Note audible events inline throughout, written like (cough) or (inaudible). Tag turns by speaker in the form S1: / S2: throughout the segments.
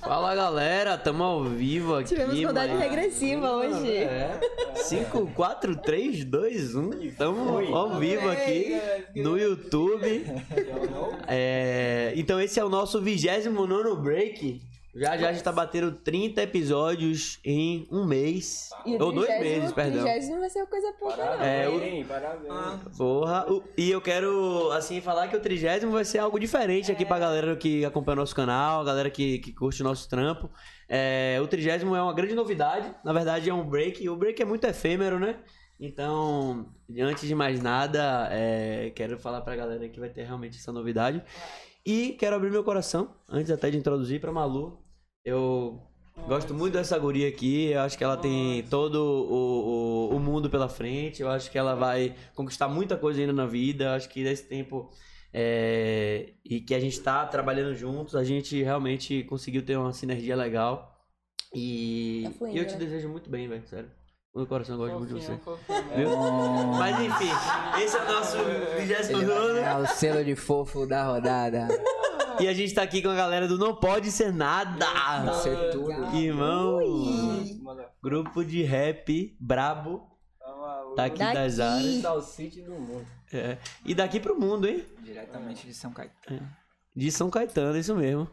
S1: Fala galera, tamo ao vivo aqui.
S2: Tivemos rodada
S1: mano.
S2: regressiva hoje.
S1: É. 5, 4, 3, 2, 1. Tamo ao vivo aqui
S2: é,
S1: no YouTube. É, então esse é o nosso 29 break. Já já a gente tá batendo 30 episódios em um mês.
S2: E o
S1: Ou dois
S2: 30º
S1: meses, perdão.
S2: 30º vai ser coisa pouca, não.
S1: É, o- Ah,
S3: Parabéns, parabéns.
S1: Porra, o- e eu quero, assim, falar que o trigésimo vai ser algo diferente aqui pra galera que acompanha o nosso canal, a galera que, que curte o nosso trampo. É, o trigésimo é uma grande novidade, na verdade é um break, e o break é muito efêmero, né? Então, antes de mais nada, é, quero falar pra galera que vai ter realmente essa novidade. E quero abrir meu coração, antes até de introduzir, pra Malu. Eu gosto muito dessa guria aqui, eu acho que ela tem todo o, o, o mundo pela frente, eu acho que ela vai conquistar muita coisa ainda na vida, eu acho que nesse tempo é, e que a gente tá trabalhando juntos, a gente realmente conseguiu ter uma sinergia legal. E,
S2: Tá fluindo,
S1: e eu te
S2: né?
S1: desejo muito bem, velho, sério. Meu coração gosta muito de você.
S4: Fofinho.
S1: Viu? Mas enfim, esse é o nosso 29
S4: Ele
S1: Uhum.
S4: vai ganhar o selo de fofo da rodada.
S1: e a gente tá aqui com a galera do Não Pode Ser Nada.
S4: Vai ser
S1: é
S4: tudo.
S1: Irmão,
S2: Ui.
S1: grupo de rap brabo tá aqui
S2: Daqui.
S1: das áreas.
S3: Salsite do mundo.
S1: É. E daqui pro mundo, hein?
S4: Diretamente de São Caetano.
S1: De São Caetano, isso mesmo.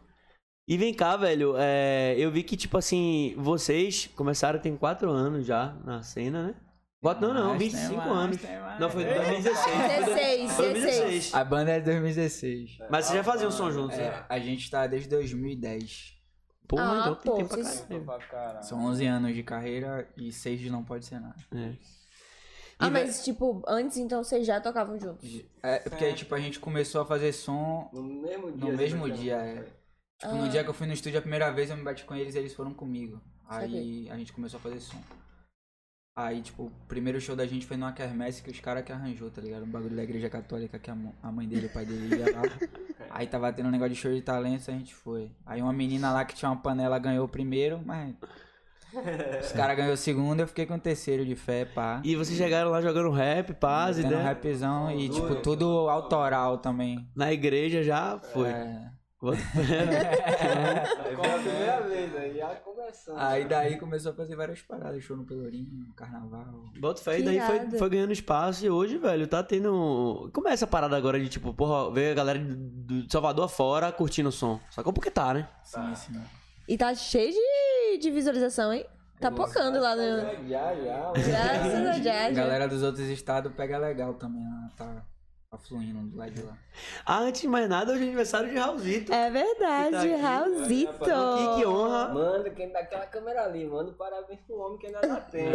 S1: E vem cá, velho, é, eu vi que, tipo assim, vocês começaram tem 4 anos já na cena, né? Quatro, não, não,
S4: Mais,
S1: 25
S4: tem mais,
S1: anos.
S4: tem mais.
S1: Não, foi 2016. foi
S2: 16,
S1: 2016.
S4: A banda é de 2016.
S1: Mas vocês já faziam som juntos,
S4: É,
S1: né?
S4: a gente tá desde 2010.
S1: Porra,
S2: Ah,
S1: então tem
S2: pô,
S1: tempo pra
S2: vocês-
S1: caralho.
S3: É, Pra caralho.
S4: São 11 anos de carreira e 6 de Não Pode Ser Nada.
S1: É.
S2: Ah,
S1: E,
S2: mas tipo, antes então vocês já tocavam juntos.
S4: É, porque, tipo, a gente começou a fazer som
S3: No mesmo dia.
S4: no
S3: assim,
S4: mesmo
S3: pra
S4: dia.
S3: caralho.
S4: é. Tipo, no dia que eu fui no estúdio a primeira vez, eu me bati com eles e eles foram comigo. Aí a gente começou a fazer som. Aí, tipo, o primeiro show da gente foi numa quermesse que os caras que arranjou, tá ligado? Um bagulho da igreja católica que a, mo- a mãe dele e o pai dele ia lá.
S1: (laughs)
S4: Aí tava tendo um negócio de show de talentos, a gente foi. Aí uma menina lá que tinha uma panela ganhou o primeiro,
S1: (laughs)
S4: mas. Os caras ganhou o segundo, eu fiquei com o terceiro de fé, pá.
S1: e vocês chegaram lá jogando rap, paz,
S4: Tendo um
S1: né?
S4: rapzão e, tipo, tudo autoral também.
S1: Na igreja já foi.
S4: É.
S1: Bota fé, né?
S3: Aí foi a primeira vez, aí já começando.
S4: Aí daí começou a fazer várias paradas, show no Pelourinho, carnaval.
S1: Bota fé, e
S2: Que
S1: daí foi,
S2: irado.
S1: foi ganhando espaço e hoje, velho, tá tendo. Como é essa parada agora de tipo, porra, ver a galera do do Salvador fora curtindo o som? Sacou porque tá, né?
S4: Sim, sim.
S2: E tá cheio de, de visualização, hein? Tá pocando lá no.
S3: Já, já.
S2: Graças a
S4: A
S5: É,
S2: Deus.
S4: galera dos outros estados pega legal também, ela tá, tá fluindo do lado de lá.
S1: Ah, antes de mais nada, hoje é aniversário de Raulzito.
S2: É
S1: Tá
S2: verdade,
S1: aqui.
S2: Raulzito.
S1: Que, que honra!
S3: Manda quem daquela câmera ali, manda um parabéns pro homem que ainda não tem.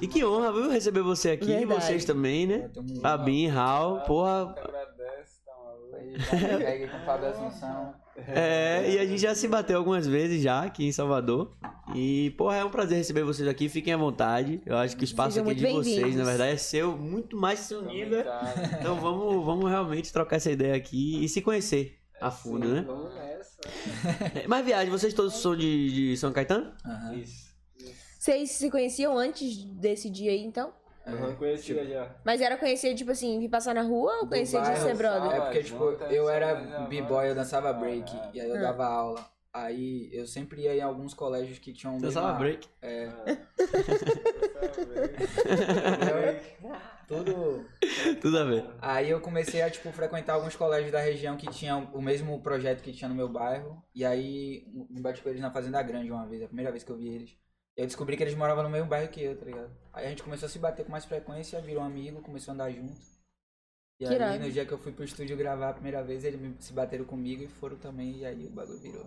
S1: E que honra, viu, receber você aqui e
S2: Verdade.
S1: vocês também, né?
S4: um
S3: Ah.
S1: Fabinho, Raul, (laughs) porra.
S3: Agradece, tá maluco.
S4: Pega com o Fábio Assunção.
S1: É, e a gente já se bateu algumas vezes já aqui em Salvador. E, porra, é um prazer receber vocês aqui. Fiquem à vontade. Eu acho que o espaço
S2: Sejam
S1: aqui de
S2: muito
S1: vocês,
S2: bem-vindos.
S1: na verdade, é seu, muito mais
S3: tá
S1: seu nível. Então vamos, vamos realmente trocar essa ideia aqui e se conhecer a fundo, né?
S3: Vamos nessa.
S1: É, Mas viagem, vocês todos são de, de São Caetano?
S4: Aham.
S3: Isso.
S2: Vocês se conheciam antes desse dia aí, então?
S4: É,
S3: Eu conhecia
S4: tipo
S3: já.
S2: Mas era conhecer, tipo assim, vir passar na rua ou conhecer de
S4: bairro,
S2: ser brother?
S4: É porque, tipo,
S3: Junta
S4: eu
S3: essa
S4: era
S3: coisa,
S4: b-boy, eu
S3: vai.
S4: dançava break,
S3: Caralho.
S4: e aí eu
S2: Ah.
S4: dava aula. Aí eu sempre ia em alguns colégios que tinham.
S1: Dançava
S4: mesma- (laughs)
S1: break. (laughs)
S4: É,
S3: Parabéns.
S4: tudo.
S1: Tudo a ver.
S4: Aí eu comecei a, tipo, frequentar alguns colégios da região que tinham o mesmo projeto que tinha no meu bairro. E aí me bati com eles na Fazenda Grande uma vez, a primeira vez que eu vi eles. Eu descobri que eles moravam no mesmo bairro que eu, tá ligado? Aí a gente começou a se bater com mais frequência, virou amigo, começou a andar junto. E
S2: Que
S4: aí
S2: irado.
S4: no dia que eu fui pro estúdio gravar a primeira vez, eles me- se bateram comigo e foram também, e aí o bagulho virou.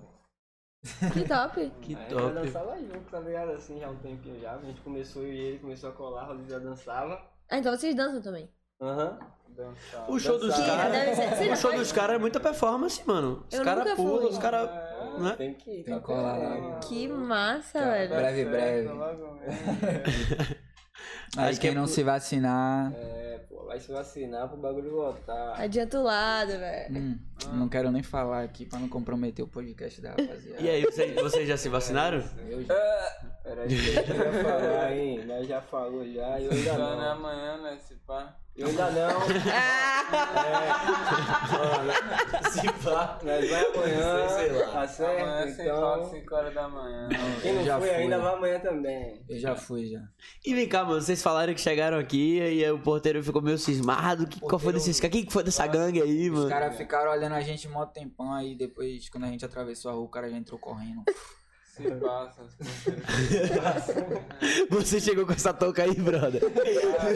S2: Que top.
S1: Que
S3: Aí
S1: top.
S3: Eu dançava junto, tá ligado? Assim, já há um tempinho já. A gente começou e ele começou a colar, a já dançava.
S2: Ah, então vocês dançam também.
S3: Aham. Dançava.
S1: O show dos
S3: Dançava.
S2: Mentira, deve
S1: caras.
S2: ser. Vocês
S1: O
S2: já
S1: show
S2: fazem?
S1: dos caras é muita performance, mano. Os
S2: Eu
S1: caras
S2: nunca
S1: pulam,
S2: fui.
S1: os caras.
S3: É,
S1: né?
S3: Tem que ir,
S4: Tem
S3: tá
S4: que colar lá,
S3: perdendo.
S4: mano.
S2: Que massa,
S4: Cara,
S2: É, velho.
S3: Certo,
S4: breve, breve.
S3: logo mesmo.
S4: Aí
S1: Acho que
S4: quem
S1: é
S4: não
S1: por-
S4: se vacinar.
S3: É, pô, vai se vacinar pro bagulho voltar.
S2: Adianta o lado, velho.
S4: hum,
S1: Ah.
S4: não quero nem falar aqui pra não comprometer o podcast da rapaziada.
S1: E é- aí, vocês, vocês já se vacinaram?
S4: Eu já-
S3: Era isso que eu ia falar, hein? Mas já falou já, eu ainda
S6: Só na
S3: não.
S6: manhã, né, se pá.
S3: Eu ainda não.
S2: Ah,
S3: É,
S1: Se pá.
S3: mas vai amanhã.
S1: Sei, sei lá.
S3: tá certo,
S6: Amanhã você assim. toca
S3: então.
S6: 5 horas da manhã.
S3: Quem não
S4: já
S3: foi
S4: fui,
S3: ainda
S4: né?
S3: vai amanhã também.
S4: Eu já fui, já.
S1: E vem cá, mano, vocês falaram que chegaram aqui e aí o porteiro ficou meio cismado. Que, qual foi
S4: Porteiro-
S1: desses caras? Quem que foi dessa gangue aí,
S4: Os
S1: mano?
S4: caras ficaram olhando a gente mó tempão, aí depois, quando a gente atravessou a rua, o cara já entrou (laughs) correndo.
S6: Se passa, os parceiros se passam.
S1: Você chegou com essa touca aí, brother.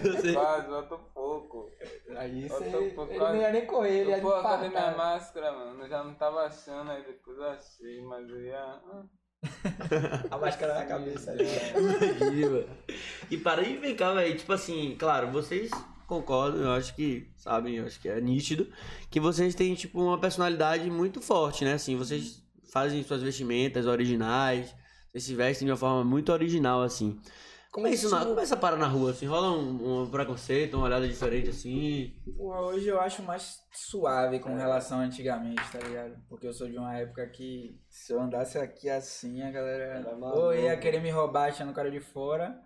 S1: Você-
S6: Quase, falta pouco.
S3: Aí
S6: Falta
S3: você.
S6: um pouco,
S3: Ele não
S4: é
S6: quase.
S3: ia nem correr, ele é ia
S6: Eu, pô, cadê
S3: infartar.
S6: minha máscara, mano? Eu já não tava achando, aí depois eu achei, mas eu ia... ah,
S3: A máscara na cabeça ali.
S1: Imagina. E para aí, vem cá, velho. Tipo assim, claro, vocês concordam, eu acho que, sabem, eu acho que é nítido, que vocês têm, tipo, uma personalidade muito forte, né? Assim, vocês fazem suas vestimentas originais, vocês se vestem de uma forma muito original, assim. Como é isso? Na, como é essa para na rua, assim? Rola um, um preconceito, uma olhada diferente, assim?
S4: Porra, hoje eu acho mais suave
S3: É.
S4: com relação a antigamente, tá ligado? Porque eu sou de uma época que se eu andasse aqui assim, a galera
S3: Era maluco.
S4: ou ia querer me roubar achando o cara de fora,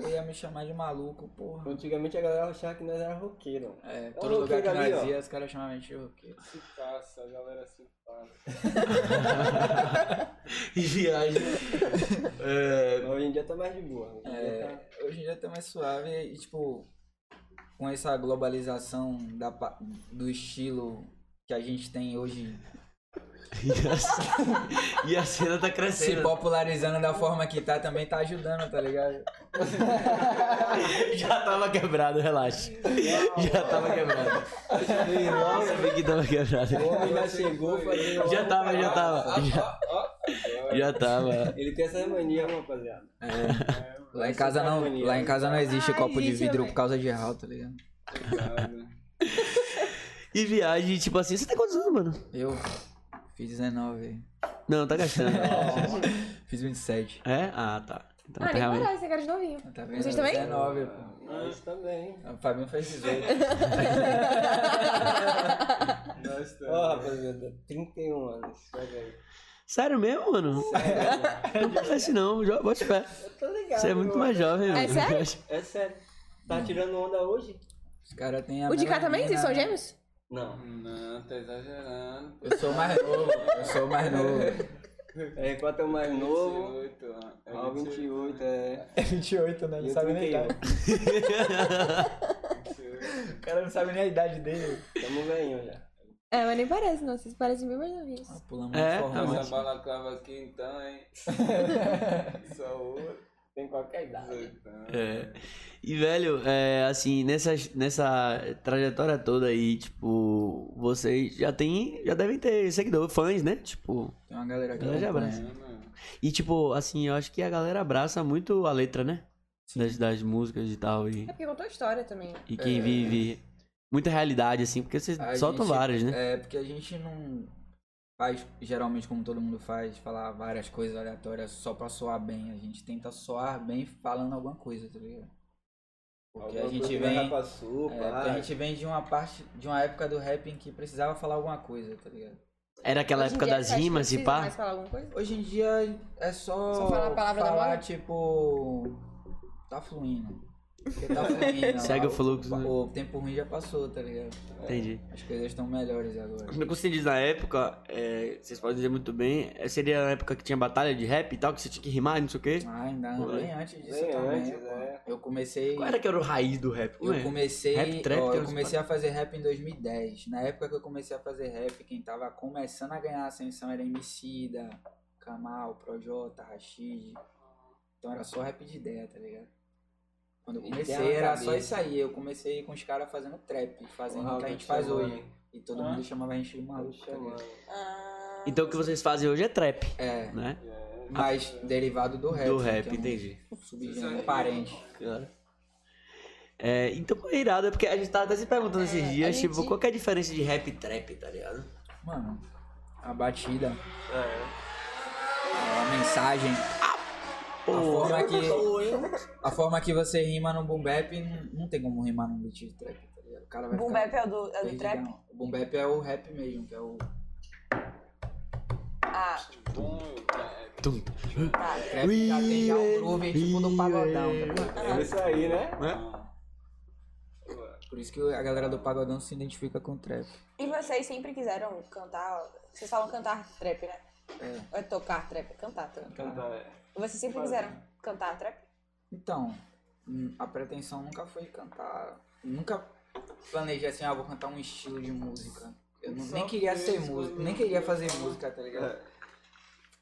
S4: ou ia me chamar de maluco, porra.
S3: Antigamente a galera achava que nós era roqueiro.
S4: É,
S3: Tá
S4: todo lugar que
S3: roqueiro ali,
S4: nós
S3: ó.
S4: ia, os caras chamavam a gente de roqueiro.
S6: se passa, a galera se passa.
S1: E viagem. É,
S3: Mas Hoje em dia tá mais de boa. Hoje em dia
S4: É.
S3: tá-
S4: Hoje em dia tá mais suave e, tipo, com essa globalização da, pa- do estilo que a gente tem hoje
S1: e, a, cena- (laughs) e a cena tá
S4: se
S1: crescendo.
S4: popularizando da forma que tá, também tá ajudando, tá ligado?
S1: (laughs) Já tava quebrado, relaxa. Já tava quebrado. Eu sabia que tava quebrado.
S3: O homem já chegou fazendo.
S1: Já tava, já tava. Já, já tava.
S3: Ele tem essa mania, né, rapaziada.
S4: É.
S3: É,
S4: Lá em casa não, lá em casa não existe
S2: Ai,
S4: copo de
S2: gente,
S4: vidro
S2: eu-
S4: por causa de real, tá ligado?
S1: E viagem, tipo assim, você tem quantos anos, mano?
S4: Eu fiz 19,
S1: Não, tá gastando.
S4: fiz 27.
S1: É? Ah, tá. Então,
S2: Ah,
S1: tá
S2: nem
S1: realmente.
S2: parece, tem cara de novinho.
S4: Tá vendo?
S2: Vocês também?
S4: 19, pô.
S3: Nós também.
S4: O Fabinho fez 18.
S6: Nós
S3: Ó,
S6: também.
S3: rapaziada, 31 anos. tá Olha aí.
S1: Sério mesmo, mano? Não parece não, jo- bote fé.
S3: Eu tô ligado.
S1: Você é muito
S3: meu.
S1: mais jovem, mano.
S2: sério?
S3: É sério. Tá tirando onda hoje?
S4: Os caras têm a
S2: O de cá também? Vocês
S4: melanina,
S2: são
S4: né?
S2: gêmeos?
S3: Não.
S6: Não, tá exagerando.
S4: Eu sou mais novo, eu sou mais novo.
S3: É, quanto é o mais
S4: um,
S3: novo?
S6: 28, ó. É
S3: Ao 28, é.
S4: É 28,
S3: E
S4: né?
S3: um. eu 31. (laughs)
S4: O cara não sabe nem a idade dele.
S3: Tamo ganhando já.
S2: É, mas nem parece, não. Vocês parecem bem mais novinhos.
S4: Pulamos
S1: É,
S4: é,
S1: tá bom.
S4: forma.
S6: Essa balaclava aqui então, hein? Só outro.
S3: Tem qualquer idade.
S6: 18 anos.
S1: (laughs) É. E, velho, é, assim, nessa, nessa trajetória toda aí, tipo, vocês já tem, já devem ter seguidor, fãs, né? Tipo,
S4: Tem uma galera que
S1: Galera de
S4: acompanha.
S1: abraço.
S6: É, mano.
S1: né? e tipo, assim, eu acho que a galera abraça muito a letra, né? Das, das músicas e tal, e,
S2: É porque contou história também.
S1: e quem vive muita realidade, assim, porque vocês
S4: A
S1: soltam
S4: gente-
S1: várias, né?
S4: É, porque a gente não faz, geralmente, como todo mundo faz, falar várias coisas aleatórias só pra soar bem. A gente tenta soar bem falando alguma coisa, tá ligado? Porque a
S3: Alguma
S4: gente
S3: coisa
S4: vem.
S3: já passou,
S4: é,
S3: pá.
S4: porque a gente vem de uma parte, de uma época do rap em que precisava falar alguma coisa, tá ligado?
S1: Era aquela
S2: Hoje em
S1: época
S2: dia,
S1: das
S2: você acha que
S1: rimas e
S2: precisa
S1: pá.
S2: mais falar alguma coisa?
S4: Hoje em dia é só.
S2: Só falar a palavra da
S4: falar,
S2: moda?
S4: tipo. Tá fluindo. Porque
S2: (laughs)
S4: tá fluindo.
S1: Segue
S4: lá,
S1: o fluxo, né?
S4: O tempo ruim já passou, tá ligado?
S1: Entendi.
S4: As coisas estão melhores agora.
S1: Como você diz na época, é, vocês podem dizer muito bem, é, seria na época que tinha batalha de rap e tal, que você tinha que rimar, não sei o quê.
S4: Ah, ainda
S1: Oi.
S4: bem antes disso
S3: Bem
S4: também.
S3: antes,
S4: pô.
S3: é.
S4: Eu comecei.
S1: Qual era que era o raiz do rap? Como é?
S4: Eu
S2: Então,
S4: comecei,
S1: Rap, trap,
S4: ó,
S1: tem
S4: eu
S1: uns-
S4: comecei a fazer rap em 2010. Na época que eu comecei a fazer rap, quem tava começando a ganhar ascensão era Emicida, Kamal, Projota, Rashid. Então era só rap de ideia, tá ligado? Quando eu
S3: Ideia na
S4: comecei era só
S3: cabeça. tá
S4: isso aí. Eu comecei com os caras fazendo trap, fazendo o que a gente faz hoje. E todo mundo
S1: Ah.
S4: chamava a gente de maluco, tá ligado?
S1: Então o que vocês fazem hoje é trap,
S4: É,
S1: né?
S4: mas derivado do rap.
S1: Do
S4: que
S1: rap,
S4: é um
S1: entendi.
S4: Subgênero parente.
S1: É, então é irado, é porque a gente tava até se perguntando esses
S2: a
S1: dias,
S2: gente-
S1: tipo, qual que é a diferença de rap e trap, tá ligado?
S4: Mano, a batida, a mensagem, a forma que. A forma que você rima no boom bap não, não tem como rimar num beat de trap, tá ligado? O cara vai
S5: Boom
S4: ficar
S5: bap é o do, é do
S4: perdidão.
S5: trap?
S4: O boom bap é o rap mesmo, que é o
S5: Ah,
S1: Tum.
S5: tá.
S4: trap que já tem já o groove tipo do pagodão, tá ligado?
S3: É isso aí, né?
S1: Né?
S4: Por isso que a galera do Pagodão se identifica com o trap.
S5: E vocês sempre quiseram cantar. Vocês falam cantar trap, né?
S4: É.
S5: Ou é tocar trap, é cantar trap.
S3: Cantar, é.
S5: Vocês sempre quiseram cantar trap?
S4: Então, hum, a pretensão nunca foi cantar. Nunca planejei assim, ah, vou cantar um estilo de música. Eu não-
S6: Só
S4: nem queria
S6: fez
S4: ser
S6: quando-
S4: músico, nem queria fazer música, tá ligado?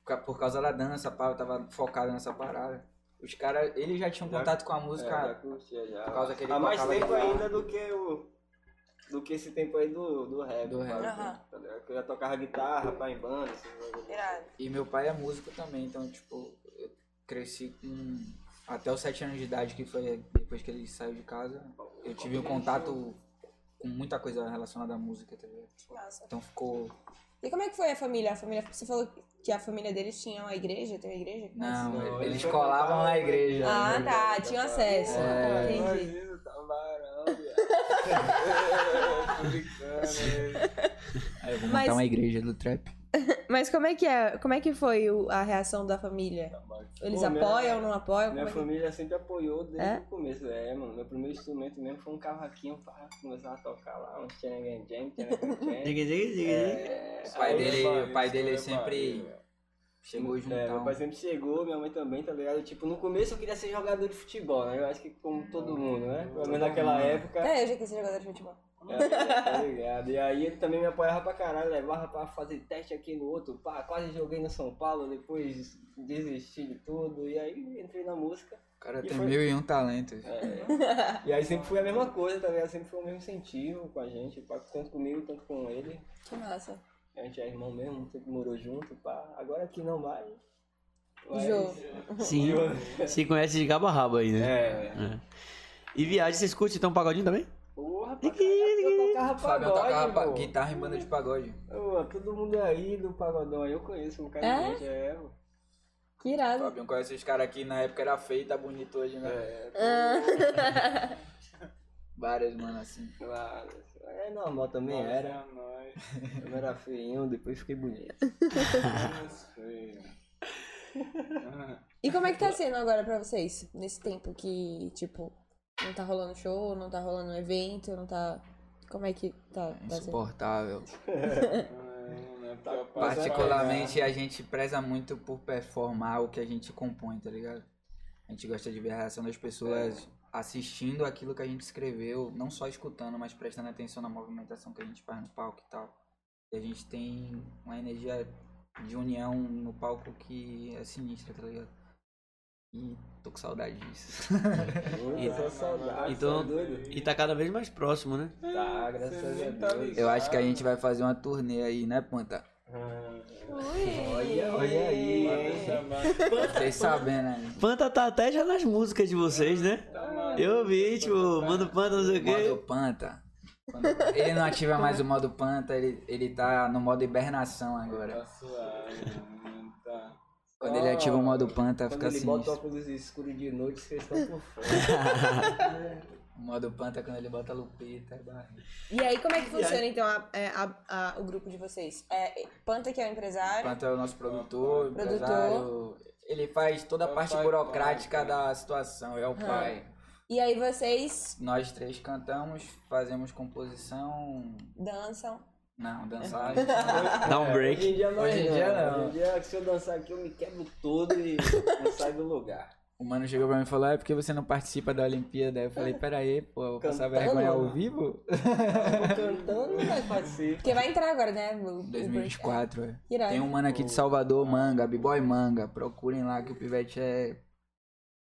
S4: Ca- por causa da dança, pá, eu tava focado nessa parada. Os caras, eles já tinham
S3: Já-
S4: contato com a
S3: É,
S4: música
S3: já curtia, já.
S4: por causa que ele
S3: Há mais
S4: tocava
S3: tempo
S4: guitarra.
S3: ainda do que o. Do que esse tempo aí do, do rap.
S4: Do rap.
S5: Aham.
S3: tá ligado? Que eu já tocava guitarra, pá, em banda, assim. esses bagulho.
S5: Irado.
S4: e meu pai é músico também, então, tipo, eu cresci com. Até os sete anos de idade, que foi depois que ele saiu de casa, eu tive um contato com muita coisa relacionada à música, tá ligado?
S5: Nossa.
S4: Então ficou.
S5: E como é que foi a família? A família. Você falou que a família deles tinha uma igreja? Tem uma igreja? Como é
S4: Não,
S3: Não,
S4: eles
S3: ele
S4: colavam
S3: cantava,
S4: na igreja.
S5: Ah,
S4: né?
S5: tá. Tinha acesso.
S4: É.
S5: Entendi.
S6: Imagina, tambarão, viado. É, tô brincando, é.
S4: Aí eu vou
S2: Mas-
S4: montar uma igreja do trap.
S2: Mas como é que é? Como é que foi o- a reação da família? Eles
S3: Pô, minha-
S2: apoiam, não apoiam?
S3: Minha
S2: Como é que-
S3: família sempre apoiou desde
S2: É?
S3: o começo. É, mano. Meu primeiro instrumento mesmo foi um cavaquinho pra começar a tocar lá, uns tchanangan jam, tchanangan
S2: (laughs)
S3: jam.
S1: Diga, diga, diga.
S3: É,
S4: O pai
S3: aí-
S4: dele, então.
S6: Bahia,
S4: o pai dele
S6: isso é
S4: sempre
S6: Bahia.
S4: chegou junto.
S3: É, meu pai sempre chegou, minha mãe também, tá ligado? Tipo, no começo eu queria ser jogador de futebol, né? Eu acho que
S2: Hum.
S3: como todo mundo, né? Pelo menos naquela época. É,
S5: É, eu já quis ser jogador de futebol.
S3: tá ligado? E aí ele também me apoiava pra caralho, levava pra fazer teste aqui no outro, pá, quase joguei no São Paulo, depois desisti de tudo, e aí entrei na música.
S4: O cara
S3: E
S4: tem
S3: foi-
S4: mil e um talentos.
S3: É. E aí sempre foi a mesma coisa, tá ligado? Sempre foi o mesmo incentivo com a gente, pá, tanto comigo, tanto com ele.
S5: Que massa.
S3: A gente é irmão mesmo, sempre morou junto, pá. Agora que não mais. mas-
S5: Jô.
S1: Sim. Se conhece de cabo a rabo aí, né?
S3: É.
S1: É. E viagem, vocês curtem então um pagodinho também?
S3: Porra, pra caralho, eu tocava
S4: Fábio
S3: pagode,
S4: tocava pa-
S3: pô.
S4: guitarra em banda de pagode.
S3: Ô, todo mundo aí do pagodão aí, eu conheço um cara
S2: É?
S3: que é, pô.
S2: Que irado.
S4: Fábio conhece os caras aqui na época era feio, tá bonito hoje, né?
S3: É.
S4: Vários, mano, assim.
S3: Claro. É normal também era.
S6: Nossa, nós.
S3: Eu era feinho, depois fiquei bonito.
S6: (laughs) Menos feio.
S2: E como é que tá sendo agora pra vocês? Nesse tempo que, tipo, não tá rolando show, não tá rolando evento, não tá. Como é que tá? tá sendo?
S4: Insuportável.
S6: Não, não é porque eu passo
S4: Particularmente a gente preza muito por performar o que a gente compõe, tá ligado? A gente gosta de ver a reação das pessoas assistindo aquilo que a gente escreveu, não só escutando, mas prestando atenção na movimentação que a gente faz no palco e tal. E a gente tem uma energia de união no palco que é sinistra, tá ligado? E tô com saudade disso. (laughs)
S3: Eu tô saudade,
S1: Então-
S6: é
S3: tá doido?
S1: E tá cada vez mais próximo, né?
S3: Tá, graças
S6: Você
S3: a
S6: nem tá
S3: Deus.
S4: Eu acho que a gente vai fazer uma turnê aí, né, Panta?
S3: Olha, olha aí,
S6: Vai
S3: hein?
S6: chamar.
S4: Vocês sabem, né?
S1: Panta tá até já nas músicas de vocês, né? Eu vi, tipo, manda Panta, não sei o
S4: Modo
S1: quê.
S4: Panta. Quando ele não ativa mais o modo Panta, ele, ele tá no modo hibernação agora.
S6: Tá suave, mano, tá.
S4: Quando ele ativa o modo Panta,
S3: Quando
S4: fica
S3: ele bota o
S4: sinistro.
S3: óculos escuro de noite, vocês estão por (laughs) fora.
S4: O modo Panta é quando ele bota a lupita, é barriga.
S2: E aí, como é que funciona,
S1: aí?
S2: então, a- é, a- a- o grupo de vocês?
S5: É, Panta que é o empresário.
S4: Panta é o nosso produtor,
S5: Produtor.
S4: empresário. Ele faz toda
S6: É
S4: a
S6: o
S4: parte
S6: pai,
S4: burocrática
S6: pai.
S4: da situação, é o pai.
S5: E aí vocês
S4: Nós três cantamos, fazemos composição.
S5: dançam.
S4: Não, dançar. a gente não-
S1: Dá um
S3: Hoje
S1: break.
S3: em dia não.
S4: Hoje em dia não.
S3: Hoje em dia, se eu dançar aqui, eu me quebro todo e não saio do lugar.
S4: O mano chegou pra mim e falou: é porque você não participa da Olimpíada. Eu falei: peraí, pô, eu vou passar
S3: Cantando,
S4: vergonha ao
S3: mano.
S4: vivo?
S3: Tô cantando, não
S2: né?
S3: vai participar.
S5: Porque vai entrar agora, né? o- o-
S4: 2024, é.
S5: Irado.
S4: Tem um mano aqui de Salvador, Manga, B-Boy Manga. Procurem lá que o pivete é.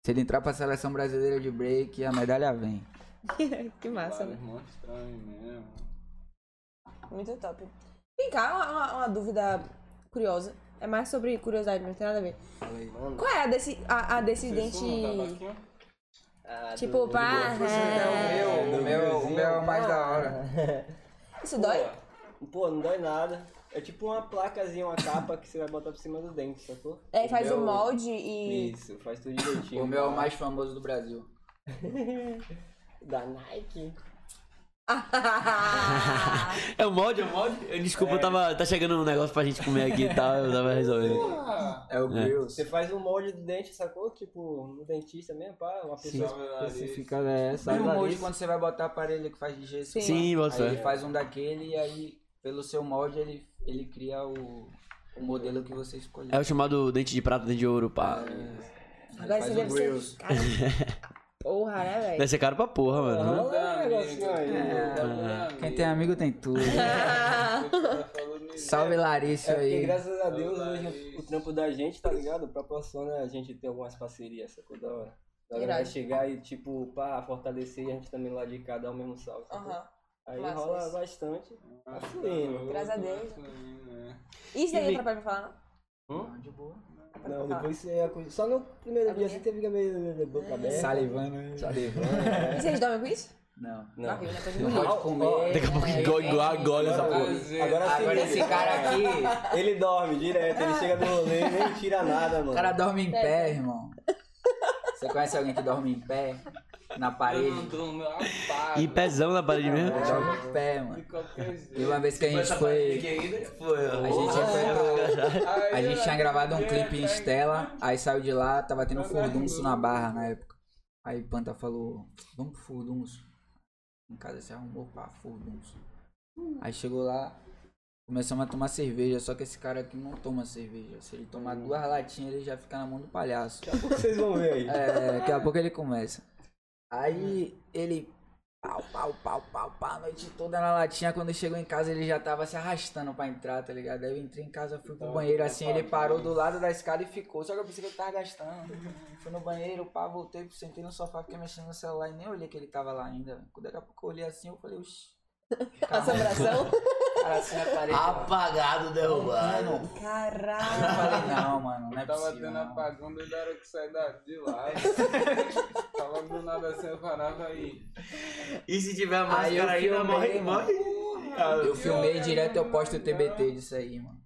S4: Se ele entrar pra seleção brasileira de break, a medalha vem.
S5: (laughs)
S2: que massa, né?
S6: Vários monstrão aí mesmo.
S5: Muito top. Vem cá, uma, uma- uma dúvida curiosa. É mais sobre curiosidade, mas não tem nada a ver. Qual é a desse, a, a desse
S6: Vocês
S5: dente.
S6: fumam tabaquinho?
S3: Ah,
S2: Tipo,
S3: do- né?
S2: pá. é,
S4: O meu, o meu, o meu é o mais da hora.
S5: Isso dói?
S3: Pô, não dói nada. É tipo uma placazinha, uma capa que você vai botar por cima do dente, sacou?
S5: É, faz o
S3: meu-
S5: molde (laughs) e.
S3: Isso, faz tudo
S4: é
S3: direitinho.
S4: O meu é o mais famoso do Brasil.
S3: Da Nike.
S1: é o mod, é o mod? Eu- Desculpa, eu tava. Tá chegando um negócio pra gente comer aqui e tal, eu tava resolvendo.
S3: Porra!
S4: É o
S1: É.
S4: Grills.
S3: Você faz um molde do dente, sacou? Tipo, no dentista mesmo, pá, uma pessoa
S6: Sabe lá,
S3: específica é essa.
S4: Sabe o molde um quando você vai botar aparelho que faz de gesso?
S5: Sim.
S1: Sim, bota
S4: Aí ele
S1: fé.
S4: faz um daquele e aí, pelo seu molde, ele, ele cria o, o modelo que você escolheu.
S1: É o chamado dente de prata, dente de ouro, pá.
S4: Ele
S5: Agora
S4: faz
S5: você
S4: um
S5: deve
S4: grills.
S5: ser. Cara, porra, né, velho?
S1: Deve ser caro pra porra, mano. né?
S3: Olha o negocinho aí.
S4: É, Quem tem amigo tem tudo. (laughs) Salve Larissa
S3: É porque
S4: aí.
S3: graças a Deus hoje o trampo da gente, tá ligado? Proporciona a gente ter algumas parcerias, sacou da hora. A galera
S5: Irado.
S3: chegar e, tipo, pá, fortalecer e a gente também lá de cada um mesmo salve. sacou?
S5: Aham.
S3: Aí
S5: Massa
S3: rola
S5: isso.
S3: bastante. Tá fluindo.
S5: Graças a Deus.
S3: um né?
S5: Isso daí é pra me falar, não?
S4: De boa.
S3: Não, depois você é acus- Só no primeiro dia
S5: Agonia.
S3: você teve que abrir a boca aberta.
S4: É. Salivando. né?
S3: Salivando.
S5: E vocês dormem com isso?
S4: Não.
S3: Não.
S5: Barril, né? Coisa de
S4: Não
S5: mulher. É,
S4: pode comer.
S1: Daqui a pouco engole, engole, engole
S4: é,
S1: essa porra.
S3: Agora sim,
S4: Agora esse cara aqui,
S3: Ele tá dorme direto, ele chega do rolê e nem tira nada, mano.
S4: o cara dorme em pé, irmão. Você conhece alguém que dorme em pé? Na parede?
S1: E pezão na parede mesmo.
S4: Dorme em pé, mano. E uma vez que a gente é, foi.
S1: Foi,
S4: A gente
S6: É.
S4: foi pro. A gente tinha gravado um clipe em Estela, aí saiu de lá, tava tendo furdunço na barra na época. Aí Panta falou, vamos pro furdunço. Em casa se arrumou pra furdunço. Aí chegou lá, começamos a tomar cerveja, só que esse cara aqui não toma cerveja. Se ele tomar duas latinhas, ele já fica na mão do palhaço.
S3: Vocês vão ver aí.
S4: É, daqui a pouco ele começa. Aí
S6: É.
S4: ele. Pau, pau, pau, pau, pau, a noite toda na latinha. Quando chegou em casa, ele já tava se arrastando pra entrar, tá ligado? Aí eu entrei em casa, fui
S6: Então,
S4: pro
S6: é
S4: banheiro assim. Ele parou do lado da escada e ficou. Só que eu pensei que ele tava
S6: (laughs)
S4: gastando. Fui no banheiro, pá, voltei, sentei no sofá, fiquei mexendo no celular e nem olhei que ele tava lá ainda. Quando Daqui a pouco eu olhei assim, eu falei, oxi.
S6: (laughs)
S5: um Assombração?
S4: Cara, assim na parede.
S1: Apagado, derrubado.
S4: mano.
S5: Caralho.
S4: Eu falei, não, mano, não é
S6: Eu tava
S4: possível.
S6: tendo
S4: não.
S6: apagão desde a hora que saí da, de lá. tava do nada assim, eu parava aí.
S1: E se tiver a
S4: Aí eu
S1: máscara ainda, morre,
S4: filmei, mano.
S1: morre.
S4: Eu filmei direto, eu posto o TBT disso aí, mano.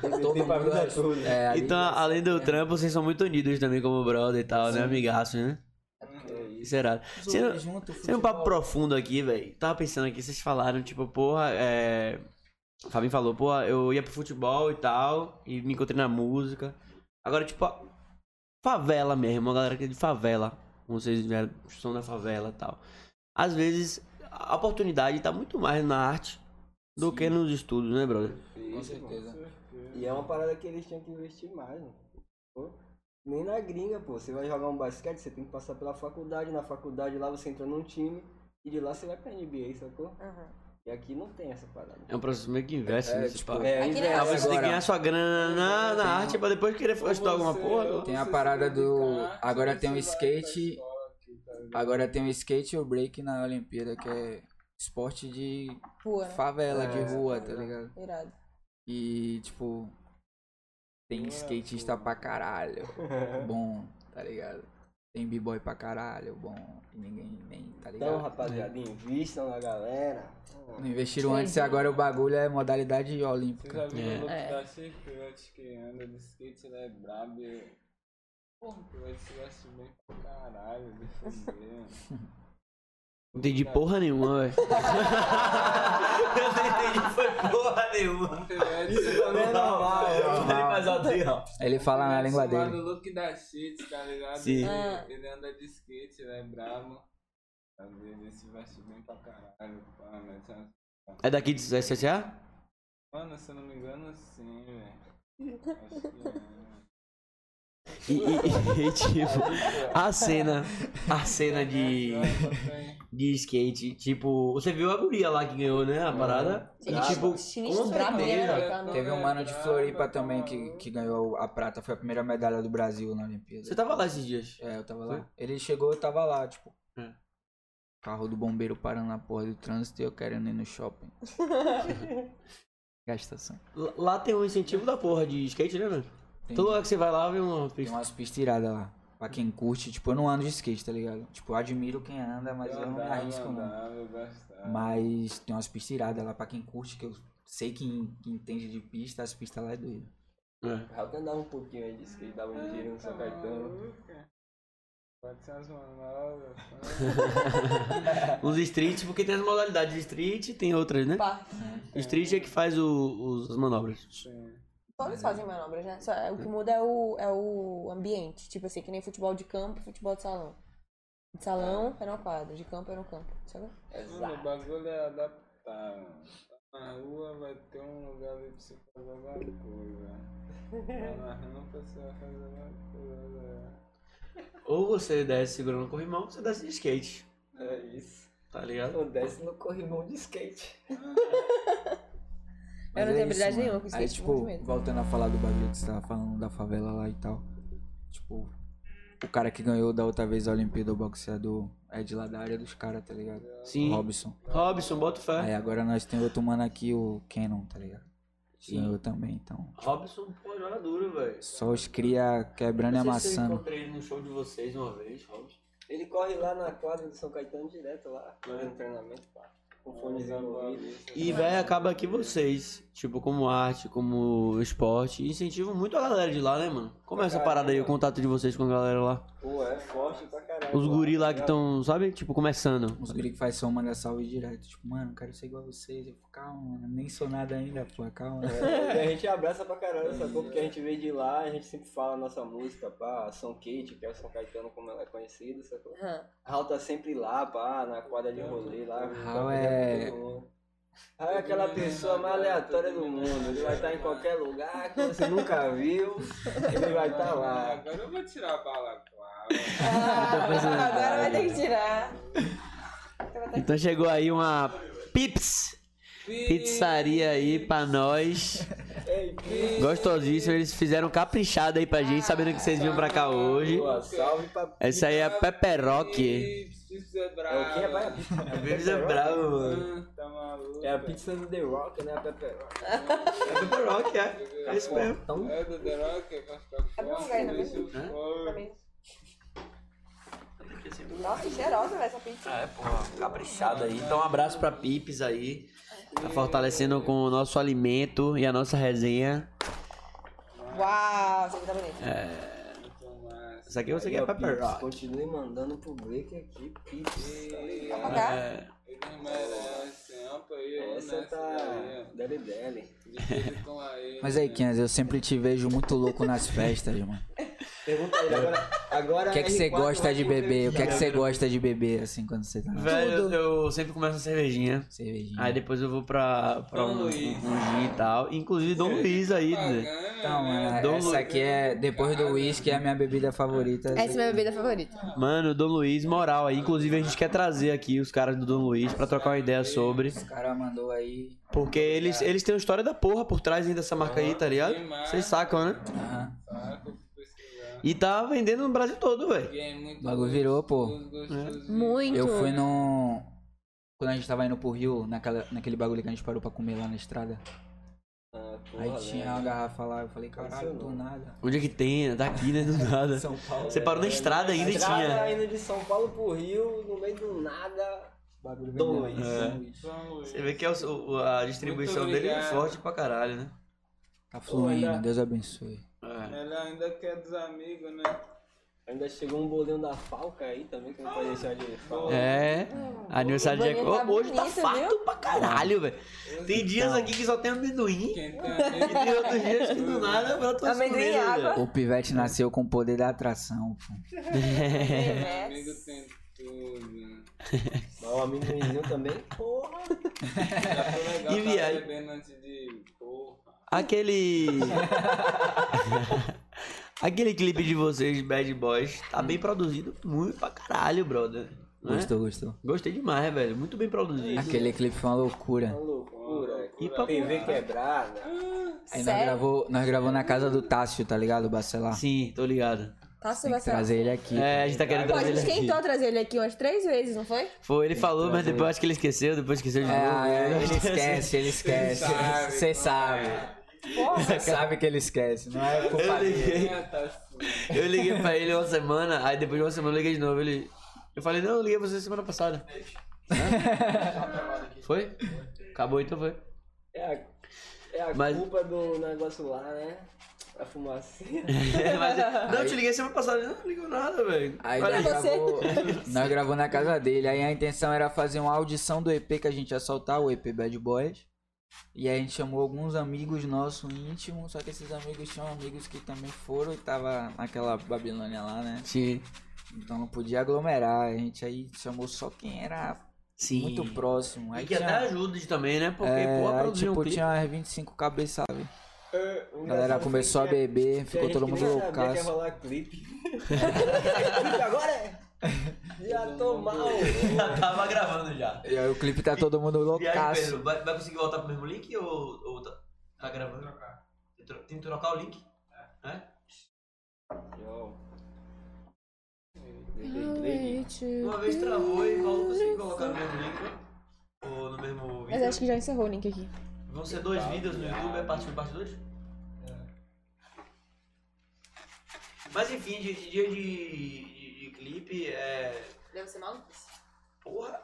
S4: Todo
S3: pra
S4: mundo
S3: vida
S4: acha-
S3: toda.
S4: é, ali
S1: Então,
S4: vai ser-
S1: além do trampo, vocês são muito unidos também como brother e tal, né? Amigaço, né?
S4: É,
S1: Será? Você não-
S4: junto,
S1: Tem um papo
S4: futebol.
S1: profundo aqui, velho. Tava pensando aqui, vocês falaram, tipo, porra, é. O Fabinho falou, porra, eu ia pro futebol e tal, e me encontrei na música. Agora, tipo, a- favela mesmo, a galera que é de favela, como vocês vieram, são da favela e tal. Às vezes, a oportunidade tá muito mais na arte do que nos estudos, né, brother?
S4: Com certeza.
S3: E é uma parada que eles tinham que investir mais, mano. Pô, Nem na gringa, pô. Você vai jogar um basquete, você tem que passar pela faculdade. Na faculdade lá você entra num time e de lá você vai pra NBA, sacou?
S5: Uhum.
S3: E aqui não tem essa parada.
S1: É um processo meio que inverso,
S4: É,
S1: né? Tipo,
S4: tipo,
S1: é,
S5: Aqui
S3: inverso.
S5: não.
S1: você tem que ganhar sua grana na, na
S4: Tem-
S1: arte pra depois querer estudar tá alguma
S6: é
S1: porra. né?
S4: Tem a parada do- agora tem o skate.
S6: tá
S4: Agora tem o skate e o break na Olimpíada, que é esporte de
S5: Rua, né?
S4: favela,
S3: É.
S4: de rua, tá ligado?
S5: Irado.
S4: E, tipo,
S3: é,
S4: tem skatista pra caralho,
S5: é.
S4: bom, tá ligado? Tem b-boy pra caralho, bom, e ninguém nem, tá
S3: (laughs) Então,
S4: ligado?
S3: rapaziada, invistam na galera.
S4: Não investiram antes e agora o bagulho é modalidade
S6: Vocês
S4: olímpica.
S6: já viram
S1: É.
S6: o louco
S5: É.
S6: da Chiclete que anda de skate, ele é brabo. e- Porra, o Chiclete se veste bem pra caralho,
S1: (laughs)
S6: defender.
S1: Não entendi porra nenhuma, (laughs) velho. Eu não entendi foi porra nenhuma.
S6: O Chiclete se
S3: Também é normal, né?
S1: Falei mais alto aí, ó.
S4: Ele fala na
S6: Ele é
S4: língua
S6: chamado
S4: dele.
S6: Luke da Shit, tá ligado?
S1: Sim.
S5: Ah.
S6: Ele, ele anda de skate, ele é brabo. Às vezes ele se veste bem pra caralho. pá, mete umas-
S1: É daqui de SSA?
S6: Mano, se eu não me engano, sim, velho. Acho que é.
S1: E, e- e, tipo, a cena. A cena de.
S6: tá
S1: De skate. Tipo, você viu a guria lá que ganhou, né? A parada. E tipo, com
S5: né?
S1: certeza.
S5: tá,
S4: Teve um mano de Floripa também que, que ganhou a prata, foi a primeira medalha do Brasil na Olimpíada.
S1: Você tava lá esses dias.
S4: É, eu tava lá. Ele chegou, eu tava lá, tipo.
S1: É.
S4: Carro do bombeiro parando na porra do trânsito e eu querendo ir
S1: (laughs)
S4: no shopping. Gastação.
S1: L- Lá tem um incentivo da porra de skate, né, mano?
S4: Tem,
S1: Todo lugar que você vai lá vem uma
S4: tem
S1: pista.
S4: umas pistas iradas lá. Pra quem curte, tipo, eu não ando de skate, tá ligado? Tipo, eu admiro quem anda, mas eu, não me arrisco, não.
S6: Eu gostava.
S4: Mas tem umas pistas iradas lá pra quem curte, que eu sei que, que entende de pista, as pistas lá é doido.
S1: É.
S3: Raul andava um pouquinho aí de skate, dava um giro no São Caetano.
S6: Pode ser umas manobras.
S1: É. Os streets, porque tem as modalidades de street tem outras, né?
S5: Pá.
S1: Street é que faz o- os, as manobras.
S6: Sim.
S5: Todos fazem manobras, né? Só- o que muda é o, é o ambiente. Tipo assim, que nem futebol de campo, futebol de salão. De salão é no quadro, de campo é no campo. Sabe?
S6: Mano, o bagulho é adaptar, mano. Tá na rua, vai ter um lugar ali pra você fazer alguma coisa. Tá na rampa, você vai fazer alguma coisa. é.
S1: Ou você desce segurando o corrimão, ou você desce de skate.
S3: É isso.
S1: Tá ligado?
S3: Então desce no corrimão de skate.
S5: Eu
S1: é
S5: não tenho habilidade
S4: é mano.
S5: nenhuma com skate,
S4: Aí,
S5: fico com
S4: tipo,
S1: (laughs)
S5: medo.
S4: voltando a falar do bagulho que você tava falando da favela lá e tal. Tipo, o cara que ganhou da outra vez a Olimpíada, o boxeador, é de lá da área dos caras, tá ligado?
S1: Sim. Tá.
S4: Robson.
S1: Robson, bota fé.
S4: Aí agora nós tem outro mano aqui, o Kenon, tá ligado?
S1: Sim.
S4: E eu também, então.
S1: Robson, pô, joga duro, velho.
S4: Só os cria quebrando e
S1: Não sei se eu
S4: amassando.
S1: encontrei ele no show de vocês uma vez, Robson.
S3: Ele corre lá na quadra do São Caetano direto lá, fazendo treinamento, pá. Com fonezinho no ouvido.
S1: E, velho, acaba que vocês, tipo, como arte, como esporte, incentivam muito a galera de lá, né, mano? Como é essa parada aí, o contato de vocês com a galera lá?
S3: Pô, é forte pra caralho.
S1: Os guri lá que estão, sabe, tipo, começando.
S4: Os guri que faz som manda salve direto. Tipo, mano, quero ser igual a vocês. Eu, fico, calma, mano, nem sou nada ainda, pô, calma.
S3: É, e a gente abraça pra caralho, sacou? Porque a gente veio de lá, a gente sempre fala a nossa música, pá, São Kate, que é o São Caetano como ela é conhecida, sacou?
S5: Aham.
S3: Raul tá sempre lá, pá, na quadra de rolê lá.
S4: Raul
S3: toca com
S4: é-
S3: todo mundo. Raul é aquela pessoa mais aleatória do mundo, ele vai estar em qualquer lugar que você nunca viu, ele vai estar lá.
S6: Agora eu vou tirar a bala com a água.
S5: Ah, Agora vai ter que tirar.
S1: Então chegou aí uma Pips pizzaria aí pra nós.
S3: Ei, que
S1: Gostosíssimo, eles fizeram caprichada aí pra gente, sabendo que vocês vinham pra cá hoje.
S3: boa, salve pra...
S1: Essa aí é a Pepperock.
S6: Isso é
S3: É o que? É,
S6: brabo.
S3: pra-
S1: A Pips é bravo, mano.
S6: Ah, Tá maluco.
S3: é a pizza do The Rock, né? A Pepperoni.
S1: É Pepperock, é. É isso mesmo.
S6: É do The Rock, é pra ficar forte,
S5: lugar, né?
S6: deixa eu
S1: Hã?
S6: fora.
S5: Nossa, cheirosa, velho, essa pizza.
S1: Ah, é, porra, caprichado aí. Então, um abraço pra Pips aí. Tá fortalecendo com o nosso alimento e a nossa resenha.
S2: Ah.
S5: Uau, essa aqui tá bonita.
S1: É, Isso aqui você quer
S3: Ó,
S1: pra
S3: Pips,
S1: Rock.
S3: Continue mandando pro break aqui, pizza.
S5: Vamos pagar?
S1: É,
S6: Eles merecem, ampa aí, eu
S3: Essa
S6: nessa
S3: tá...
S6: né, daí.
S3: Dele, dele.
S6: Divide com a ele.
S4: Mas aí, Kenz, eu sempre te vejo muito louco nas festas, mano.
S3: Pergunta ele agora. agora
S4: O que é que você
S3: R4
S4: gosta
S3: vai
S4: de
S3: te
S4: beber? O que é que
S3: entrevistar.
S4: você gosta de beber, assim, quando você tá na
S1: velho, eu sempre começo a cervejinha.
S4: cervejinha?
S1: Aí depois eu vou pra, pra
S6: Dom
S1: um, um, um
S6: Luiz.
S1: gin e tal. Inclusive, Dom Luiz aí, né?
S6: Ganha,
S4: Então, mano,
S1: Dom
S4: essa
S1: Lu-
S4: aqui é, depois do uísque, é a minha bebida favorita.
S5: Essa é minha bebida favorita.
S1: Mano, Dom Luiz, moral aí. Inclusive, a gente quer trazer aqui os caras do Dom Luiz pra trocar uma ideia sobre.
S4: Esse cara mandou aí.
S1: Porque eles, eles têm uma história da porra por trás ainda dessa marca aí, tá ligado? Vocês sacam, né?
S4: Aham.
S6: saco, eu fui pesquisar.
S1: E tá vendendo no Brasil todo, velho.
S6: E é muito
S4: O bagulho virou, pô.
S6: gostoso, gostoso.
S5: Muito.
S4: Eu fui num. Quando a gente tava indo pro Rio, naquela, naquele bagulho que a gente parou pra comer lá na estrada.
S3: Ah, porra,
S4: Aí tinha uma
S3: velho.
S4: garrafa lá, eu falei, caralho, do nada.
S1: Onde é que tem? né? Tá aqui, né? Do nada.
S4: São Paulo.
S1: Você parou na estrada ainda e
S3: Estrada
S1: tinha.
S3: indo de São Paulo pro Rio, no meio do nada.
S4: Bagulho
S3: Dom
S4: vendeu.
S3: Luiz.
S6: Vamos,
S1: Você vê que é o- o- a distribuição
S6: Muito
S1: dele é
S6: obrigado.
S1: forte pra caralho, né?
S4: Tá fluindo, Deus abençoe.
S1: É.
S6: Melhor ainda que é dos amigos, né?
S3: Ainda chegou um bolinho da Falca aí também, que não pode deixar de falar.
S1: É, aniversário de
S5: O bolinho tá
S1: Ô, Hoje tá
S5: bonito,
S1: farto pra caralho, velho. Tem dias aqui que só tem
S6: (laughs)
S1: amendoim.
S6: Quem tem
S1: (laughs)
S6: amigo.
S1: E tem outros dias que do nada eu tô
S5: Amendoim e
S1: escondendo,
S5: água.
S1: velho.
S4: O pivete nasceu com o poder da atração, pô.
S1: Né?
S5: É.
S6: Amigo tem tudo.
S3: Mas o amendoinzinho também. Porra!
S6: Já foi legal
S1: E
S6: tá
S1: viagem.
S6: bebendo antes de. Porra.
S1: Aquele. (laughs) Aquele clipe de vocês, Bad Boys, tá bem produzido, muito pra caralho, brother. Né?
S4: Gostou, gostou.
S1: Gostei demais, velho. Muito bem produzido.
S4: Aquele clipe foi uma loucura.
S3: Uma loucura.
S1: E pra-
S3: TV quebrada.
S4: Aí nós
S5: Sério?
S4: gravou, nós gravou na casa do Tássio, tá ligado? O Bacelar.
S1: Sim, tô ligado.
S5: Tá, você
S4: Tem
S5: vai
S4: que trazer ele aqui.
S1: É, a gente tá querendo
S5: Pô, a
S1: trazer ele
S5: gente
S1: aqui.
S5: tentou trazer ele aqui umas três vezes, não foi?
S1: Foi, ele falou, mas depois acho que ele esqueceu, depois esqueceu de
S4: É,
S1: novo.
S4: é,
S1: (laughs)
S4: ele esquece, ele esquece.
S6: sabe
S4: Você
S6: como
S4: sabe. Você sabe que ele esquece, não é culpa
S1: Eu
S4: dele.
S1: liguei,
S6: Ah, tá assim.
S1: eu liguei pra ele uma semana, aí depois de uma semana eu liguei de novo. Ele... Eu falei, não, eu liguei você semana
S4: (laughs)
S1: passada. Hã? foi? Acabou então, foi.
S3: É a, é a
S1: Mas-
S3: culpa do negócio lá, né? A fumaça.
S1: É, Mas, não, eu te liguei semana passada. Não, não ligou nada, velho.
S4: Aí
S1: Olha
S4: nós
S1: aí.
S4: gravou, (laughs) nós gravou na casa dele. Aí a intenção era fazer uma audição do EP que a gente ia soltar, o EP Bad Boys. E aí a gente chamou alguns amigos nossos íntimos, só que esses amigos tinham amigos que também foram e tava naquela Babilônia lá, né?
S1: Sim.
S4: Então não podia aglomerar. A gente aí chamou só quem era
S1: Sim.
S4: muito próximo. Aí
S1: E que até
S4: tinha,
S1: ajuda de também, né? Porque,
S4: é,
S1: pô,
S4: aí,
S1: produzir um
S4: tipo,
S1: clipe-
S4: tinha umas 25 cabeças, sabe?
S3: A
S4: A galera começou a beber, ficou todo mundo
S3: Sabia que é ia
S4: loucaço.
S3: rolar
S4: (laughs)
S3: clipe. clipe agora é. Já tô mal.
S1: (laughs)
S4: um-
S1: Já tava gravando já.
S4: E aí o clipe tá todo mundo
S1: Viagem,
S4: loucaço.
S1: Pedro, vai, vai conseguir voltar pro mesmo link ou, ou tá, tá gravando? Tem que tro- Tem que trocar o link? É?
S3: Yo. Dei play.
S1: Uma vez travou e Paulo conseguiu colocar no mesmo link, né? Ou no mesmo vídeo.
S2: Mas acho que já encerrou o link aqui.
S1: Vão ser dois vídeos no YouTube, é parte 1 e parte 2? Mas enfim, de, de dia de, de, de clipe é.
S2: Deve ser maluco?
S1: Porra!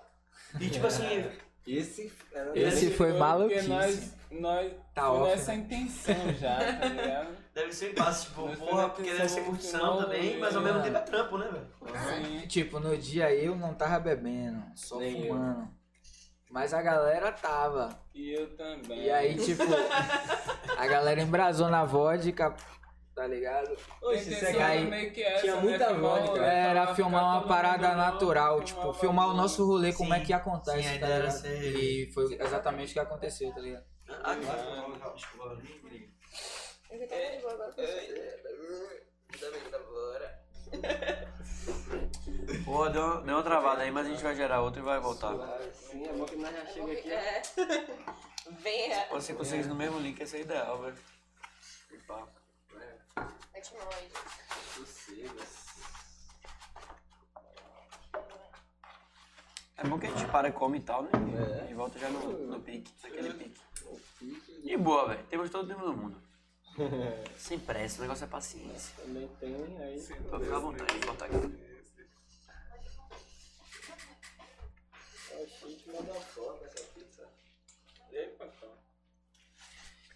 S1: E tipo assim,
S3: Esse era
S4: Esse foi
S6: porque
S4: maluquice.
S6: nós, nós
S4: Tá
S6: foi
S4: off,
S6: nessa intenção já, tá ligado?
S1: deve ser fácil, tipo,
S6: Mas
S1: porra,
S6: foi
S1: porque deve ser
S6: atenção no
S1: curtição
S6: final,
S1: também,
S6: né?
S1: mas ao mesmo tempo é trampo, né, velho?
S6: Sim.
S4: Tipo, no dia eu não tava bebendo, só
S3: Nem eu.
S4: fumando. Mas a galera tava.
S6: E eu também.
S4: E
S6: (laughs)
S4: aí, tipo, a galera embrasou na vodka, tá ligado?
S6: A
S3: Oxe,
S6: intenção
S3: isso é
S4: aí
S6: era meio que essa,
S3: tinha
S6: né?
S3: muita
S6: Filmar
S3: vodka,
S6: o-
S4: Era
S6: tava
S4: filmar
S6: ficando
S4: uma
S6: todo
S4: parada
S6: mundo louco,
S4: natural, tipo,
S6: filmava
S4: filmar o
S6: tudo.
S4: nosso rolê, como
S1: Sim.
S4: é que acontece,
S1: Sim, a
S4: tá
S1: ideia era
S4: ligado?
S1: ser-
S4: E foi exatamente o que aconteceu, tá ligado?
S1: Ah, claro. Desculpa, nem-
S2: É,
S1: Porra, deu uma, deu uma travada aí, mas a gente vai gerar outra e vai voltar.
S3: Sim, é bom que nós já chega aqui.
S5: é. Vem, é.
S1: Você consegue no mesmo link, esse é ideal, velho.
S5: É que nós.
S1: É bom que a gente para, come e tal, né?
S3: É.
S1: E volta já no, no pique, naquele pique. De boa, velho. Temos todo o tempo do
S3: (laughs)
S1: mundo. Sem pressa, o negócio é paciência.
S3: Também tem aí.
S1: Pra ficar à vontade de botar aqui.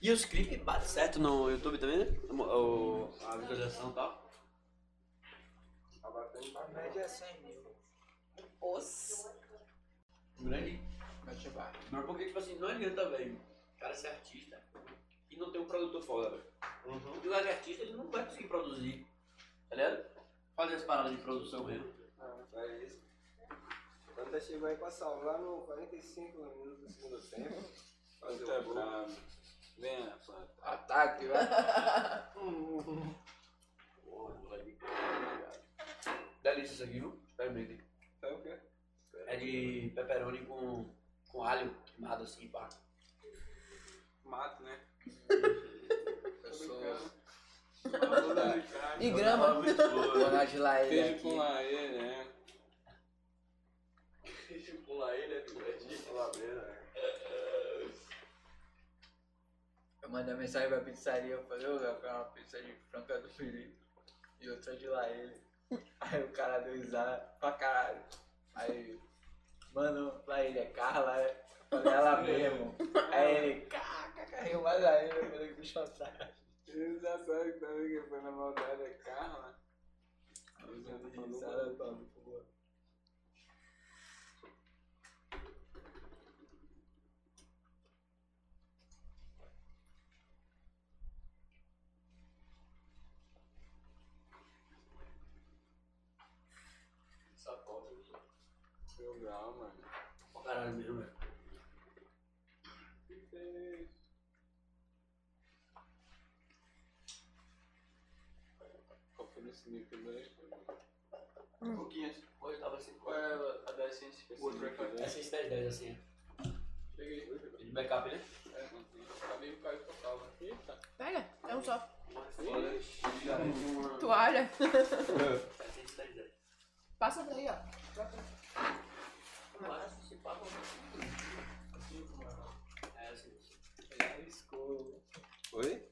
S1: E os clipes batem certo no YouTube também, né? O, a visualização e tal. grande Mas porque, tipo assim, não adianta, velho, o cara ser artista e não ter um produtor foda, velho. Porque o cara que é artista, ele não vai conseguir produzir, tá ligado? Fazer as paradas de produção mesmo.
S3: Ah, é isso. Quando chegou aí pra salvar no 45 minutos do segundo tempo. Fazer
S6: Tá
S3: o gol.
S6: bravo. Vem, Fanta.
S3: Ataque, vai.
S1: Porra, moleque. Delícia isso aqui, viu? Experimentem.
S3: Tá o quê?
S1: É de pepperoni com, com alho queimado, assim, pá.
S6: Mato, né?
S3: Eu sou
S6: E
S1: grama. Muito boa.
S3: Ronald Laelha
S6: Queijo
S3: aqui.
S6: com laê, né?
S1: Tipo, lá ele é tudo.
S3: Eu mandei mensagem pra pizzaria, eu falei, ô, eu quero uma pizza de franca do Felipe e outra de Laelha. (laughs) Aí o cara deu risada pra caralho. Aí, mano, Laelha é Carla, é? Eu falei, ela mesmo. Aí ele, caca, riu mais ainda, eu falei, bicho, saca.
S6: Ele já sabe que sabe que foi na maldade é Carla.
S3: Risada, Pablo, por favor.
S6: Meu grau, mano.
S1: Caralho mesmo, velho.
S6: Qual foi nesse nível daí?
S1: Um pouquinho assim. Hoje tava assim.
S6: Qual é a- a da essência específica?
S1: É 6, 10, 10, assim.
S6: Peguei.
S1: De backup, né?
S6: É, não tem. Acabei o cara que eu tava. Eita.
S2: Pega, é um só.
S1: Olha,
S2: Toalha.
S1: é 6, 10, 10.
S2: Passa daí, ó.
S1: É assim.
S6: Oi?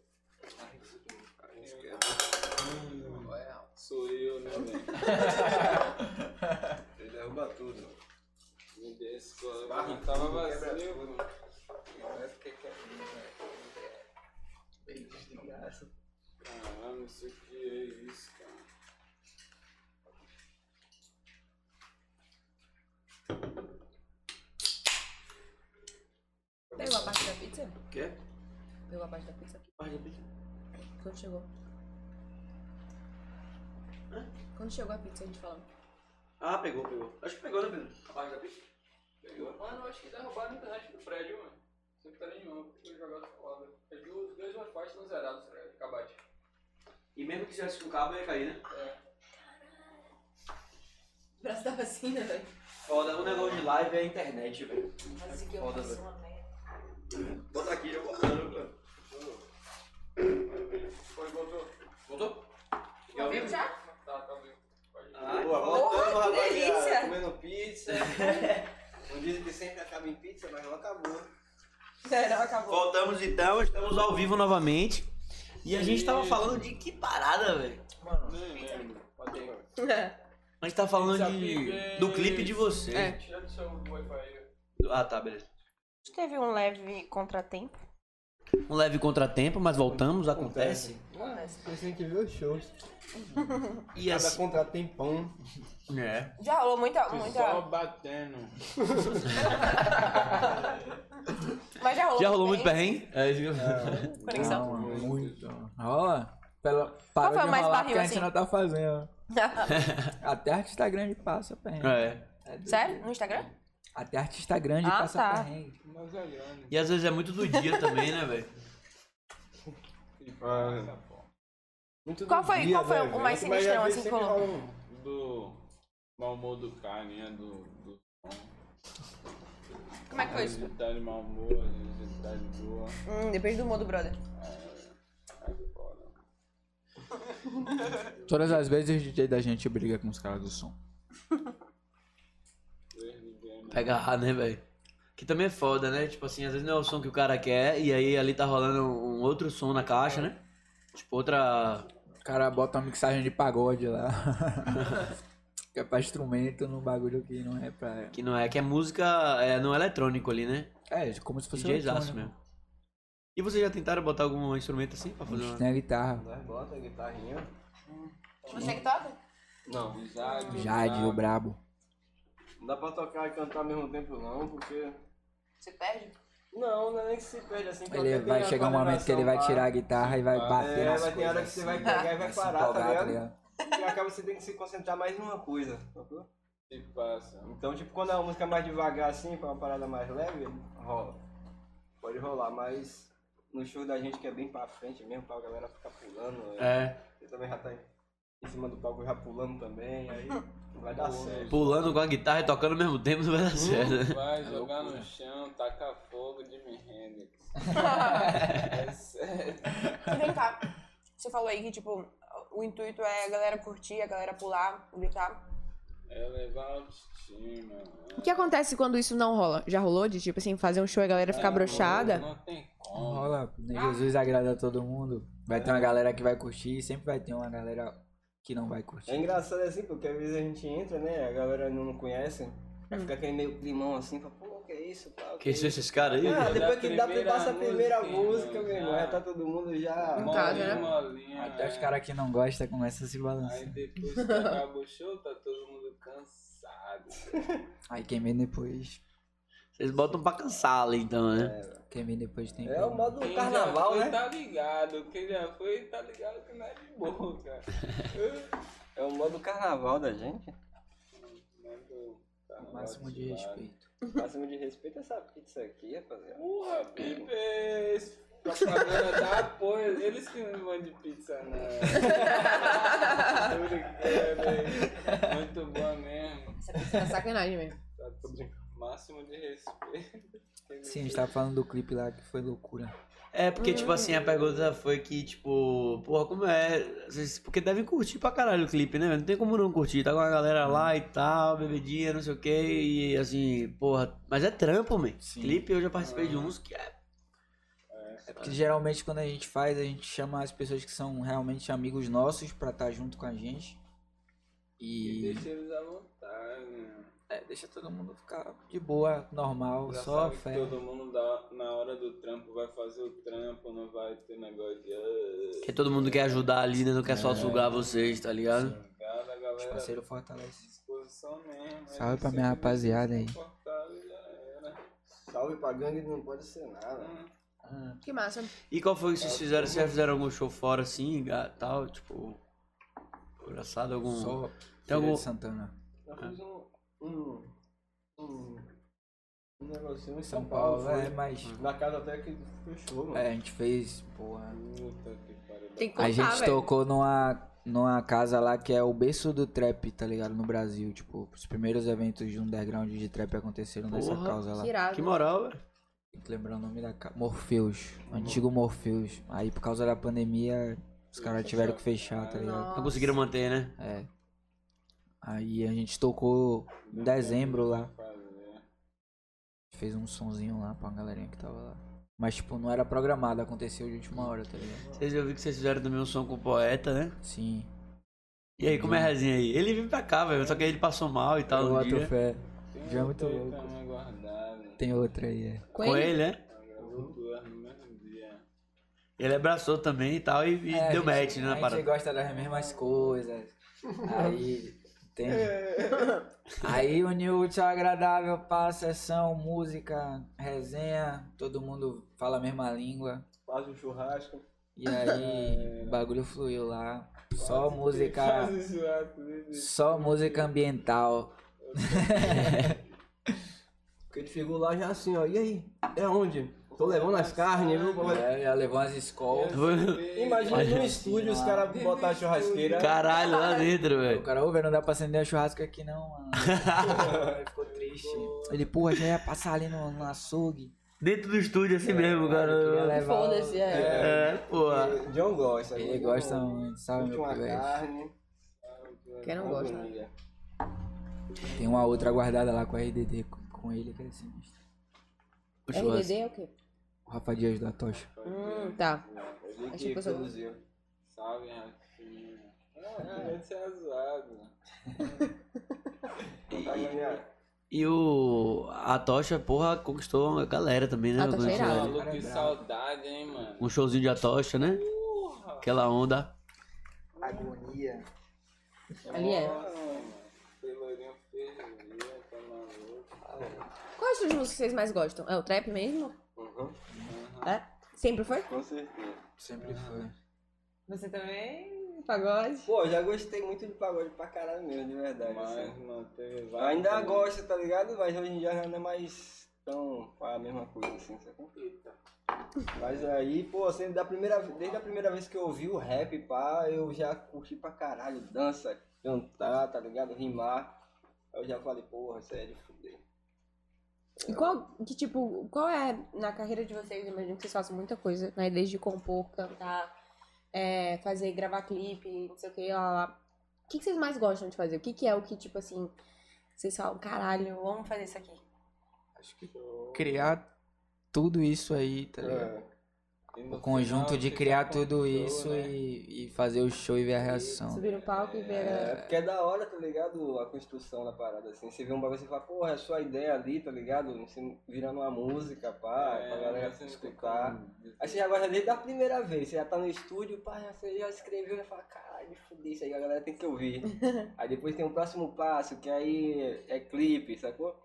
S6: Sou eu, né, velho?
S3: Ele derruba tudo.
S6: Me dei a escola. Não tava vazio, mano.
S3: Não é porque quer vir, né? Bem desligado.
S6: Caralho, não sei o que é isso, cara.
S5: Pegou a parte da pizza?
S6: O quê?
S5: Pegou a parte da pizza?
S6: Parte da pizza?
S5: Quando chegou? Quando chegou a pizza, a gente falou.
S1: Ah, pegou, pegou. Acho que pegou, né, Pedro? A parte da pizza.
S6: Pegou. Mano, eu acho que derrubaram a internet do prédio, mano. tá Sem puta nenhuma, porque jogaram fora. Os dois- dois Wi-Fi estão zerados, né? Acabate.
S1: E mesmo que tivesse com o cabo, ia cair, né?
S5: O braço tava assim, né, velho?
S1: Foda, o negócio de live é a internet, velho.
S5: Mas que eu
S1: Foda,
S5: faço
S1: velho.
S5: uma merda.
S1: Bota aqui, já botando, velho.
S6: Foi, voltou.
S1: Voltou? É ao vivo?
S5: Já?
S6: Tá, tá vivo. Pode ir.
S1: Ah,
S3: Boa,
S5: Porra,
S3: voltando,
S5: que delícia!
S3: rapaziada. Comendo pizza. Não dizem que sempre acaba em pizza, mas não acabou.
S5: Não, acabou.
S1: Voltamos então, estamos ao vivo novamente. E a gente tava falando de que parada, velho?
S4: Mano,
S6: Nem lembro. Pode ir.
S1: A gente tava falando
S6: Pizza
S1: de,
S6: Pig.
S1: do clipe de você.
S5: É.
S6: Tira do seu Wi-Fi aí.
S1: Ah, tá, beleza.
S5: Teve um leve contratempo.
S1: Um leve contratempo, mas voltamos, acontece.
S3: Vocês têm que ver os shows.
S1: (laughs) E
S3: Cada
S1: assim.
S3: contratempão.
S1: É.
S5: Já rolou muita,
S6: Só
S5: muita.
S6: batendo.
S5: Mas já rolou.
S1: Já rolou muito
S5: bem.
S1: perrengue? É,
S5: Conexão.
S1: (laughs)
S4: não, mano, muito. Rola. Pela, parou
S5: foi o
S4: de
S5: mais
S4: rolar
S5: barril,
S4: porque a gente
S5: assim?
S4: não tá fazendo. Até artista grande passa perrengue.
S1: É.
S4: doido.
S5: Sério? No Instagram?
S4: Até artista grande
S5: Ah,
S4: passa
S5: tá.
S4: perrengue.
S6: Mas olhando.
S1: E às vezes é muito do dia também, né, velho?
S6: Que passa, pô.
S3: Muito
S5: Qual
S3: do
S5: foi-
S3: dia,
S5: qual foi
S3: né,
S5: o
S3: velho?
S5: mais
S3: Mas
S5: sinistrão,
S3: às vezes
S5: assim, que
S3: sempre
S5: rolou?
S3: rola um-
S6: Do mau humor do carinha, do... do...
S5: Como é que foi
S6: Às
S5: isso?
S6: vezes tá de mau humor, às vezes tá de boa.
S5: Hum, depende do modo, (laughs) brother.
S4: Todas as vezes o DJ da gente briga com os caras do som.
S1: Pegar, né, velho? Que também é foda, né? Tipo assim, às vezes não é o som que o cara quer, e aí ali tá rolando um outro som na caixa, né? Tipo, outra.
S4: O cara bota uma mixagem de pagode lá. (laughs) que é pra instrumento num bagulho que não é pra.
S1: Que não é, que é música. É, não é eletrônico ali, né?
S4: É, como se fosse
S1: DJ aço
S4: eletrônico.
S1: mesmo. E vocês já tentaram botar algum instrumento assim pra
S4: A
S1: fazer
S4: gente
S1: uma.
S4: tem a guitarra.
S3: Nós bota a guitarrinha.
S5: Você que toca?
S3: Não,
S6: Jade.
S4: Jade, o brabo.
S3: não dá pra tocar e cantar ao mesmo tempo não, porque...
S5: Você perde?
S3: Não, não é nem que se perde assim.
S4: Ele vai chegar um momento que ele vai tirar a guitarra e vai bater
S3: É,
S4: nas
S3: vai ter hora
S4: coisas
S3: que você vai
S4: assim,
S3: pegar e vai
S4: se
S3: parar, tá
S4: empolgar,
S3: ligado? E acaba você tem que se concentrar mais numa coisa, sacou?
S6: Que passa.
S3: Então, tipo, quando é uma música mais devagar assim, pra uma parada mais leve, rola. Pode rolar, mas no show da gente que é bem pra frente mesmo, pra galera ficar pulando. né?
S1: É.
S3: Você também já tá em cima do palco já pulando também,
S6: (laughs)
S3: aí não vai dar certo.
S1: Pulando com a guitarra e tocando ao mesmo tempo (laughs) não vai dar certo. né?
S6: Vai jogar no chão, taca fogo, Jimi Hendrix. é sério.
S5: E vem cá. Você falou aí que, tipo, o intuito é a galera curtir, a galera pular, gritar.
S6: É levar a autoestima. né?
S2: O que acontece quando isso não rola? Já rolou de, tipo assim, fazer um show e a galera
S6: É,
S2: ficar brochada?
S6: Não tem
S4: Não
S6: como.
S4: rola, né?
S3: Ah.
S4: Jesus agrada a todo mundo. Vai ter uma galera que vai curtir e sempre vai ter uma galera que não vai
S3: É
S4: curtir.
S3: engraçado assim, porque às vezes a gente entra, né? A galera não conhece, vai ficar aquele meio climão assim, fala, pô, que isso, tal.
S1: Que isso, esses caras aí?
S3: Ah,
S1: velho?
S3: depois que dá pra passar a primeira
S6: Primeira música,
S3: música, meu
S6: já.
S3: irmão, já tá todo mundo já.
S2: Não
S1: Então,
S2: tá, né?
S6: molinha,
S4: Até os
S6: né?
S4: caras que não gostam começam a se
S6: Aí
S4: balançar.
S6: depois que acaba o show, tá todo mundo cansado.
S4: Aí quem vem depois.
S1: Vocês botam pra cansar ali então, né?
S4: Quem vem depois tem.
S3: É o
S4: problema.
S3: modo
S6: Quem
S3: carnaval,
S6: já foi,
S3: né?
S6: Tá ligado. Quem já foi, tá ligado que não é de boa, cara.
S3: É o modo carnaval da gente.
S4: O máximo de respeito.
S3: Máximo de respeito a essa pizza aqui, rapaziada.
S6: Porra, Pipes! Propaganda da apoio, eles que não vão de pizza, não. Brincando, hein? Muito boa mesmo.
S2: É sacanagem mesmo.
S6: Tá tudo- Máximo de respeito.
S4: Sim, a gente tava falando do clipe lá que foi loucura.
S1: É, porque, tipo assim, a pergunta foi que, tipo, porra, como é? Vocês, porque devem curtir pra caralho o clipe, né? Não tem como não curtir. Tá com a galera lá e tal, bebedinha, não sei o quê. E assim, porra. Mas é trampo, man.
S4: Sim.
S1: Clipe, eu já participei de uns que é.
S4: É porque geralmente quando a gente faz, a gente chama as pessoas que são realmente amigos tá nossos pra estar junto com a gente.
S6: E
S4: E.
S6: deixa eles à vontade, né?
S4: É, deixa todo mundo ficar de boa, normal,
S6: Já
S4: só
S6: sabe que
S4: fé.
S6: Todo mundo dá- na hora do trampo vai fazer o trampo, não vai ter negócio de. "Ah,
S1: Que todo mundo quer ajudar ali, né? Não quer
S4: É.
S1: só sugar vocês, tá ligado?
S3: assim,
S6: Obrigado, a
S3: é,
S4: Os
S6: galera.
S4: parceiros fortalecem.
S6: Disposição mesmo. né?
S4: Salve pra minha rapaziada aí.
S6: Confortável né? já era.
S3: Salve pra gangue não pode ser nada.
S2: Que massa.
S1: E qual foi que vocês fizeram? Vocês já fizeram algum show fora assim, ga- tal? Tipo. Engraçado, algum.
S4: Só
S1: Tem algum-
S4: Feira de Santana.
S3: Eu fiz um. um. um, um negocinho em
S4: São Paulo,
S3: foi. Hum.
S4: é, mas.
S3: Na casa até que fechou, mano.
S4: É, a gente fez, porra.
S6: Puta que pariu.
S2: Tem que contar,
S4: A gente
S2: velho.
S4: tocou numa, numa casa lá que é o berço do trap, tá ligado? No Brasil. Tipo, os primeiros eventos de underground de trap aconteceram nessa
S1: Porra.
S4: causa lá.
S2: Que irado.
S1: Que moral, velho.
S4: Tem que lembrar o nome da casa. Morpheus. Antigo Morpheus. Aí por causa da pandemia, os caras tiveram que fechar, tá ligado?
S1: Não conseguiram manter, né?
S4: É. Aí a gente tocou em dezembro lá. Fez um sonzinho lá pra galerinha que tava lá. Mas, tipo, não era programado, aconteceu de última hora, tá ligado?
S1: Vocês eu vi que vocês fizeram também um som com o poeta, né?
S4: Sim.
S1: E aí, como é a resenha aí? Ele veio pra cá, velho, só que aí ele passou mal e tal.
S4: Uhum. Eu
S1: um
S4: boto
S1: dia.
S4: fé.
S6: Tem
S4: Já é muito
S6: outra aí
S4: louco.
S6: também guardada.
S4: Tem outra aí, é.
S2: Com
S1: Com
S2: ele?
S1: ele, né?
S6: Gravou duas no mesmo dia.
S1: Ele abraçou também e tal, e, e
S4: É, a
S1: deu
S4: gente-
S1: match, né,
S4: A
S1: na
S4: gente
S1: parada.
S4: gosta das mesmas coisas. Aí.
S3: (laughs)
S4: Tem. Aí uniu o útil ao agradável pá, sessão, música, resenha, todo mundo fala a mesma língua.
S3: Faz um churrasco. É.
S4: E aí o bagulho fluiu lá. Só
S3: um (laughs)
S4: música.
S3: né,
S4: Só música ambiental.
S3: Porque ele chegou lá já assim, ó. E aí? É onde? Tô levando as carnes, viu? papai?
S4: É, já levou umas escolas.
S3: Imagina no estúdio os caras botar a churrasqueira.
S1: (laughs) Caralho, lá dentro,
S4: O
S1: velho.
S4: cara, ô, velho, não dá pra acender a churrasco aqui
S3: (laughs)
S4: não, mano. Ele ficou triste. Ele, porra, já ia passar ali no, no açougue.
S1: Dentro do estúdio, assim mesmo,
S4: Ele queria
S1: cara.
S4: levar o-
S2: Foda-se, é.
S1: É, pô.
S3: John gosta.
S4: Ele
S3: John
S4: gosta muito,
S3: curte
S4: sabe, meu é
S3: uma
S4: pivete?
S3: carne.
S2: Quem não gosta, né?
S3: agonia.
S4: Tem uma outra guardada lá com a RDD, com, com ele, que é sinistro.
S2: RDD é o quê?
S4: O Rafa Dias da Tocha.
S2: Hum, tá.
S3: Ele
S2: Achei
S3: que
S2: que eu sou-
S3: produziu.
S6: Salve, Rafinha. Ah, antes é azado.
S3: Agonia.
S1: E o. A Tocha, porra, conquistou a galera também, né?
S2: A Tocha é
S4: Ah,
S2: irada.
S1: Quando-
S6: Maluco, que saudade, hein, mano.
S1: Um showzinho de A Tocha, né? Aquela onda.
S4: Agonia.
S2: Ali é.
S6: Nossa, mano. Pelourinho fervia, tá maluco.
S2: Quais são as músicas que vocês mais gostam? É o trap mesmo?
S3: Uhum,
S2: É? Sempre foi?
S3: com certeza.
S4: Sempre foi.
S2: Você também? Pagode?
S3: Pô, já gostei muito de pagode pra caralho mesmo, de verdade. assim.
S6: Mas, mano, teve
S3: Eu
S6: vários.
S3: Ainda gosta, tá ligado? Mas hoje em dia já não é mais tão com a mesma coisa assim, sacou? Mas aí, pô, assim, da primeira, desde a primeira vez que eu ouvi o rap, pá, eu já curti pra caralho, dança, cantar, tá ligado? Rimar. Aí eu já falei, porra, isso aí é de fuder.
S2: E qual, que tipo, qual é na carreira de vocês? Eu imagino que vocês façam muita coisa, né? Desde compor, cantar, é, fazer, gravar clipe, não sei o que, lá, lá, lá. O que, que vocês mais gostam de fazer? O que, que é o que, tipo assim, vocês falam, caralho, vamos fazer isso aqui.
S4: Acho que criar tudo isso aí, tá ligado?
S3: É.
S6: E no
S4: O conjunto
S6: final
S4: de
S6: fica
S4: criar
S6: com
S4: tudo
S6: show,
S4: isso
S6: né?
S4: e, e fazer o show e ver a reação.
S2: Subir no palco e ver a
S3: É,
S2: galera.
S3: porque é da hora, tá ligado? A construção da parada, assim. Você vê um bagulho e fala, porra, é sua ideia ali, tá ligado? Você virando uma música,
S6: Ah,
S3: pá, pra galera
S6: É, você não tem
S3: escutar.
S6: como-
S3: Aí você já gosta desde a primeira vez, você já tá no estúdio, pá, já- você já escreveu, já fala, caralho, fudeu isso aí, a galera tem
S1: (laughs)
S3: que ouvir. aí depois tem um próximo passo, que aí é clipe, sacou?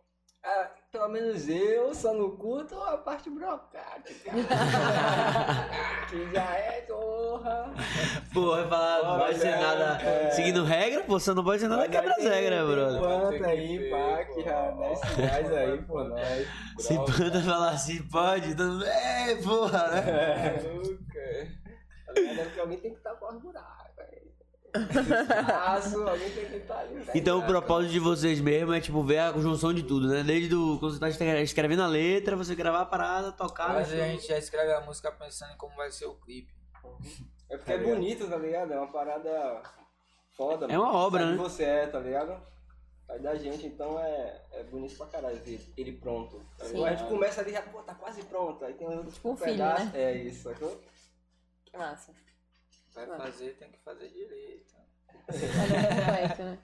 S3: Ah, pelo menos eu só não curto a
S1: (laughs)
S3: parte burocrática. que já é, porra.
S1: Pô, vai falar, não
S3: Bora,
S1: pode ser
S3: é,
S1: nada.
S3: é.
S1: Seguindo regra, pô, você não pode ser nada
S3: Mas aí
S1: quebra as
S3: tem-
S1: regras,
S3: tem
S1: É né, brother.
S3: Planta
S6: Tem que
S3: aí, pá,
S6: ter,
S3: que
S6: pô.
S3: já desce
S1: (laughs)
S3: reais aí, pô, nós.
S1: Se planta falar assim, pode, então. É, porra, né?
S6: Maluca.
S3: Mas é porque alguém tem que estar tá com as buracas. aí. Espaço, alguém tem que
S1: (laughs)
S3: estar ali. tá
S1: Então o
S3: ligado?
S1: propósito de vocês mesmo é tipo ver a junção de tudo, né? Desde do, quando você tá escre- escrevendo a letra, você gravar a parada, tocar.
S4: Mas
S1: show.
S4: a gente já escreve a música pensando em como vai ser o clipe.
S3: É porque é bonito, tá ligado? É uma parada foda.
S1: É uma
S3: mano.
S1: obra,
S3: Sabe
S1: né?
S3: que você é, tá ligado? Sai da gente, então é, é bonito pra caralho ver ele pronto. tá ligado? A gente começa ali já, pô, tá quase pronto. Aí tem um
S2: Tipo um filho,
S3: pedaço. É isso, sacou?
S2: Que massa.
S4: Vai fazer, tem que fazer direito.
S2: complexo, né?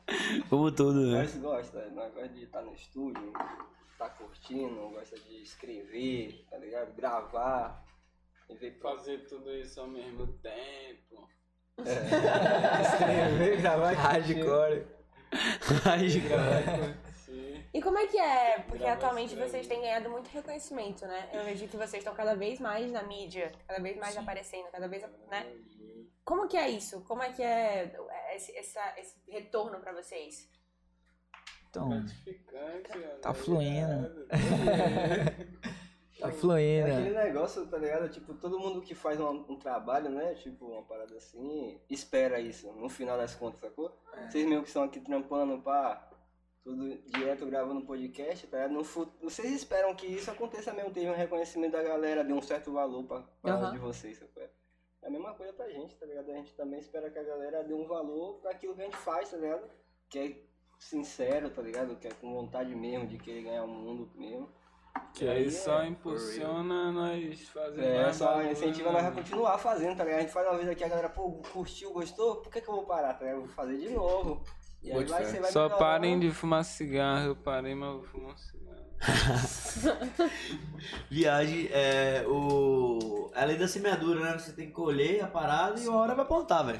S1: Como tudo, né? (laughs)
S3: Nós gosta, nós gosta de estar no estúdio, tá curtindo, gosta de escrever, tá ligado? Gravar. E ver pra-
S6: Fazer tudo isso ao mesmo tempo.
S3: escrever, gravar e
S4: Hardcore.
S1: Aí,
S6: Vai curtir.
S5: E como é que é? Porque
S6: Gravar
S5: atualmente
S6: série.
S5: vocês têm ganhado muito reconhecimento, né? Eu vejo que vocês estão cada vez mais na mídia, cada vez mais aparecendo, cada vez, né? Como que é isso? Como é que é esse, essa- esse retorno pra vocês?
S4: Então,
S6: Gratificante, mano.
S4: Tá fluindo.
S3: (laughs)
S6: Obrigado.
S4: tá
S3: É
S4: fluindo.
S3: aquele negócio, tá ligado? Tipo, todo mundo que faz um, um trabalho, né? Tipo, uma parada assim, espera isso, no final das contas, sacou? Vocês meio que são aqui trampando, pá, tudo direto gravando podcast, tá ligado? No fut- Vocês esperam que isso aconteça mesmo, tenha um reconhecimento da galera, dê um certo valor pra parada
S2: Aham.
S3: de vocês, sacou? É a mesma coisa pra gente, tá ligado? A gente também espera que a galera dê um valor pra aquilo que a gente faz, tá ligado? Que é sincero, tá ligado? Que é com vontade mesmo, de querer ganhar o mundo mesmo.
S6: Que aí só
S3: É,
S6: impulsiona nós fazer
S3: É,
S6: mais
S3: só
S6: bagulho,
S3: incentiva nós a
S6: mano.
S3: continuar fazendo, tá ligado? A gente faz uma vez aqui, a galera, pô, curtiu, gostou? Por que, que eu vou parar, tá ligado? Eu Vou fazer de novo. E aí
S4: Bote
S3: vai,
S4: fé.
S3: você vai
S6: Só
S3: melhorando.
S6: parem
S4: um-
S6: de fumar cigarro. Eu parei, mas eu vou fumar um cigarro. (laughs)
S1: Viagem é o. É a lei da semeadura, né? Você tem que colher a parada e uma hora vai plantar, velho.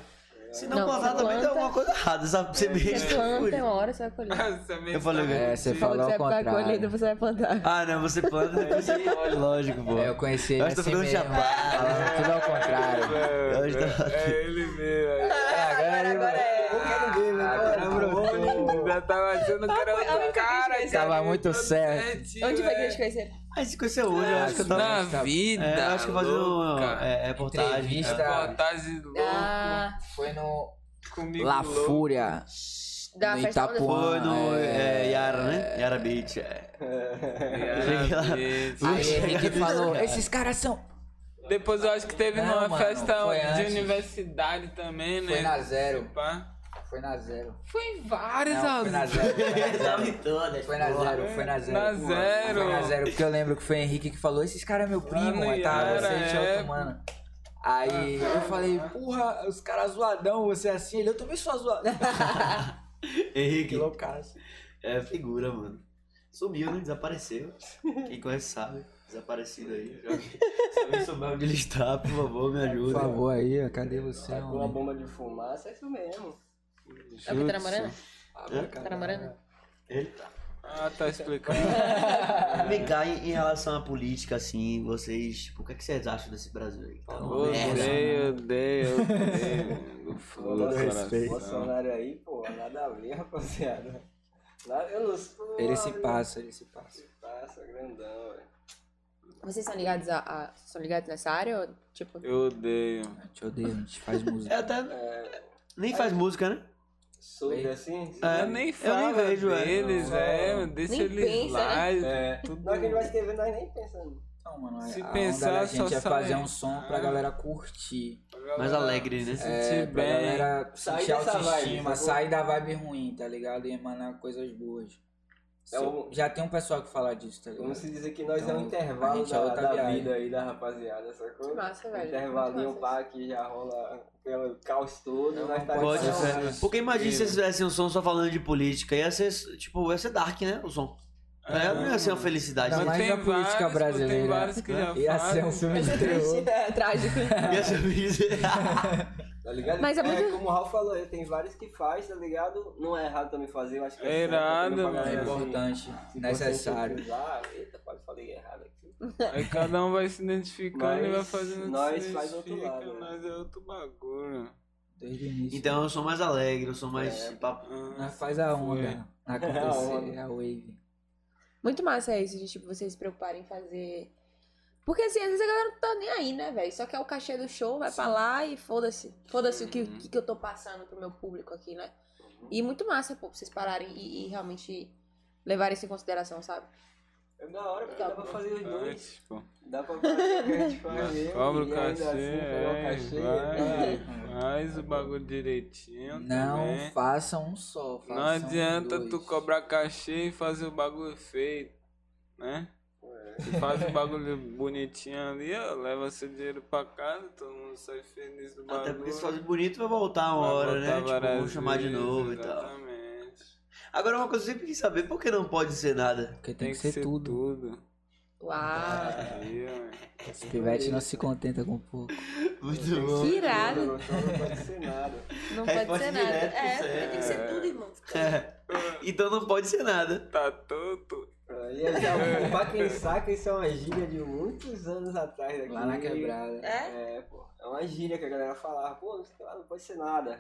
S1: Se não,
S2: Não,
S1: plantar,
S2: você
S1: também tem
S2: planta- É,
S1: alguma coisa errada. Sabe? Você
S2: Você planta, uma hora você vai colher.
S6: Essa mesa
S1: Eu falei,
S6: tá
S1: velho.
S4: É, você
S6: fudida.
S2: Falou
S4: falou
S2: que
S4: ao
S2: você vai ficar
S4: contrário.
S2: colhendo, você vai plantar.
S1: Ah, não, você
S4: (laughs)
S1: planta depois você colhe, lógico, pô.
S4: É, eu conheci ele
S1: Eu acho que
S4: assim
S1: tô ficando
S4: mesmo.
S1: chapado.
S4: Falando tudo ao contrário.
S1: né? Eu acho que tá-
S6: É ele mesmo.
S4: agora, é agora
S3: Eu quero ver,
S4: Ah,
S3: né? Agora,
S6: Eu Já tava achando que era
S5: onde foi
S6: outro
S5: que
S6: cara.
S5: eles
S6: cara,
S4: Tava muito
S6: todo
S4: certo.
S6: certinho,
S5: Onde foi que eles
S6: né?
S5: conheceram?
S1: Ah, esse conheceu hoje, eu acho que eu tava.
S6: Na
S4: Nossa,
S6: vida.
S1: É, eu acho que fazendo uma
S6: louca.
S1: é, reportagem.
S4: Tá Entrevista.
S6: Reportagem louca.
S2: Ah,
S4: Foi no
S6: Comigo
S4: La
S6: louco.
S4: Fúria.
S2: da
S1: É.
S2: festa da
S4: no
S1: Foi
S4: Itapuã.
S1: no
S4: é.
S1: é, Yara, né? Yara Beach.
S4: (laughs)
S1: É. Tá
S6: Parabéns.
S4: Aí Henrique (laughs) falou,
S1: Cara.
S4: esses caras são...
S6: Depois eu acho que teve
S4: Não,
S6: numa
S4: mano,
S6: festa
S4: foi
S6: de
S4: antes.
S6: universidade também, né?
S4: Foi na zero.
S6: Pá.
S4: Foi na zero.
S6: Foi em várias
S4: Não, foi na
S6: aulas.
S4: zero. Foi na zero.
S1: Tava em todas.
S4: Tá Foi na zero, foi na zero.
S6: Na zero.
S4: Foi na zero, porque eu lembro que foi o Henrique que falou, esses caras é meu primo,
S6: Mano,
S4: aí tava
S6: era,
S4: você e tinha
S6: é.
S4: outro, mano. Aí eu falei, porra, os caras zoadão, você assim, ele, eu também sou (laughs) zoadão. que
S1: Henrique,
S4: loucaço.
S1: é figura, mano. Sumiu, né? Desapareceu. Quem conhece sabe. Desaparecido aí. Se alguém souber onde ele está, por favor, me
S4: Por
S1: ajuda.
S4: favor aí, ó, cadê você,
S3: Tá Com uma
S4: homem?
S3: bomba de fumaça, é isso mesmo.
S4: Tá
S2: É o Pitaramorana?
S4: Ah,
S1: Hã?
S2: Pitaramorana?
S1: Ele tá.
S6: Ah, tá explicando.
S4: (laughs)
S1: Ah, Vem cá, em, em relação à política, assim, vocês. Tipo, o que, é que vocês acham desse Brasil aí? Tá uma merda.
S6: Odeio,
S3: (laughs)
S6: odeio, odeio. Fundo do coração.
S3: Bolsonaro aí, pô, nada a ver, (laughs) rapaziada. Nada, eu não sou.
S4: Ele se passa, ele se passa.
S3: Se passa, grandão, velho.
S2: Vocês são ligados a, a- São ligados nessa área? Ou, tipo,
S6: Eu odeio.
S4: Eu te odeio, a gente faz
S1: É
S4: música.
S1: até.
S3: É,
S1: Nem faz música, né?
S3: sobre assim.
S4: Ah,
S1: É,
S6: Eu nem
S1: eu nem
S6: falo
S1: vejo, é.
S6: deles,
S3: Não,
S6: é,
S3: não.
S6: mano, deixa
S5: Nem
S6: eles
S5: pensa,
S6: lá.
S3: É, tudo. Na hora que a gente vai escrever, nós nem pensamos.
S4: Então, mano,
S6: Se
S4: a
S6: pensar,
S4: onda da gente
S6: só
S4: é fazer
S6: sai.
S4: um som pra galera curtir.
S1: Mais alegre, né?
S6: Se
S4: É,
S6: sentir
S4: pra
S6: bem.
S4: galera
S3: Sair
S4: sentir
S3: dessa vibe,
S4: autoestima,
S3: sacou?
S4: sair da vibe ruim, tá ligado? E emanar coisas boas.
S3: É o-
S4: Já tem um pessoal que fala disso, tá ligado?
S3: Vamos se dizer que nós é
S4: Então,
S3: um
S4: a
S3: intervalo
S4: gente é
S3: da,
S4: outra
S3: da
S4: viagem.
S3: vida aí da rapaziada, sacou?
S2: que massa,
S3: Um
S2: velho. assim.
S3: intervalinho
S2: Muito massa
S3: pá que já rola pelo caos todo,
S4: Não,
S3: nós
S4: não
S3: tá
S4: pode
S1: Pode
S3: ligado?
S4: ser.
S1: ser. Porque imagina se vocês fizessem um som só falando de política. Ia ser, tipo, ia ser dark, né? O som. É, não ia ser uma felicidade.
S4: Ainda
S1: né?
S6: Mas
S4: mais
S6: tem
S4: a política
S6: vários,
S4: brasileira.
S6: tem vários que
S3: (laughs)
S6: já
S4: Ia ser um
S6: fazem.
S4: filme
S5: (laughs)
S4: de terror.
S2: isso. É (laughs) trágico.
S1: Ia ser
S3: Tá ligado?
S2: Mas é muito-
S3: como o Raul falou, aí, tem vários que faz, tá ligado? Não é errado também fazer, eu acho que
S6: É
S3: certo também
S6: irado,
S3: pra
S6: mano.
S4: É
S3: galera, assim,
S4: importante,
S3: se
S4: necessário.
S3: conscientizar. Eita, quase falei errado aqui.
S6: Aí cada um vai se identificando e vai
S3: Mas
S6: fazendo o que
S3: nós
S6: se
S3: faz outro
S6: identifica,
S3: lado, né?
S6: Nós é outro bagulho.
S4: Desde o início.
S1: Então eu sou mais alegre, eu sou mais. papo.
S6: Ah,
S4: Nós faz a onda acontecer, é
S3: onda.
S4: a wave.
S2: Muito massa isso de, tipo, vocês se preocuparem em fazer. Porque, assim, às vezes a galera não tá nem aí, né, velho? Só quer o cachê do show, vai pra lá e foda-se. Foda-se o que, o que eu tô passando pro meu público aqui, né? E muito massa, pô, pra vocês pararem e, e realmente levarem isso em consideração, sabe?
S3: É da hora, porque
S2: Tá
S3: dá pra fazer
S6: Tá
S3: os dois.
S6: Antes, pô.
S3: Dá pra fazer o que a gente faz mesmo.
S6: Cobra o
S3: e ainda
S6: cachê,
S3: assim,
S6: é,
S3: pegar o cachê, é,
S6: vai, faz o bagulho direitinho
S4: Não
S6: também.
S4: faça um só, faça
S6: Não adianta
S4: dois.
S6: tu cobrar cachê e fazer o bagulho feito, né?
S3: pá.
S4: É.
S6: Tu
S4: (laughs)
S6: faz um bagulho bonitinho ali, ó, leva seu dinheiro pra casa, todo mundo sai feliz do bagulho.
S1: Até porque se fazer bonito vai voltar uma
S6: Vai
S1: hora,
S6: botar
S1: né? Tipo,
S6: várias
S1: vou chamar de
S6: vezes,
S1: novo e tal.
S6: Exatamente.
S1: Agora uma coisa que eu sempre quis saber, por que não pode ser nada?
S4: Porque tem, que, ser, tudo.
S2: Uau!
S6: Aí, ó.
S4: Esse pivete não se contenta com pouco.
S1: (laughs) Muito bom.
S2: Que irado!
S3: Não, não pode ser nada.
S2: Não
S1: Resposta
S2: pode ser nada.
S1: direta,
S2: É,
S1: isso aí
S2: porque tem que ser
S6: é-
S2: tudo, irmão.
S1: Então não pode ser nada.
S6: Tá tonto.
S3: Aí eu já vou- é um pra quem saca, isso é uma gíria de muitos anos atrás daqui.
S4: Lá na quebrada.
S3: É, pô. É uma gíria que a galera falava, pô, não sei lá, não pode ser nada.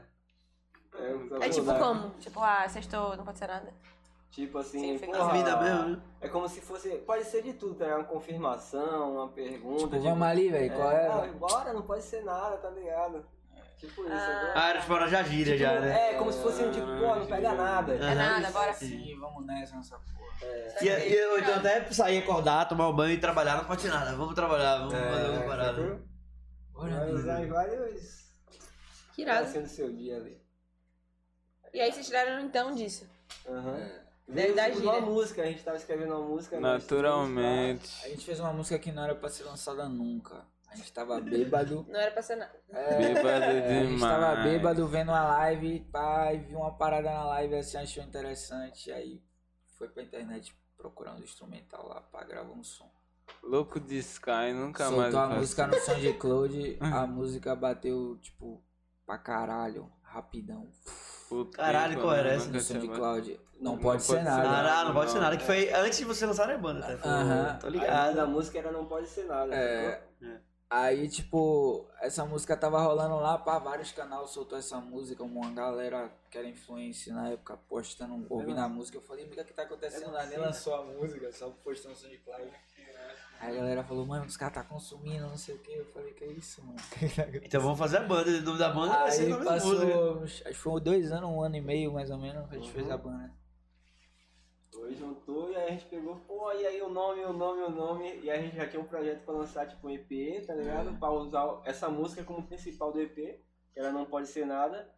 S3: É, eu tava
S5: É tipo
S3: lá.
S5: como? Tipo, ah, sextou, não pode ser nada.
S3: Tipo assim,
S5: Sim, fica
S3: porra,
S1: A vida mesmo, né?
S3: É como se fosse. Pode ser de tudo, tá? ligado? Uma confirmação, uma pergunta.
S4: Tipo, vamos ali, velho. Qual
S3: Ah,
S4: é?
S3: bora, não pode ser nada, tá ligado? Tipo isso,
S5: Ah.
S3: né?
S1: Ah, eles foram já gíria já, né?
S3: É, como se fosse um tipo, pô, não pega nada.
S5: É nada, bora.
S4: Sim, vamos nessa, nessa porra.
S1: E, e eu, então até sair, acordar, tomar um banho e trabalhar, não pode ser nada. Vamos trabalhar, vamos
S4: É,
S1: fazer uma parada.
S3: É, sacou?
S4: Bora,
S3: Vai usar em vários.
S2: Que
S3: Vai
S2: irado.
S3: sendo seu dia ali.
S2: E aí vocês tiraram então disso.
S3: Aham.
S5: É.
S2: Deve
S3: Veio
S2: dar
S3: tipo, uma
S5: né?
S2: gíria.
S3: música, a gente tava escrevendo uma música. né? no
S4: A
S6: Naturalmente.
S4: gente fez uma música que não era pra ser lançada nunca. A gente tava
S6: (laughs)
S4: bêbado.
S2: Não era pra ser nada.
S6: É. Bêbado
S4: A
S6: demais.
S4: gente tava bêbado vendo uma live, pá, e viu uma parada na live assim, achou interessante. Aí foi pra internet procurando o instrumental lá, pá, gravar um som.
S6: Louco de Sky, nunca mais.
S4: Soltou a
S6: passou.
S4: música no
S6: (laughs)
S4: SoundCloud, a música bateu, tipo, pra caralho, rapidão.
S6: Puta,
S1: Caralho,
S6: que
S1: qual era
S6: pariu,
S1: essa?
S4: No
S6: nunca tinha
S4: SoundCloud, não,
S6: Não
S4: pode ser nada.
S1: Nada, não pode ser nada. Que foi antes de você lançar a banda, tá?
S4: Aham.
S1: Tô
S3: Instagram. A
S1: ligado.
S3: da música era Não Pode Ser Nada.
S4: É.
S3: sacou?
S4: Aí, tipo, essa música tava rolando lá, pá, vários canais soltou essa música, uma galera que era influência na época postando, ouvindo a música. Eu falei, amiga, o que tá acontecendo lá? Nem lançou a música, só postando no SoundCloud. Aí a galera falou, mano, os caras tá consumindo, não sei o que. Eu falei, que isso, mano? O que que tá acontecendo?
S1: Então vamos fazer a banda. O nome da banda vai ser o
S4: Aí
S1: nome da música.
S4: passou, acho que foi dois anos, um ano e meio mais ou menos, a gente fez a banda.
S3: Foi, juntou e aí a gente pegou, pô, e aí o nome, o nome, o nome. E aí a gente já tinha um projeto pra lançar, tipo, um EP, tá ligado?
S1: Hum.
S3: Pra usar essa música como principal do EP, que era Não Pode Ser Nada.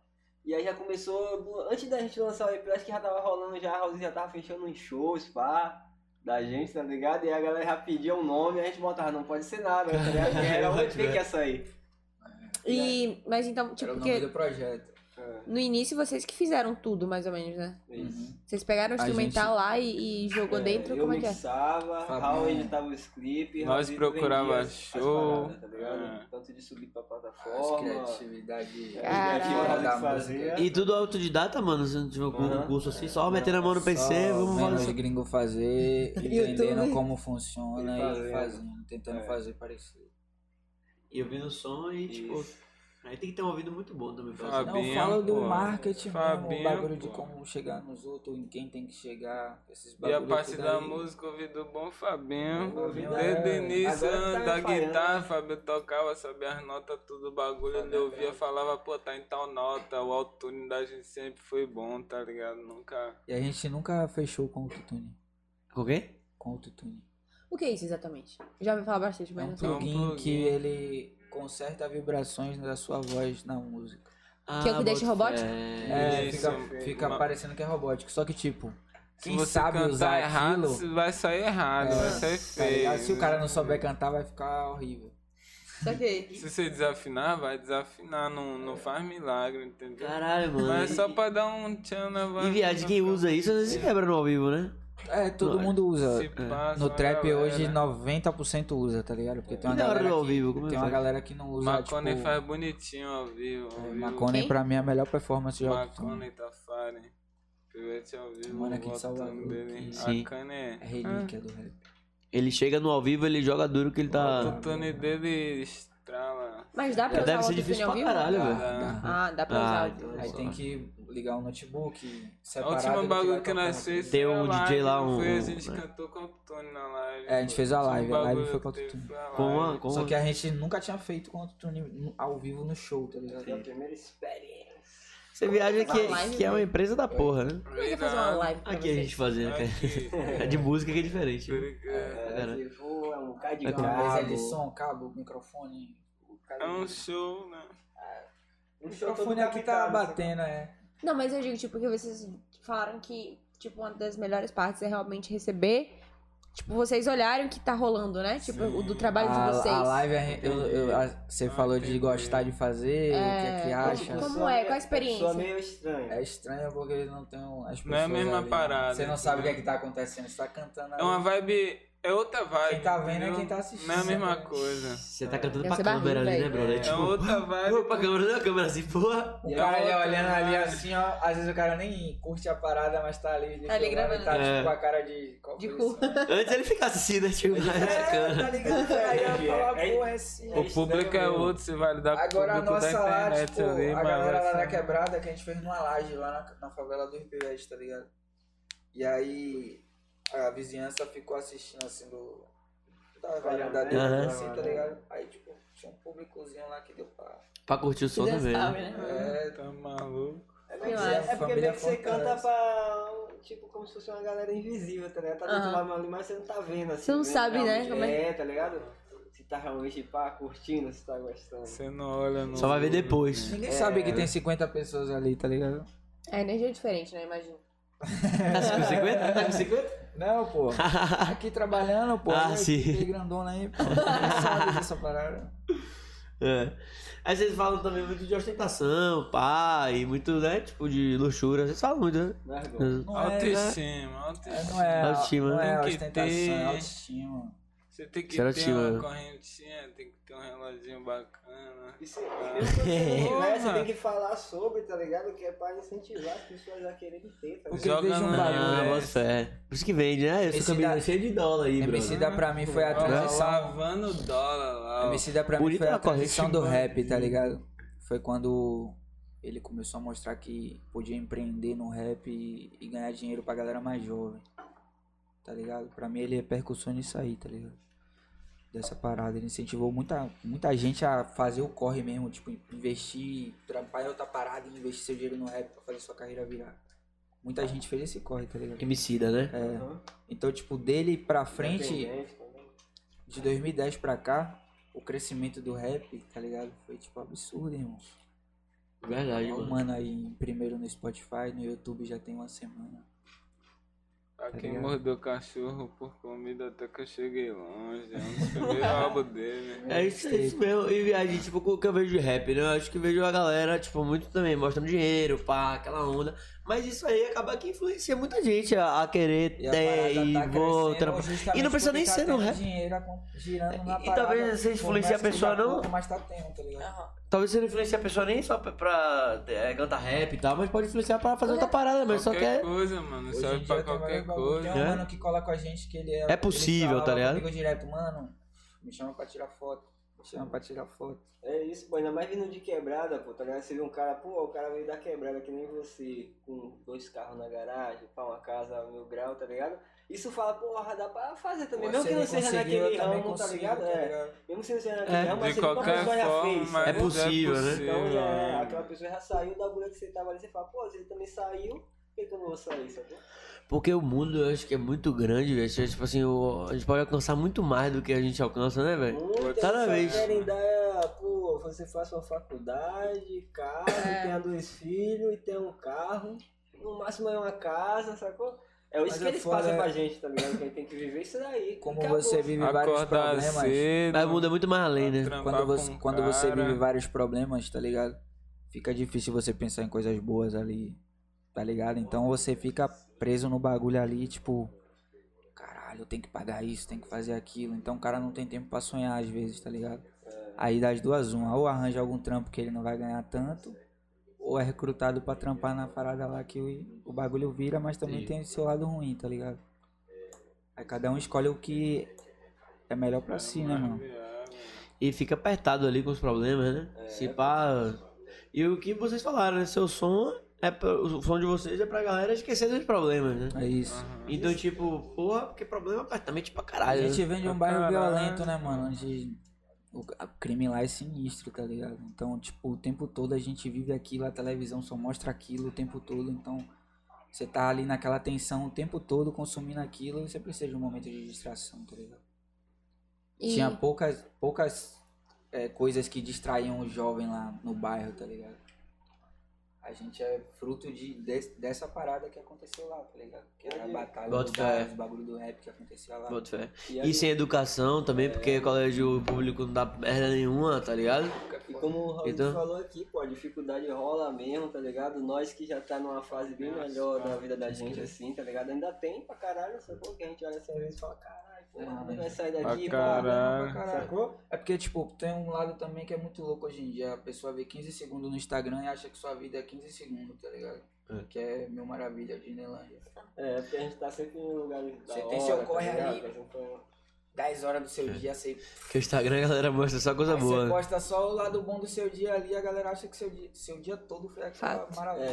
S3: E aí já começou, do- antes da gente lançar o EP, acho que já tava rolando já, a Raul já tava fechando uns shows, pá. Da gente, tá ligado? E aí a galera já pedia um nome, a gente botava, não pode ser nada, tá ligado? Porque era o EP que ia sair.
S2: E, mas então,
S4: Era
S2: tipo,
S4: o nome
S2: porque
S4: do projeto.
S1: é.
S2: no início vocês que fizeram tudo, mais ou menos, né?
S3: É
S4: Uhum.
S3: isso.
S2: Vocês pegaram o
S4: A gente-
S2: instrumental lá e, e jogou dentro?
S3: eu
S2: Como é que é?
S3: mixava,
S4: Fabiano.
S3: Raul editava o script,
S6: Nós
S3: Raul
S6: procurava
S3: prendia as- as
S6: show.
S3: paradas, tá ligado?
S6: É.
S3: Tanto de subir pra
S4: Ah, As
S3: plataforma,
S4: criatividade.
S2: Caraca.
S4: da
S3: criatividade
S4: música.
S3: fazia.
S1: E tudo autodidata, mano. Se não tiver um
S3: Aham.
S1: curso assim, só metendo a mão no PC,
S4: É, Só
S1: vamos
S4: vendo
S1: fazer
S4: os
S1: isso. (laughs)
S4: gringos fazer, entendendo como funciona
S3: E
S4: e
S3: fazendo.
S4: fazendo, tentando
S3: É.
S4: fazer parecido.
S1: E ouvindo o som e, tipo... Aí tem que ter um ouvido muito bom também pra
S6: Fábio.
S1: isso.
S4: Não,
S6: Fabinho,
S4: fala do
S6: pô.
S4: marketing, mesmo, o
S6: Fabinho,
S4: bagulho de
S6: pô.
S4: como chegar nos outros, em quem tem que chegar, esses
S6: E a
S4: bagulhos.
S6: parte da música, ouvi do bom Fabinho.
S3: Ouvi da-
S6: Desde
S4: é.
S6: o início
S3: Agora que tá
S6: da
S3: me falhando.
S6: guitarra,
S4: né?
S6: Fabinho tocava, sabia as notas, tudo o bagulho.
S4: é
S6: Ele ouvia, falava, pô, tá em tal nota. O autotune da gente sempre foi bom, tá ligado? Nunca.
S4: E a gente nunca fechou com o Tutune.
S1: Com quem?
S4: Com o Tutune.
S2: O que é isso exatamente? Já ouvi falar bastante,
S4: É
S2: mas
S4: um
S2: não sei.
S4: plugin,
S6: plugin.
S4: que ele conserta vibrações da sua voz na música.
S2: Que é o que deixa
S1: Ah, bota
S2: robótico?
S1: fé.
S4: É,
S6: Isso,
S4: fica, fica
S6: uma-
S4: parecendo que é robótico. Só que, tipo,
S6: Se
S4: quem
S6: você
S4: sabe
S6: cantar
S4: usar
S6: errado,
S4: aquilo,
S6: vai sair errado,
S4: é,
S6: vai sair
S4: tá
S6: feio.
S4: ligado? se o cara não souber cantar, vai ficar horrível.
S2: Saquei.
S6: Se você desafinar, vai desafinar, não, não faz milagre, entendeu?
S1: Caralho, mano.
S6: Mas é
S1: E-
S6: só pra dar um tchan na
S1: E viagem, quem usa isso às vezes se quebra no ao vivo, né?
S4: É, todo
S1: Não, é.
S4: mundo usa. No trap hoje,
S6: não.
S4: 90% usa, tá ligado? Porque tem uma
S1: E na hora
S4: galera
S1: do ao
S4: que,
S1: vivo, como é
S4: tem
S1: que
S4: uma
S1: faz?
S4: galera que não usa,
S6: Macone
S4: tipo...
S6: faz bonitinho ao vivo. Ao vivo.
S4: Macone,
S2: Quem?
S4: pra mim, é a melhor performance de autotune.
S6: Macone Tafari. Pivete ao vivo.
S4: Mano, aqui de
S6: bota o
S4: Salvador,
S6: nome dele.
S4: que-
S1: Sim.
S6: um A cane é.
S4: É relíquia do rap.
S1: Ele chega no ao vivo, ele joga duro que ele
S6: Ah,
S1: tá.
S6: O tone dele estrala.
S2: Mas dá pra
S1: Deve
S2: usar o
S1: ser
S2: autotune
S1: difícil
S2: ao
S1: pra
S2: vivo?
S1: caralho,
S4: Dá,
S1: velho.
S6: dá.
S4: dá.
S2: Ah, dá pra
S1: Ah,
S2: usar.
S1: então.
S4: Aí tem que ligar o notebook,
S6: A
S4: separado.
S6: última
S4: do
S6: bagulho
S4: Tá vai
S6: que
S4: tocar
S6: nós
S4: no
S6: fez.
S4: clipe.
S1: Tem um
S6: foi a
S1: DJ lá,
S6: live, não foi?
S1: um-
S6: A gente
S1: um-
S6: cantou com o Tony na live.
S4: É, a gente fez a
S6: O último
S4: live, a live
S6: bagulho
S4: foi
S6: que
S4: com o
S6: teve
S4: Tune.
S6: foi a
S1: Com
S6: live.
S1: a, com
S4: Só
S1: a-
S4: que a gente nunca tinha feito com autotune no- ao vivo no show, tá ligado?
S3: Foi a primeira experiência.
S1: Você viaja
S2: Uma live,
S1: que, que é uma empresa da porra, né?
S2: Como é que é fazer uma live pra
S1: Aqui a
S2: vocês?
S1: gente fazendo, cara. (laughs)
S6: Aqui. tá
S1: É de música que é diferente. né?
S6: Obrigado.
S1: Cara.
S3: É, que voa, um bocado de
S1: É como-
S4: Uma mesa de
S3: cabo.
S4: som, cabo, microfone.
S6: É um show, né?
S4: O
S3: Um show todo
S4: microfone aqui tá
S3: captado, sacou?
S4: batendo, é.
S2: Não, mas eu digo, tipo, que vocês falaram que, tipo, uma das melhores partes é realmente receber Tipo, vocês olharam o que tá rolando, né? Tipo,
S6: Sim.
S2: o do trabalho
S4: a,
S2: de vocês.
S4: a live, a- eu, eu- a- você
S6: Ah,
S4: falou de
S6: entendi.
S4: gostar de fazer, o que é que acha.
S2: Como
S3: Sou
S2: é?
S3: meio-
S2: Qual a experiência?
S3: Sou meio estranho.
S4: É estranho porque eles não têm um, as pessoas
S6: Não é a mesma
S4: ali.
S6: parada,
S4: Você não sabe o que
S6: entendeu?
S4: é que tá acontecendo, você tá cantando
S6: É uma
S4: ali.
S6: vibe. É outra vibe.
S4: Quem tá vendo é
S6: entendeu?
S4: quem tá assistindo.
S6: Não é a mesma coisa.
S1: Você tá cantando
S2: Deve
S1: pra
S2: ser
S1: câmera
S2: barriga,
S1: ali, né,
S2: velho.
S1: brother?
S6: É
S1: Tipo,
S6: outra
S1: pô,
S4: um-
S6: vibe.
S1: pra câmera, não, câmera assim, porra.
S4: O cara
S6: E
S4: ali
S6: a é outra
S4: olhando ali
S6: imagem.
S4: assim, ó. Às vezes o cara nem curte a parada, mas tá ali.
S2: Tá ali
S4: filmando e
S2: gravando.
S4: Tá
S1: É.
S4: tipo com a cara de. Qual
S2: De
S4: foi
S2: cu.
S4: isso,
S6: (laughs)
S4: né?
S1: Antes ele ficasse assim, né? Tipo,
S4: É,
S1: sacana.
S4: tá ligado? (laughs) Aí eu falo,
S3: É-
S4: pô, (laughs) é assim.
S3: é
S6: O público é
S3: estranho.
S6: outro, você vai lidar com o
S4: Agora a
S6: público da
S4: nossa lá,
S6: internet
S4: tipo,
S6: ali,
S4: a
S6: mas assim
S4: galera
S6: vai
S4: lá na
S6: ser-
S4: quebrada que a gente fez numa laje lá na, na favela do Ribeirete, tá ligado? E aí a vizinhança ficou assistindo assim do. Da varanda dele,
S1: Aham.
S4: assim, tá ligado? Aí, tipo, tinha um públicozinho lá que deu pra.
S1: Pra curtir o som também.
S2: Dançava,
S1: né?
S2: né?
S6: É, tá maluco.
S3: É
S2: Sei
S3: porque,
S2: lá,
S3: é porque meio que você
S4: Família
S3: canta pra. Tipo, como se fosse uma galera invisível, tá ligado? Tá dentro
S2: Aham.
S3: lá, mas você não tá vendo assim.
S2: Você não sabe, né,
S3: realmente.
S2: como é.
S3: É, tá ligado? Se tá realmente pá, curtindo, se tá gostando.
S6: Você não olha no.
S1: Só vai ver depois.
S4: Ninguém
S3: sabe
S4: que tem 50 pessoas ali, tá ligado?
S2: A energia é diferente, né? Imagino.
S1: Tá com 50? Tá com
S4: (laughs)
S1: 50?
S4: Não, pô. Aqui trabalhando, pô.
S1: Ah,
S4: olha
S1: sim.
S4: Que grandona aí, pô. Ninguém sabe dessa parada.
S1: (laughs) É. Aí vocês falam também muito de ostentação, pá, e muito, né? Tipo, de luxúria. Vocês falam muito, né?
S3: Não é bom.
S4: Não é, né?
S6: Autoestima,
S4: É,
S6: autoestima.
S4: não é,
S1: Autoestima.
S4: não é
S6: Tem que
S4: ostentação, é
S6: ter.
S4: autoestima.
S6: Você tem que
S1: Será
S6: ter
S1: que
S6: uma
S1: vai-
S6: correntinha, tem que ter um reloginho bacana.
S3: E se, e se você não tiver, você
S6: Porra.
S3: tem que falar sobre, tá ligado? Que é pra incentivar as pessoas a quererem ter, tá ligado?
S4: Porque
S6: Joga
S4: vejo um
S6: na-
S4: bagulho,
S1: Ah,
S4: é.
S1: bota fé. Por isso que vende, né? Esse
S4: Esse
S1: caminho
S4: da- É
S1: cheio de dólar aí, bro.
S4: MC da pra mim foi a
S6: Ó,
S4: transição.
S6: Lavando dólar lá. ó.
S4: MC da pra mim
S1: Bonita
S4: foi a
S1: ela corre,
S4: transição do
S1: chimpanzé.
S4: rap, tá ligado? Foi quando ele começou a mostrar que podia empreender no rap e, e ganhar dinheiro pra galera mais jovem. Tá ligado? Pra mim ele repercussou nisso aí, tá ligado? Dessa parada. Ele incentivou muita, muita gente a fazer o corre mesmo, tipo, investir, trampar em outra parada e investir seu dinheiro no rap pra fazer sua carreira virar. Muita gente fez esse corre, tá ligado?
S1: MC da, né?
S4: É.
S3: Aham.
S4: Então, tipo, dele pra frente,
S3: Uhum. Independente também.
S4: de 2010 pra cá, o crescimento do rap, tá ligado? Foi tipo absurdo, irmão.
S1: É Verdade,
S4: Ó,
S1: mano.
S4: mano aí em primeiro no Spotify, no YouTube já tem uma semana.
S6: Pra quem
S4: Tá ligado?
S6: mordeu cachorro por comida até que eu cheguei longe. É um
S4: (laughs)
S6: dos primeiros álbuns dele.
S1: É isso, é isso mesmo. E viagem, tipo, o que eu vejo de rap, né? Eu acho que vejo a galera, tipo, muito também, mostrando dinheiro, pá, aquela onda. Mas isso aí acaba que influencia muita gente a, a querer
S4: a
S1: ter
S4: parada
S1: e
S4: tá
S1: vou
S4: crescendo
S1: trampar.
S4: justamente
S1: E não precisa
S4: porque
S1: nem
S4: tá
S1: ser no
S4: tendo
S1: rap.
S4: dinheiro acon- girando na
S1: E- e
S4: parada,
S1: talvez você
S4: por
S1: influencia
S4: mais
S1: a
S4: que
S1: pessoa
S4: seja
S1: não-
S4: pouco, Mas tá tendo, tá ligado?
S1: Talvez você não influencie a pessoa nem só pra, pra, é, cantar rap e tal, mas pode influenciar pra fazer outra parada, mas só que
S6: Qualquer
S1: é.
S6: coisa, mano.
S4: Hoje em
S6: Serve
S4: dia
S6: pra
S4: tem
S6: qualquer
S4: vários bagulho.
S6: coisa.
S4: Tem um
S1: É.
S4: mano que cola com a gente que ele é.
S1: É possível,
S4: ele falava
S1: tá ligado?
S4: comigo direto, mano, me chama pra tirar foto. Me chama pra tirar foto.
S3: É isso, pô, ainda mais vindo de quebrada, pô, tá ligado? Você vê um cara, pô, o cara veio da quebrada que nem você, com dois carros na garagem, pá, uma casa a mil grau, tá ligado? Isso fala, porra, dá pra fazer também, mesmo que
S4: Você
S3: não seja
S4: conseguiu, eu
S3: naquele
S4: também
S3: ramo, tá
S4: consigo,
S3: ligado?
S4: tá
S3: É,
S4: ligado?
S3: mesmo que não seja naquele ramo, mas
S6: De
S3: você nunca
S6: qualquer
S3: pessoa já fez,
S6: forma,
S3: tá
S1: É
S3: ligado?
S1: possível, né?
S3: Então, é,
S6: mano.
S3: aquela pessoa já saiu da bolha que você tava ali, você fala, pô, você também saiu, por que que eu não vou sair, sacou?
S1: Porque o mundo eu acho que é muito grande, velho. Tipo assim, o- a gente pode alcançar muito mais do que a gente alcança, né, velho?
S3: Muitas
S1: Cada
S3: só
S1: vez.
S3: querem dar, é, pô, você faça uma faculdade, casa, tenha dois filhos e tenha um carro. No máximo é uma casa, sacou? É isso
S4: Mas
S3: que
S4: é
S3: eles
S4: foda,
S3: passam
S4: é.
S3: pra gente, tá ligado? Que a gente tem que viver isso daí.
S4: Como
S3: Acabou.
S4: você vive vários
S6: Acordar
S4: problemas. né?
S6: cedo.
S1: Mas o mundo é muito mais além, né?
S6: trampar
S4: quando você,
S6: com
S4: quando você
S6: cara.
S4: vive vários problemas, tá ligado? Fica difícil você pensar em coisas boas ali, tá ligado? Então você fica preso no bagulho ali, tipo, caralho, eu tenho que pagar isso, tenho que fazer aquilo. Então o cara não tem tempo pra sonhar às vezes, tá ligado? Aí das duas, uma, ou arranja algum trampo que ele não vai ganhar tanto, ou é recrutado pra trampar na parada lá que o, o bagulho vira, mas também tem o seu lado ruim, tá ligado? Aí cada um escolhe o que é melhor pra si, né, mano?
S1: E fica apertado ali com os problemas, né?
S4: É,
S1: Se pá. E o que vocês falaram, né? Seu som é pra- o som de vocês é pra galera esquecer dos problemas, né?
S4: É isso.
S1: Então, tipo, porra, porque problema é apartamento pra
S4: A
S1: caralho.
S4: gente
S1: né?
S4: vem de um bairro
S6: Caralho.
S4: violento, né, mano? Onde o a- o crime lá é sinistro, tá ligado? Então, tipo, o tempo todo a gente vive aquilo, a televisão só mostra aquilo o tempo todo. Então, você tá ali naquela tensão o tempo todo consumindo aquilo e você precisa de um momento de distração, tá ligado?
S2: E-
S4: Tinha poucas, poucas é, coisas que distraíam o jovem lá no bairro, tá ligado? A gente é fruto de, des- dessa parada que aconteceu lá, tá ligado? Que era a batalha,
S1: Boto
S4: do
S1: fé.
S4: rap, os bagulho do rap que acontecia lá.
S1: Boto fé.
S3: E, aí,
S1: E sem educação também,
S4: É.
S1: porque colégio público não dá merda nenhuma, tá ligado?
S3: e como o Raul
S1: Então-
S3: falou aqui, pô, a dificuldade rola mesmo, tá ligado? Nós que já tá numa fase bem
S6: Nossa,
S3: melhor da
S6: cara.
S3: vida da gente, assim, tá ligado? Ainda tem pra caralho, sacou? Que a gente olha assim às vezes e fala, caralho, pô,
S4: É.
S3: vai sair
S6: Pra
S3: daqui, pá.
S6: caralho.
S4: Caralho.
S3: Sacou?
S4: É porque, tipo, tem um lado também que é muito louco hoje em dia. A pessoa vê 15 segundos no Instagram e acha que sua vida é 15 segundos, tá ligado?
S1: É.
S4: Que é meu maravilha, Disneylandia.
S3: É, porque a gente tá sempre em lugares da
S4: Você
S3: hora,
S4: tem seu
S3: tá
S4: corre
S3: ligado?
S4: ali.
S3: Mas não foi-
S4: 10 horas do seu dia, você,
S1: Porque o Instagram a galera mostra só coisa
S4: aí você
S1: É. boa. né?
S4: posta só o lado bom do seu dia ali, a galera acha que seu dia, seu dia todo foi aquela maravilha.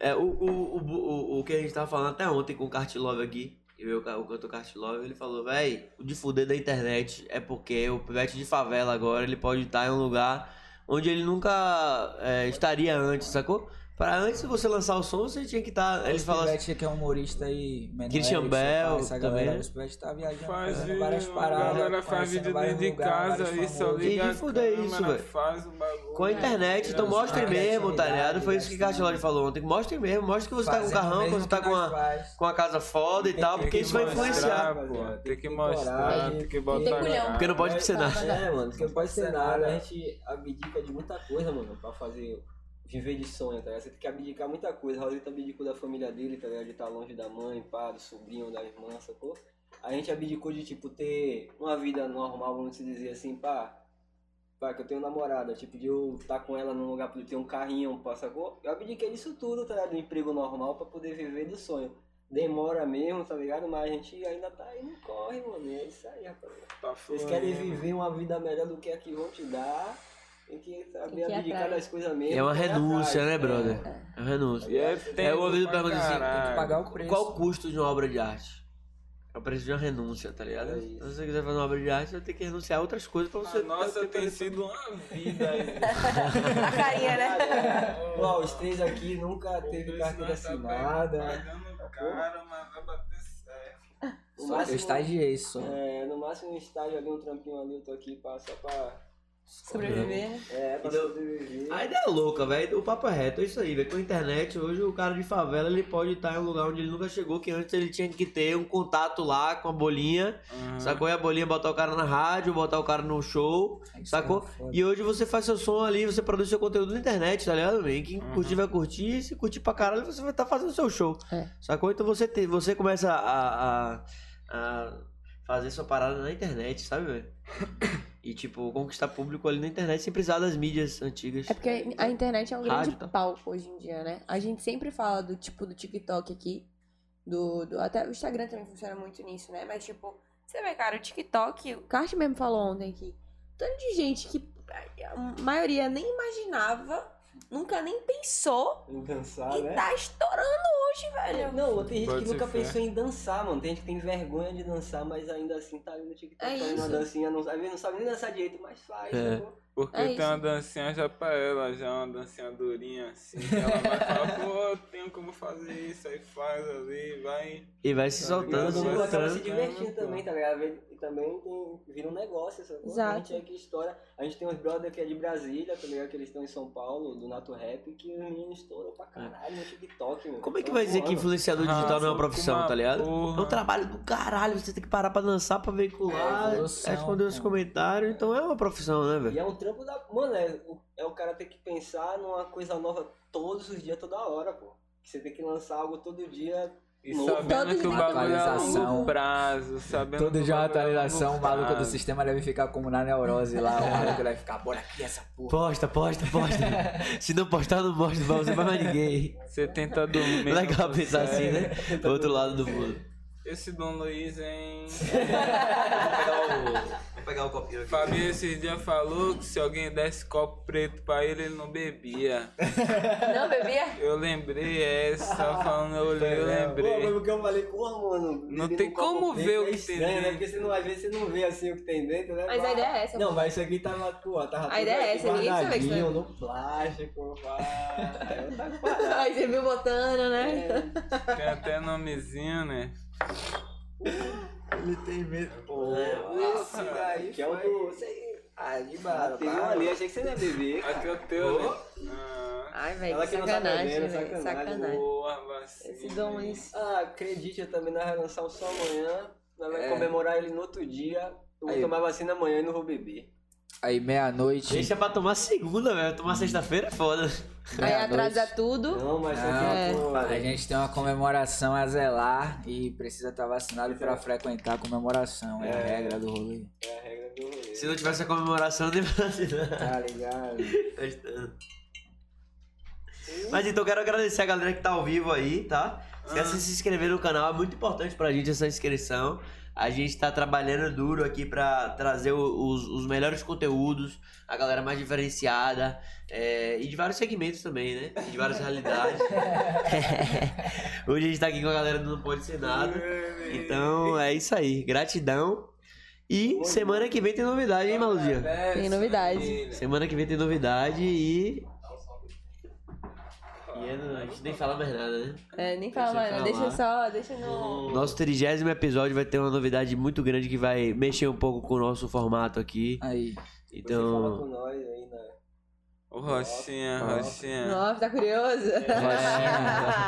S3: É,
S1: É, o, o, o, o, o que a gente tava falando até ontem com o Cart Love aqui, que veio o ca- o cantor Cart Love, ele falou, véi, o de fuder da internet é porque o pivete de favela agora, ele pode estar em um lugar onde ele nunca é, estaria antes, sacou? Pra antes de você lançar o som, você tinha que estar... Ele
S4: Os
S1: fala assim,
S4: Pivete, que é humorista e menor,
S1: Christian
S4: Erickson,
S1: Bell
S4: pá, essa galera,
S1: também, né?
S4: Os Pivete tá viajando,
S6: Faz
S4: fazendo
S6: vídeo,
S4: várias paradas.
S6: a galera faz
S4: conhecendo
S6: vídeo
S4: vários
S6: dentro de
S4: lugares,
S6: casa aí,
S4: vários
S6: só
S4: famosos.
S6: liga
S1: E
S6: a
S1: que fuder isso,
S6: câmera,
S1: velho.
S6: faz o bagulho.
S1: Com a internet, então
S6: É,
S1: mostre
S4: a
S1: mesmo, tá
S4: criatividade,
S1: ligado? Foi isso que o
S4: assim,
S1: Castilho falou ontem. Mostrem mesmo, mostre que você tá com um
S4: Fazendo
S1: carrão, que
S4: mesmo
S1: você tá
S4: que
S1: com
S4: nós
S1: uma,
S4: faz.
S1: com uma casa foda e tal,
S4: que
S1: porque isso vai
S6: mostrar,
S1: influenciar.
S6: pô. Tem que
S3: Tem
S6: mostrar,
S3: coragem,
S6: tem que botar.
S2: culhão.
S6: cara.
S1: Porque não pode ser nada.
S3: É, mano, porque pode ser
S4: nada.
S3: nada. A gente abdica de muita coisa, mano, pra fazer. Viver de sonho, tá ligado? Você tem que abdicar muita coisa. Raulito abdicou da família dele, tá ligado? De estar longe da mãe, pá, do sobrinho, da irmã, sacou? A gente abdicou de, tipo, ter uma vida normal, vamos se dizer assim, pá. Pá, que eu tenho namorada, tipo, de eu estar com ela num lugar pra eu ter um carrinho, pá, sacou? Eu abdiquei disso tudo, tá ligado? Do emprego normal pra poder viver do sonho. Demora mesmo, tá ligado? Mas a gente ainda tá aí no corre, mano. E é isso aí, rapaz.
S6: Tá
S3: Vocês querem
S6: fluindo.
S3: viver uma vida melhor do que a que vão te dar. Tem que
S2: Tem que
S3: saber
S2: ir
S3: abdicar
S2: atrás.
S3: das coisas mesmo.
S1: É uma
S3: correr
S1: renúncia,
S3: atrás.
S1: né, brother?
S3: É.
S1: É uma renúncia.
S6: E é
S1: É, eu ouvi
S6: tempo pra
S1: perguntar assim, tem que
S4: Tem que
S6: caralho.
S4: pagar o preço.
S1: Qual o custo de uma obra de arte? É o preço de uma renúncia, tá ligado?
S3: É
S1: Se
S3: isso.
S1: você quiser fazer uma obra de arte, você tem que renunciar a outras coisas pra você.
S6: A nossa
S1: ter-
S6: tem sido uma vida aí.
S5: A carinha, né?
S2: (laughs)
S3: Ó, os três aqui nunca teve
S1: tá
S3: carteira assinada.
S6: Pagando caro, mas vai bater certo.
S3: No
S4: Só, eu estagiei só.
S3: é, no máximo um estágio ali, um trampinho ali, eu tô aqui pra, só pra.
S5: Sobreviver.
S3: É, pra
S1: Então,
S3: sobreviver.
S1: A ideia é louca, velho. O papo é reto, é isso aí, velho. Com a internet, hoje o cara de favela ele pode estar em um lugar onde ele nunca chegou, que antes ele tinha que ter um contato lá com a bolinha, sacou? E a bolinha botar o cara na rádio, botar o cara no show. Sacou?
S4: Foda.
S1: E hoje você faz seu som ali, você produz seu conteúdo na internet, tá ligado? E quem
S6: Uhum.
S1: curtir vai curtir, se curtir pra caralho, você vai estar fazendo seu show.
S2: É.
S1: Sacou? Então você, te- você começa a, a- a fazer sua parada na internet, sabe, velho? E tipo, conquistar público ali na internet sem precisar das mídias antigas.
S2: É porque a internet é um grande
S1: Rádio, tá?
S2: palco hoje em dia, né? A gente sempre fala do tipo do TikTok aqui, do, do- até o Instagram também funciona muito nisso, né? Mas tipo, você vê, cara, o TikTok, o Kart mesmo falou ontem aqui, um tanto de gente que a maioria nem imaginava, nunca nem pensou
S3: Em
S1: Ah,
S3: dançar,
S2: e
S3: né?
S2: tá estourando hoje, velho.
S3: Não, tem gente
S6: Pode
S3: que nunca
S6: ser fé.
S3: pensou em dançar, mano. Tem gente que tem vergonha de dançar, mas ainda assim tá ali no TikTok
S2: É
S3: fazendo uma
S2: isso.
S3: dancinha. Não, às vezes não sabe nem dançar direito, mas faz, né,
S1: É.
S3: sacou?
S6: Porque
S2: É
S6: tem
S2: isso.
S6: uma dancinha já pra ela, já uma dancinha durinha assim. que ela vai falar, pô, tenho como fazer isso, aí faz ali, vai.
S1: E vai se
S6: Tá
S1: soltando,
S6: ligado?
S1: se
S3: Todo mundo tipo, acaba se
S1: soltando.
S3: divertindo
S6: Tá.
S3: também, tá ligado? E também tem, vira um negócio, essa coisa.
S2: Exato.
S3: A gente aqui estoura. A gente tem uns brother que é de Brasília, tá ligado? Que eles estão em São Paulo, do Nato Rap, que os meninos estouram pra caralho no TikTok, Tá meu.
S1: Como é que
S3: Tão
S1: vai dizer que
S3: voando.
S1: influenciador digital não é uma
S6: Ah,
S1: profissão,
S6: uma
S1: tá ligado?
S6: porra.
S1: É um trabalho do caralho, você tem que parar pra dançar, pra veicular,
S4: É evolução,
S1: responder os
S4: cara.
S1: comentários, então é uma profissão, né,
S3: E
S1: velho?
S3: é um trampo da. Mano, é, o- é o cara ter que pensar numa coisa nova todos os dias, toda hora, pô. Que Você tem que lançar algo todo dia.
S6: E
S3: Novo.
S6: sabendo
S2: Todo
S6: que o
S2: dia
S6: bagulho é a longo
S4: atualização.
S6: prazo, sabendo
S4: Todo
S6: que
S4: dia
S6: o
S4: uma
S6: bagulho é a longo
S4: atualização, o maluco do
S6: prazo.
S4: sistema deve ficar como na neurose lá. O maluco deve ficar, bora aqui essa porra.
S1: Posta, posta, (laughs) posta. Se não postar, não mostra, não vai mais ninguém.
S6: Você tenta dormir.
S1: Legal
S6: não
S1: pensar assim,
S6: consegue.
S1: né? Outro lado do mundo.
S6: Esse Dom Luiz, hein?
S1: Vou pegar o, vou pegar o copinho aqui.
S6: Fabinho esses dias falou que se alguém desse copo preto pra ele, ele não bebia.
S5: Não, bebia?
S6: Eu lembrei essa, tá falando, eu olhei, eu
S3: Pô, mas
S6: lembrei.
S3: o que eu falei, porra, mano.
S6: Não
S3: bebendo
S6: tem
S3: um copo
S6: como
S3: preto
S6: ver o
S3: é
S6: que
S3: estranho,
S6: tem
S3: né?
S6: dentro.
S3: Porque você não, às vezes você não vê assim o que tem dentro, né?
S5: Mas a ideia é essa.
S2: (laughs)
S3: Não, mas isso aqui tava, pô, tava
S5: A ideia é essa, ninguém precisa ver que isso
S3: guardadinho
S5: é.
S3: no plástico, Tá pá. Eu tava
S5: (laughs) Aí você viu botando,
S1: É.
S5: né?
S3: com-
S6: Tem até nomezinho, né?
S4: Ele tem medo.
S3: Pô, esse daí Que é o do... Sei, Ah, de barba. Teve um ali, achei que você não ia beber.
S6: Ah,
S3: cara.
S6: tem o teu, né? Ah,
S5: Ai, velho,
S3: Ela
S5: que
S3: que não tá
S5: sacanagem,
S3: bebendo,
S5: velho.
S3: sacanagem.
S5: Sacanagem.
S6: boa, vacina.
S5: Esse dom esse.
S3: Ah, acredite, eu também não vai lançar o sol amanhã. Nós vamos
S4: É.
S3: comemorar ele no outro dia. Eu vou
S4: Aí.
S3: tomar vacina amanhã e não vou beber.
S4: Aí meia-noite.
S1: Deixa é pra tomar segunda, velho. Tomar sexta-feira é foda.
S5: Aí
S4: meia-noite,
S5: atrasa tudo.
S3: Não, mas só que
S4: Não,
S3: eu tô-
S4: A gente tem uma comemoração a zelar e precisa estar vacinado pra frequentar a comemoração. É, a regra do rolê.
S3: É a regra do rolê.
S1: Se não tivesse a comemoração, nem vacinar.
S4: Tá ligado?
S1: Gostando. Mas então quero agradecer a galera que tá ao vivo aí, tá? Esquece de se inscrever no canal, é muito importante pra gente essa inscrição. A gente tá trabalhando duro aqui pra trazer o- os, os melhores conteúdos, a galera mais diferenciada é, e de vários segmentos também, né? De várias realidades. Hoje a gente tá aqui com a galera do Não Pode Ser Nada. Então é isso aí, gratidão. E semana que vem tem novidade, hein, Maluzinha?
S5: Tem novidade.
S1: Semana que vem tem novidade e. E é, não, a gente nem fala mais nada, né?
S5: É, nem fala,
S1: Deixa eu
S5: mano. Deixa
S1: falar.
S5: só, deixa no.
S1: Nosso trigésimo episódio vai ter uma novidade muito grande que vai mexer um pouco com o nosso formato aqui.
S4: Aí.
S3: Você fala com
S1: Então.
S3: nós aí, né?
S6: Ô, Rocinha, Rocinha.
S5: Nossa, tá curioso? (laughs)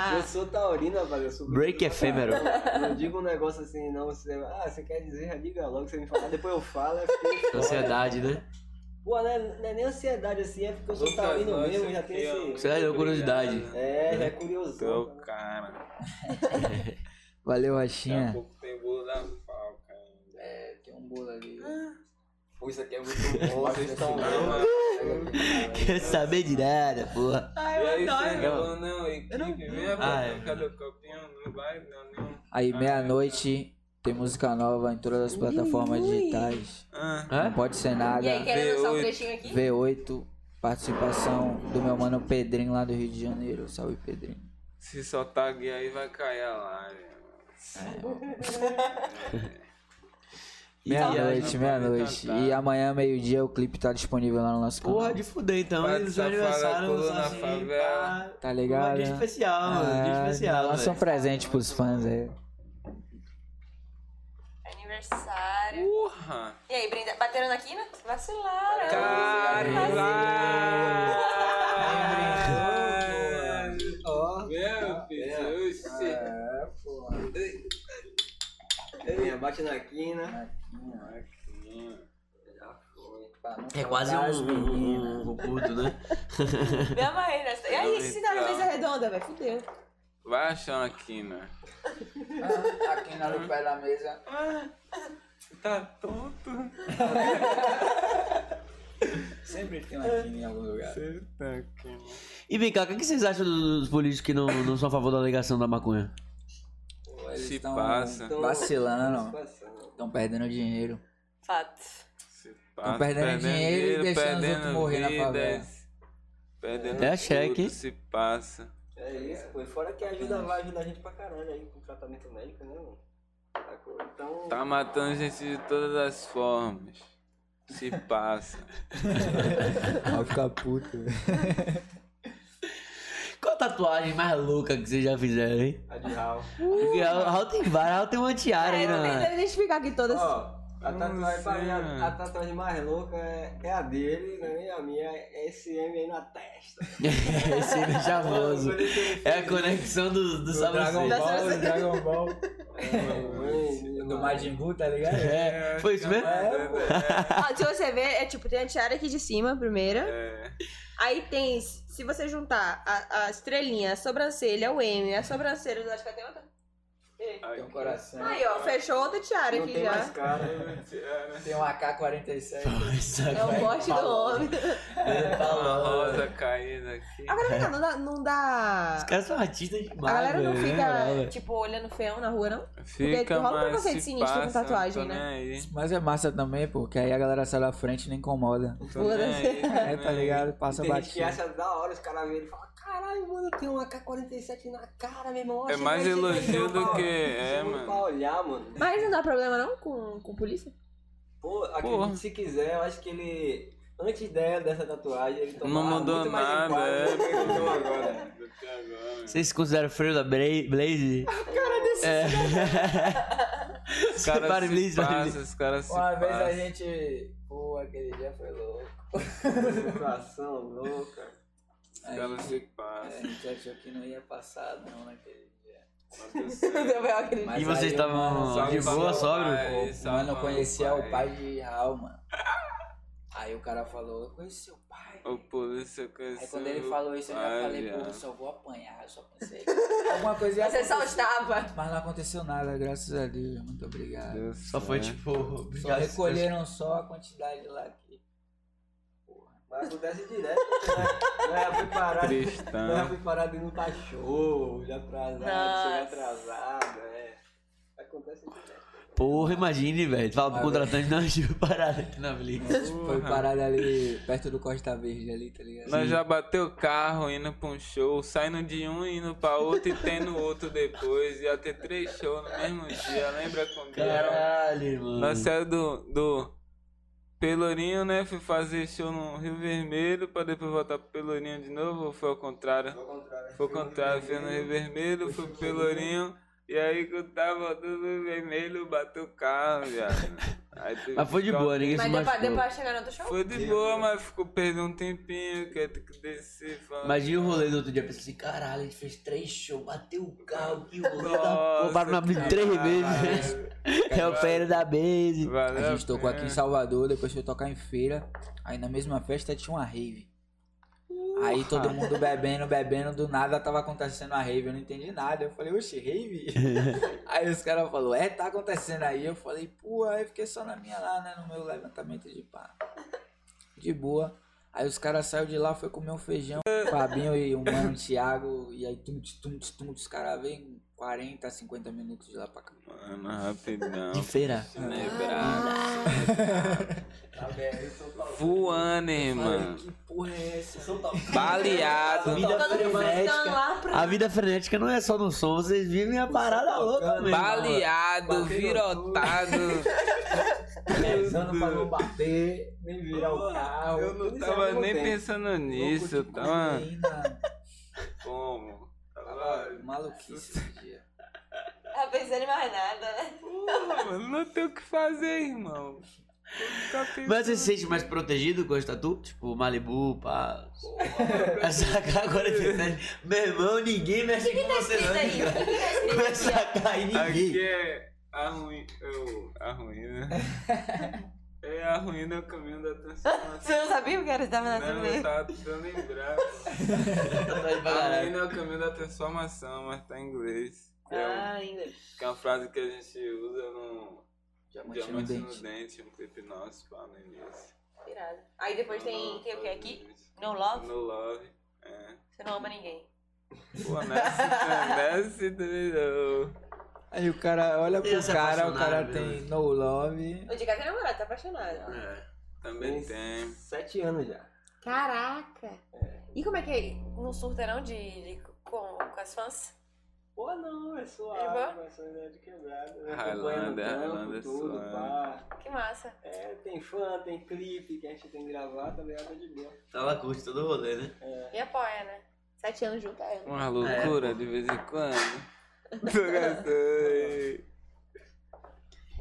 S5: Ah.
S3: Eu sou taurina, rapaz. Eu sou
S1: Break é
S4: (laughs)
S1: efêmero.
S3: Não digo um negócio assim, não. Você, ah, você quer dizer? Já Diga logo, você me fala. Depois eu falo. É porque-
S1: Ansiedade, né?
S3: Pô, não é, não é nem ansiedade assim, é porque eu sou
S6: Lucas,
S3: taurino
S6: nós
S3: mesmo, já
S6: aqui, um- Então-
S3: tem esse.
S1: Você é curiosidade.
S3: É, já é curioso.
S4: Então,
S6: Teu cara.
S4: Valeu,
S6: Daqui a
S4: Rochinha.
S6: pouco tem bolo da falca.
S4: Tem um bolo ali.
S3: Pô, isso aqui é muito bom. Vocês estão
S6: Não,
S1: (laughs) Quer saber de nada, porra.
S6: e aí, você
S1: adoro.
S6: não, não, equipe, vem
S1: Ah,
S6: a
S1: é.
S6: cada copinho, não vai, não, não.
S4: Aí, meia-noite, tem música nova em todas as plataformas digitais.
S6: Ah,
S4: Não
S1: Hã?
S4: pode ser nada.
S5: E aí, querendo lançar um
S6: V8.
S5: trechinho aqui?
S4: V8, participação do meu mano Pedrinho lá do Rio de Janeiro. Salve, Pedrinho.
S6: se soltar gay aí, vai cair a live.
S4: Meia-noite, meia-noite. E amanhã, meio-dia, o clipe tá disponível lá no nosso canal.
S1: Porra de fuder, então.
S6: Pai
S1: E no
S6: de
S1: seu
S6: safada,
S1: aniversário,
S6: colou
S1: lançar
S6: na
S1: assim,
S6: favela.
S1: pá.
S4: Tá ligado,
S1: Um dia
S4: né?
S1: especial, mano. Dia especial.
S4: Lança um
S1: velho.
S4: presente pros fãs é. aí.
S5: Aniversário.
S6: Porra!
S5: E aí, brinda... bateram na quina? Vacilaram.
S6: Caralho!
S3: Ó.
S6: Meu filho, oxi.
S4: É, porra.
S3: Minha bate na quina.
S1: É quase um, um, um, um culto, né?
S5: Me amarrei nessa. E aí, se dá na mesa redonda, velho? Fudeu.
S6: Vai achando aqui, né?
S4: É, tá Aqui no pé da mesa.
S6: Tá tonto?
S4: Sempre tem uma aqui em algum lugar.
S6: Você tá aqui, né?
S1: E vem cá, o que vocês acham dos políticos que não, não são a favor da legação da maconha?
S6: Se passa.
S3: tão-
S4: Vacilando,
S3: Satisfação.
S4: estão perdendo dinheiro.
S5: Fato.
S6: Se passa.
S4: perdendo dinheiro e deixando os outros morrer na favela.
S6: é. Perdendo
S1: É cheque,
S6: tudo,
S1: hein?
S6: Se passa.
S3: É isso, pô. E fora que ajuda, vai ajudar a gente pra caralho aí com tratamento médico, né, mano? Sacou? Então.
S6: Tá matando gente de todas as formas. Se passa.
S4: Vai ficar puto.
S1: Qual a tatuagem mais louca que vocês já fizeram, hein?
S3: A de Raul.
S1: Porque a Raul tem várias, a Raul tem uma tiara aí,
S5: É, eu nem
S1: né?
S5: devo identificar aqui todas.
S3: Ó, a
S6: Não
S3: tatuagem, pra mim,
S6: sei.
S3: a, a tatuagem mais louca é, é a dele, né? E a minha é esse M aí na testa.
S1: (laughs) Esse é chavoso. É
S3: né?
S1: a conexão do, do Samuel.
S4: Ball, Dragon Ball. Do
S3: Do
S4: Majin Buu, tá ligado?
S1: É, foi isso mesmo?
S5: Ó, se você ver, é tipo, tem a tiara aqui de cima, a primeira.
S6: É.
S5: Aí tem, se você juntar a, a estrelinha, a sobrancelha, o M, a sobrancelha, eu acho que tem outra.
S4: Tem um coração.
S5: Aí, ó, fechou outra tiara
S3: Não
S5: aqui
S3: tem
S5: já.
S3: mais cara.
S4: Tem um AK-47.
S1: Nossa,
S5: É
S3: (laughs)
S5: o bote do homem.
S1: velho, tá
S6: Uma
S1: louco.
S6: rosa caída aqui.
S5: Agora, vem cá, não dá. Não dá...
S1: Os caras são artistas
S5: A
S1: demais,
S5: galera não
S1: velho, na moral,
S5: fica,
S1: velho.
S5: tipo, olhando feão na rua, não?
S6: Fica
S5: rola um
S6: mais
S5: preconceito
S6: se
S5: sinistro com
S6: passa,
S5: tatuagem,
S6: não tô
S5: né?
S6: nem aí.
S4: Mas é massa também, pô, que aí a galera sai da frente e não incomoda.
S6: Tô nem aí, tô
S4: É,
S6: nem
S4: tá
S6: aí.
S4: ligado?
S3: E
S4: Passa
S3: Tem gente que
S4: batido.
S3: acha da hora, os caras veem ele e falam, caralho, mano, tem um AK-47 na cara, meu irmão.
S6: É
S3: Chega
S6: mais
S3: aí, chega aí,
S6: elogio
S3: chama
S6: do
S3: pra-
S6: que. É,
S3: chama
S6: mano.
S3: Pra olhar, mano.
S5: Mas não dá problema, não, com, com polícia?
S3: Pô,
S6: Porra.
S3: acredite se quiser, eu acho que ele. Antes dela dessa tatuagem, ele tomava
S6: Não mudou
S3: muito mais
S6: nada,
S3: enquadro
S6: é.
S3: do que ele tomou agora.
S6: Do que agora.
S1: Vocês se consideram freio da Bra- Blaze? É.
S6: Os
S1: Para,
S6: caras se
S1: Elisa, (laughs)
S6: passam,
S1: Elisa.
S6: os caras se né?
S4: Uma vez a
S6: passam.
S4: gente, o
S6: Pô, aquele dia foi louco.
S3: (laughs) Situação louca.
S4: Aí,
S6: Ela se
S4: a (laughs)
S6: passa.
S4: gente achou que não ia passar não naquele dia.
S6: Mas (laughs) deu certo.
S5: Foi aquele
S4: Mas
S1: E vocês
S4: aí,
S1: estavam
S4: mano,
S6: salve
S1: de
S6: pra
S1: boa,
S6: meu
S1: sóbrio?
S6: pai. Aí,
S4: Pô, mano,
S6: salve,
S4: eu conhecia
S6: mano,
S4: o
S6: pai.
S4: pai de Raul, mano. Aí o cara falou, eu conheci seu pai.
S6: O polícia conheceu.
S4: Aí quando ele falou isso, eu já
S6: pai,
S4: falei, pô,
S6: viado.
S4: eu só vou apanhar, eu só pensei. Alguma
S6: (laughs)
S4: coisa ia
S5: Você só
S4: acontecer.
S5: estava.
S4: Mas não aconteceu nada, graças a Deus. Muito obrigado.
S6: Deu
S1: Só foi
S6: certo.
S1: tipo.
S4: Só
S1: obrigado,
S4: recolheram só a quantidade lá que.
S3: Mas acontece direto. né? Já fui parado. Já
S6: Tristão.
S3: fui parado indo pra show, um já atrasado, chega
S5: Nossa.
S3: atrasado, é. Acontece direto.
S1: Porra, imagine, velho. Tu Fala pro
S4: Ah,
S1: contratante, não, (laughs) eu estive parado aqui na Blitz.
S4: Foi
S6: Porra.
S4: parada ali perto do Costa Verde ali, tá ligado?
S6: Nós já bateu carro indo pra um show, saindo de um, indo pra outro e tendo outro depois. Ia ter três shows no mesmo dia, lembra comigo?
S1: é.
S6: Era
S1: Caralho,
S6: um-
S1: mano.
S6: Nós saímos do, do Pelourinho, né? Fui fazer show no Rio Vermelho pra depois voltar pro Pelourinho de novo, ou foi ao contrário?
S3: Ao contrário.
S6: Foi o contrário, fui no Rio Vermelho, fui pro Pelourinho. E aí que eu tava do Rio Vermelho, bateu o carro, viado. Aí teve
S1: Mas foi de
S6: que ficar
S1: boa, né?
S6: um
S1: ninguém se
S5: Mas deu pra, deu
S1: machucou.
S5: pra chegar no outro show?
S6: foi de boa, mas ficou perdendo um tempinho, que eu ter que descer. Falando,
S1: Imagina o rolê do outro dia. Pensei assim, caralho, a gente fez três shows, bateu o carro, que rolê da porra.
S6: Nossa,
S1: Roubaram na Blitz três vezes.
S6: caralho.
S1: É o feiro da Base.
S6: Valeu
S4: A gente tocou aqui em
S6: pena.
S4: Salvador, depois foi tocar em feira. Aí na mesma festa tinha uma rave. Aí todo mundo bebendo, bebendo, do nada tava acontecendo a rave, eu não entendi nada. Eu falei, oxe, rave? aí os caras falaram, é, tá acontecendo aí. Eu falei, pô, aí eu fiquei só na minha lá, né, no meu levantamento de pá. De boa. Aí os caras saíram de lá, foi comer um feijão. O Fabinho e o mano Thiago, e aí tum, tum, tum, tum, os caras vêm 40, 50 minutos de lá pra cá.
S6: Mano, rapidão.
S1: De né, feira.
S6: né? Nebrado.
S5: Ah.
S3: Tá bem, eu sou Paulo.
S6: Voando,
S4: Eu falei,
S6: irmão.
S4: que porra é essa?
S3: Sou Paulo.
S6: Baleado.
S1: Vida
S5: Todo mundo
S1: frenética.
S5: gritando tá lá pra.
S1: A vida frenética não é só no som, vocês vivem a parada louca, mesmo.
S6: Baleado,
S3: Bateu
S6: virotado.
S3: Rezando pra não
S6: Deus.
S3: bater, nem virar o carro.
S6: Eu não
S3: Tudo isso ao
S6: tava
S3: mesmo
S6: nem
S3: tempo.
S6: pensando
S4: Louco
S6: nisso. tá,
S4: de
S6: Eu tava.
S4: cocaína.
S6: Como? Tá
S4: Tava
S6: Tava.
S4: maluquice esse dia.
S5: Tá pensando em mais nada, né?
S6: Porra, mano, não tem o que fazer, irmão. Tô ficar
S1: Mas você se
S6: pensando.
S1: sente mais protegido com esse tatu? Tipo, Malibu, pá. Essa cara agora você tá- Meu irmão, ninguém mexe com você, não. cara. Com essa cara aí,
S6: Aqui
S1: ninguém.
S6: é a ruína. eu- A ruína. É a ruína é o caminho da transformação.
S5: Você não sabia o que era esse tava na
S6: Não, tá. eu
S5: TV?
S6: tava tentando
S5: (laughs)
S6: lembrar.
S1: tá
S6: A
S1: Caralho.
S6: ruína é o caminho da transformação, mas tá em inglês. Que é, um-
S5: Ah, ainda.
S6: que é uma frase que a gente usa no
S4: Diamante no
S6: Diamante no
S4: dente.
S6: Dente, um clipe nosso, pá, no início.
S5: Irado. Aí depois tem, tem o que aqui? No Love?
S6: No Love. É.
S5: Você não ama ninguém.
S6: Pô, né? nessa, (laughs) nessa também não.
S4: Aí o cara olha
S1: Ele é
S4: pro cara, o cara
S1: apaixonado,
S4: tem no love.
S5: O de casa é namorado, tá apaixonado.
S1: É.
S6: Também tem.
S3: Sete anos já.
S5: Caraca! E como é que é? Não surta não de, de- com, com as fãs?
S3: Pô, não, é
S5: É
S3: suave, é suave quebrada.
S6: Highlander, Highlander é
S3: tudo,
S6: suave.
S3: pá.
S5: Que massa.
S3: É, tem fã, tem clipe que a gente tem que gravar, tá ligado? É de boa.
S1: Tá lá, curte todo o rolê, né?
S5: E apoia, né? Sete anos junto é. a ela.
S6: Uma loucura de vez em quando. (laughs) Tô gastando.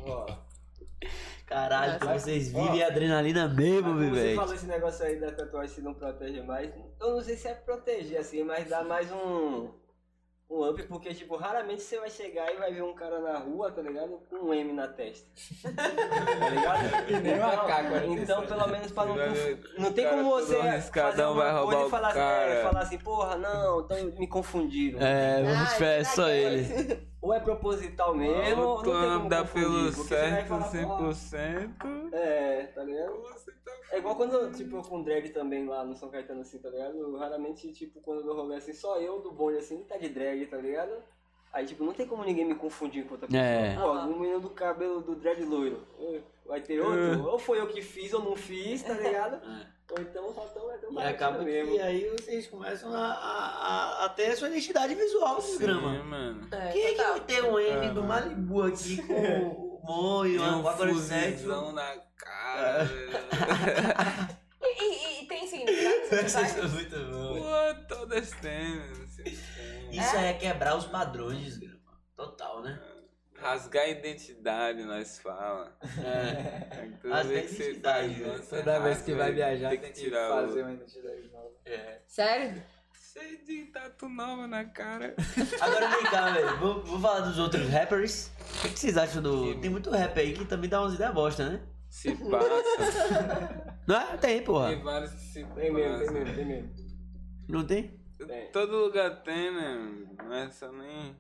S3: Ó,
S1: Caralho,
S3: Nossa.
S1: vocês vivem a adrenalina mesmo,
S3: Mas como Você
S1: velho.
S3: falou esse negócio aí da tatuagem se não protege mais. Eu não sei se é proteger assim, mas dá mais um. Um up, porque, tipo, raramente você vai chegar e vai ver um cara na rua, tá ligado? Com um M na testa. (laughs) tá ligado?
S4: E nem um AK, agora.
S3: Então, pelo menos pra
S5: um
S3: não.
S6: Vai ver
S3: Não tem
S6: o cara
S3: como
S6: todo
S3: você.
S6: arriscadão,
S3: fazer alguma
S6: vai roubar
S3: coisa
S6: o
S3: e falar, assim-
S6: cara.
S3: é, falar assim, porra, não, então me confundiram.
S1: É, vamos
S5: Ah,
S1: esperar só
S5: será que é
S1: ele.
S3: Ou é proposital mesmo, ou não
S6: O
S3: tem
S6: clã
S3: como
S6: dá
S3: confundir,
S6: pelo
S3: porque você vai
S6: certo, assim,
S3: falar, porra,
S6: 100%.
S3: É, tá ligado?
S6: Você tá
S3: É igual quando, tipo, eu com drag também lá no São Caetano, assim, tá ligado? Eu, raramente, tipo, quando eu dou rolê assim, só eu do bonde, assim, tá de drag, tá ligado? Aí, tipo, não tem como ninguém me confundir com outra pessoa.
S1: É.
S3: Pô, o menino do cabelo do dread loiro. eh, Vai
S6: É.
S3: ter outro? Ou foi eu que fiz ou não fiz, tá
S6: (laughs)
S3: ligado? Ou então o rotão é tão
S1: E
S3: barato
S1: acaba
S3: mesmo.
S1: que aí vocês começam a, a, a- a ter a sua identidade visual no
S6: Sim,
S1: programa.
S6: mano.
S5: É,
S1: Quem é que vai
S5: total.
S1: ter um M
S6: É,
S1: do
S6: mano.
S1: Malibu aqui
S6: (laughs)
S1: com o Monho,
S6: Tem
S1: o
S6: um
S1: Adolescente?
S6: fuzilzão na cara.
S5: E, e- e tem significado essa
S1: (laughs) Vocês
S6: (laughs)
S5: tatuagem?
S1: são muito bons.
S6: Pô, todas têm. assim, tem.
S1: é Isso é quebrar os padrões, grama. Total, né?
S6: Rasgar a identidade, nós fala. É. Toda
S1: Rasgar
S6: vez
S1: a
S6: que você
S1: identidade,
S6: faz
S1: né?
S6: isso, você
S4: Toda vez
S6: rasga,
S4: que vai viajar
S6: tem que tirar
S4: fazer
S6: o...
S4: uma identidade nova.
S1: É.
S2: Sério?
S6: Cheio de tatu nova na cara.
S1: Agora vem cá, velho. Vou, vou falar dos outros rappers. O que que vocês acham do. Tem muito rap aí que também dá umas ideias bosta, né?
S6: Se passa.
S1: Não é? Tem, porra.
S6: Tem vários que se
S3: Tem mesmo, tem
S6: passam.
S3: mesmo, tem mesmo.
S1: Não tem?
S3: Tem.
S6: Todo lugar tem, né? Não é só nem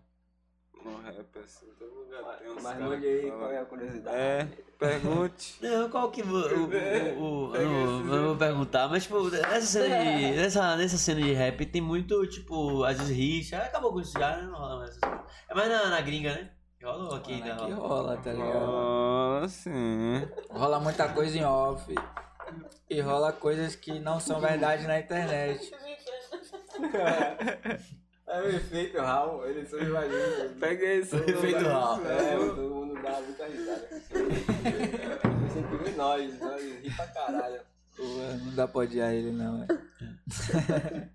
S6: no rap assim. Todo lugar tem uns
S3: Mas
S6: caras
S3: mande
S6: que
S3: aí
S6: falam-
S3: qual é a curiosidade.
S6: É,
S3: (laughs)
S6: pergunte.
S1: Não, qual que. vo- O, o, o- eu não, eu não vou perguntar, mas, tipo, nessa cena de. Nessa, nessa cena de rap tem muito, tipo, às vezes rixa. Ah, Acabou com isso já, né? Não rola mais essas coisas. É mais na, na gringa, né? Rola ou aqui
S4: Mano,
S1: ainda
S4: aqui
S1: rola?
S4: rola, tá
S3: É.
S4: ligado?
S6: Rola sim.
S4: Rola muita coisa em off. E rola coisas que não são verdade na internet.
S3: É o efeito Raul, ele só imagina.
S6: (laughs) Pega esse.
S1: Efeito Raul.
S3: É, todo mundo dá muita risada. Você inclui nós, nós ri pra caralho.
S4: Pô, Não dá pra odiar ele, não. é.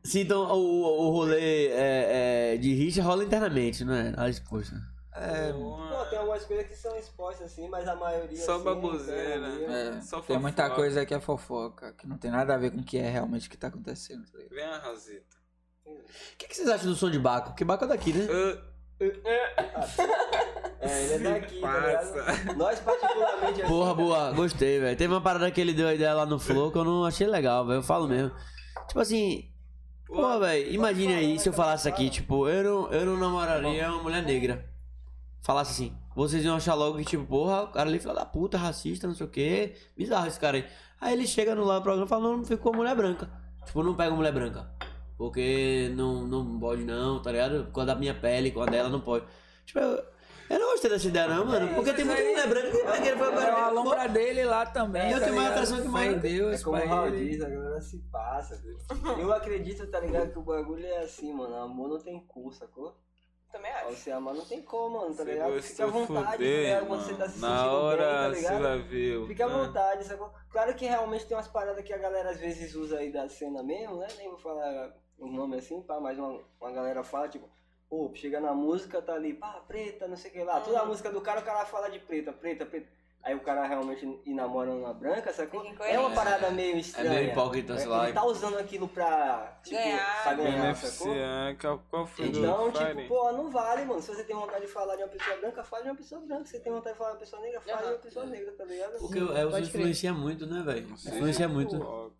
S1: Sim, então o, o rolê é, é, de rixa rola internamente, não é? Nada exposto.
S4: É,
S3: Não, tem algumas coisas que são expostas assim, mas a maioria.
S6: Só
S3: assim,
S6: baboseira.
S3: é,
S4: É,
S6: Só
S4: tem muita
S6: fofoca.
S4: coisa que é fofoca, que não tem nada a ver com o que é realmente que tá acontecendo. tá ligado?
S6: Vem a Rosita.
S1: O que, que vocês acham do som de Baco? Que Baco é daqui, né?
S6: Ah,
S3: É, ele é daqui, tá ligado?
S6: Passa.
S3: Nós particularmente assim.
S1: Porra, boa, gostei, velho. Teve uma parada que ele deu a ideia lá no Flow que eu não achei legal, velho. Eu falo mesmo. Tipo assim, porra, velho, imagine aí se eu falasse aqui, tipo, eu não, eu não namoraria uma mulher negra. Falasse assim, vocês iam achar logo que, tipo, porra, o cara ali fala da puta, racista, não sei o quê. Bizarro esse cara aí. Aí ele chega no lá do programa e fala, não, não fico com a mulher branca. Tipo, não pega mulher branca. Porque não, não pode não, tá ligado? Por causa da minha pele, com a dela, não pode. Tipo, eu, eu não gostei dessa ideia não, mano. Porque tem muita mulher branca que vai querer falar
S4: É uma
S1: pra mim,
S4: lombra dele lá também.
S1: E eu
S4: tá
S1: tenho uma
S4: ligado?
S1: atração que
S4: Fé
S1: mais-
S4: em Deus,
S3: É como o
S4: pra
S3: Raul
S4: ele.
S3: diz, a galera se passa. viu? Eu acredito, tá ligado, que o bagulho é assim, mano. Amor não tem cor, sacou?
S5: Também acho.
S3: Você amar não tem como, assim, "Ah, mano, tá
S6: Você
S3: ligado? Fica à
S6: gostou,
S3: vontade, tá
S6: fuder,
S3: ligado? Quando você tá se
S6: mano.
S3: sentindo
S6: Na
S3: bem, tá
S6: hora você né?
S3: ligado?
S6: vai ver. o
S3: Fica à
S6: cara.
S3: vontade, sacou? Claro que realmente tem umas paradas que a galera às vezes usa aí da cena mesmo, né? Nem vou falar o nome assim, pá, mas uma, uma galera fala, tipo, pô, chega na música, tá ali, pá, preta, não sei o que lá.
S5: Uhum.
S3: Toda a música do cara, o cara fala de preta, preta, preta. Aí o cara realmente e namora uma branca, sacou?
S5: Fica
S3: É uma
S5: incoerente.
S3: parada meio
S1: É
S3: estranha.
S1: meio hipócrita, sei lá.
S3: Ele tá usando aquilo pra, tipo,
S5: Ganhar.
S3: pra ganhar, sacou?
S6: Beneficiar. Qual, qual foi o
S3: Então,
S6: do
S3: tipo,
S6: Fire?
S3: pô, não vale, mano. Se você tem vontade de falar de uma pessoa branca, fale de uma pessoa branca. Se você tem vontade de falar de uma pessoa negra, fale de uma pessoa negra, tá ligado?
S1: Porque é, o som
S2: Pode crer.
S1: influencia muito, né, velho?
S6: Não sei.
S1: Influencia muito.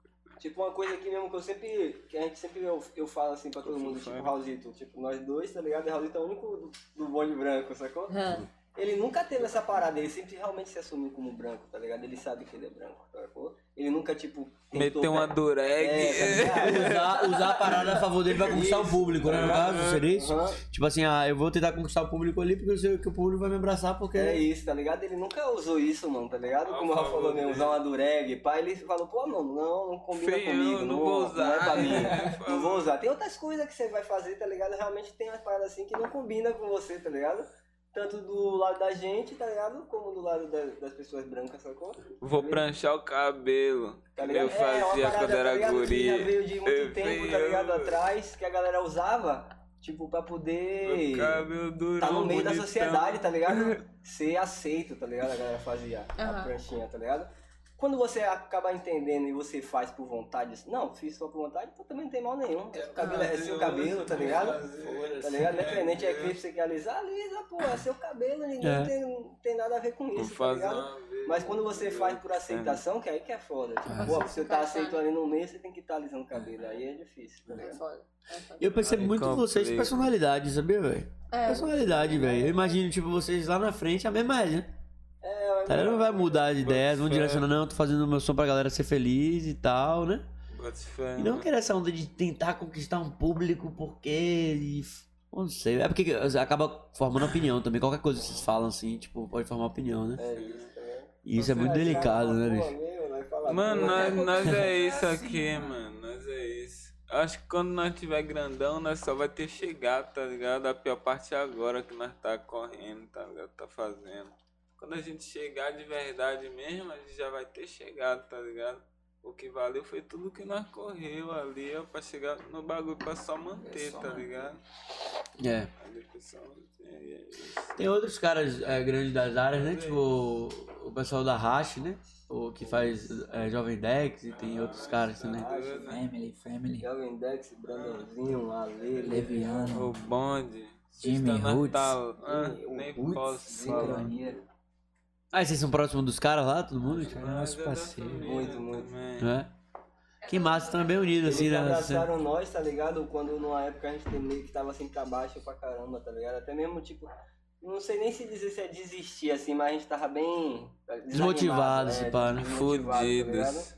S3: Tipo, uma coisa aqui mesmo que eu sempre. Que a gente sempre eu, eu falo assim pra todo mundo, tipo, o Raulzito. Tipo, nós dois, tá ligado? E o Raulzito é o único do, do bonde branco, sacou? Ele nunca teve essa parada, ele sempre realmente se assumiu como branco, tá ligado? Ele sabe que ele é branco, sacou? Ele nunca, tipo. tentou-
S6: Meteu uma dureg.
S3: É, tá
S1: (laughs)
S3: ligado?
S1: Usar, usar a parada a favor dele pra conquistar o público, né? No caso, seria isso?
S3: Aham.
S1: Tipo assim, ah, eu vou tentar conquistar o público ali porque eu sei que o público vai me abraçar porque.
S3: É isso, tá ligado? Ele nunca usou isso, mano, tá ligado?
S6: Ah,
S3: Como o Rafa
S6: falou
S3: falou, né?
S6: dele.
S3: Usar uma dureg, pá, ele falou, pô, mano, não, não combina
S6: Feio,
S3: comigo,
S6: não
S3: não,
S6: vou
S3: não é
S6: usar,
S3: pra
S6: (laughs)
S3: mim,
S6: né?
S3: não vou usar. Tem outras coisas que você vai fazer, tá ligado? Realmente tem umas paradas assim que não combina com você, tá ligado? Tanto do lado da gente, tá ligado? Como do lado da- das pessoas brancas, sacou?
S6: Vou pranchar o cabelo.
S3: Tá ligado?
S6: eu
S3: é, uma
S6: fazia
S3: parada,
S6: quando
S3: tá
S6: era
S3: ligado? Que já
S6: guri.
S3: veio de muito
S6: Eu
S3: tempo, tá
S6: venho.
S3: ligado? Atrás, que a galera usava, tipo, pra poder...
S6: Meu cabelo duro.
S3: Tá no meio da
S6: bonitão.
S3: sociedade, tá
S6: (laughs)
S3: ligado? Ser aceito, tá ligado? A galera fazia a
S2: Aham.
S3: pranchinha, tá ligado? Quando você acaba entendendo e você faz por vontade, assim, não, fiz só por vontade, então também não tem mal nenhum. O cabelo é seu cabelo, tá ligado? Tá ligado?
S6: assim,
S3: Independente
S6: né?
S3: é clipe, você quer alisar, alisa, pô, é seu cabelo, ninguém
S1: É.
S3: tem, não tem nada a ver com
S6: Vou
S3: isso, tá
S6: fazer um
S3: ligado?
S6: uma vez.
S3: Mas quando você faz por aceitação, que aí que é foda.
S1: Ah,
S3: Tipo, pô, se você tá aceito ali no meio, você tem que estar alisando o cabelo, aí é difícil, tá
S2: É
S3: ligado?
S2: foda. É foda.
S1: Eu percebo
S6: Aí
S1: muito em vocês
S6: complica.
S1: personalidade, sabia, velho?
S2: É,
S1: Personalidade, velho. Eu imagino, tipo, vocês lá na frente, a mesma área, né?
S3: É,
S1: Tá, não vai mudar de ideia, não
S6: fé.
S1: direciona, não, tô fazendo o meu som pra galera ser feliz e tal, né?
S6: Bota fé,
S1: E não
S6: né?
S1: querer essa onda de tentar conquistar um público porque. ele- Não sei. É porque acaba formando opinião também. Qualquer coisa que vocês falam assim, tipo, pode formar opinião, né?
S3: é isso, tá ligado?
S1: E isso é muito delicado, né, bicho?
S6: Mano, nós,
S3: não
S6: nós é isso aqui,
S3: assim,
S6: mano. Nós é isso. Acho que quando nós tiver grandão, nós só vai ter chegado, tá ligado? A pior parte é agora que nós tá correndo, tá ligado? Tá fazendo. Quando a gente chegar de verdade mesmo, a gente já vai ter chegado, tá ligado? O que valeu foi tudo que nós
S3: É
S6: correu ali, ó, pra chegar no bagulho, pra só manter, tá ligado?
S1: É.
S6: Aí depois pessoal. É, é isso.
S1: Tem outros caras é, grandes das áreas, né? Tipo o pessoal da Rash, né? O que faz é, Jovem Dex e tem outros caras também.
S6: né?
S4: Family, family.
S3: Jovem Dex, Brandonzinho, Ale,
S4: Leviano.
S6: O bonde.
S4: Jimmy
S6: Sexta
S4: Roots.
S6: Natal. Ah,
S3: o
S6: nem
S3: Roots,
S6: posso falar.
S3: Sincronia.
S1: Ah, e vocês são próximos dos caras lá, todo mundo? Tipo,
S6: Mas
S1: nosso
S6: é da
S1: parceiro.
S6: família
S3: Muito, muito.
S6: também.
S1: Né? Que massa, também unido,
S3: Eles
S1: assim, né?
S3: abraçaram nós, tá ligado? Quando numa época a gente tem meio que tava assim pra baixo pra caramba, tá ligado? Até mesmo, tipo, não sei nem se dizer se é desistir, assim, mas a gente tava bem.
S1: Desmotivado,
S3: desanimado,
S1: se
S3: né?
S1: pá, né?
S3: Desmotivado, tá ligado?
S6: Fudidos.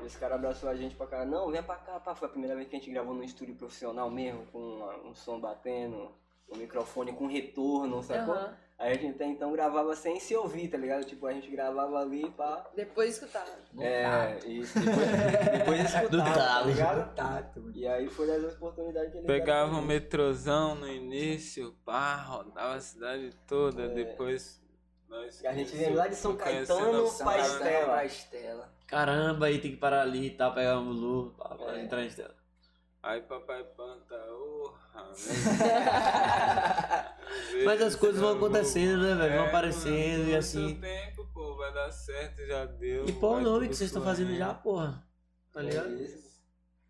S3: E os caras abraçou a gente pra caramba. Não, vem pra cá, pá. Foi a primeira vez que a gente gravou num estúdio profissional mesmo, com uma- um som batendo, um microfone com retorno, sacou?
S2: Aham.
S3: Aí a gente até então gravava sem se ouvir, tá ligado? Tipo, a gente gravava ali, pá.
S2: Depois escutava.
S3: É, e depois,
S1: (laughs)
S3: depois escutava,
S1: Do
S3: tá
S1: talo.
S3: ligado?
S4: Tato.
S3: E aí foi das oportunidades que ele
S6: Pegava um metrozão no início, pá, rodava a cidade toda, depois nós.
S3: E É. a gente veio lá de São
S6: conhecendo
S3: Caetano
S6: a
S3: pra
S6: cidade.
S3: Estela. (laughs)
S4: Estela.
S1: Caramba, aí tem que parar ali e tal, pegar um Lu pá,
S6: É.
S1: pra entrar em tela.
S6: Aí papai
S1: (laughs)
S6: planta, urra,
S1: Mas as coisas vão acontecendo, né, velho? Vão
S6: É,
S1: aparecendo
S6: mano,
S1: e
S6: no
S1: assim.
S6: seu tempo, pô, vai dar certo, já deu.
S1: E pô, é o
S6: vai
S1: nome
S6: tudo
S1: que vocês estão fazendo
S6: fluindo.
S1: já, porra.
S6: É,
S1: Tá ligado?
S3: É Isso.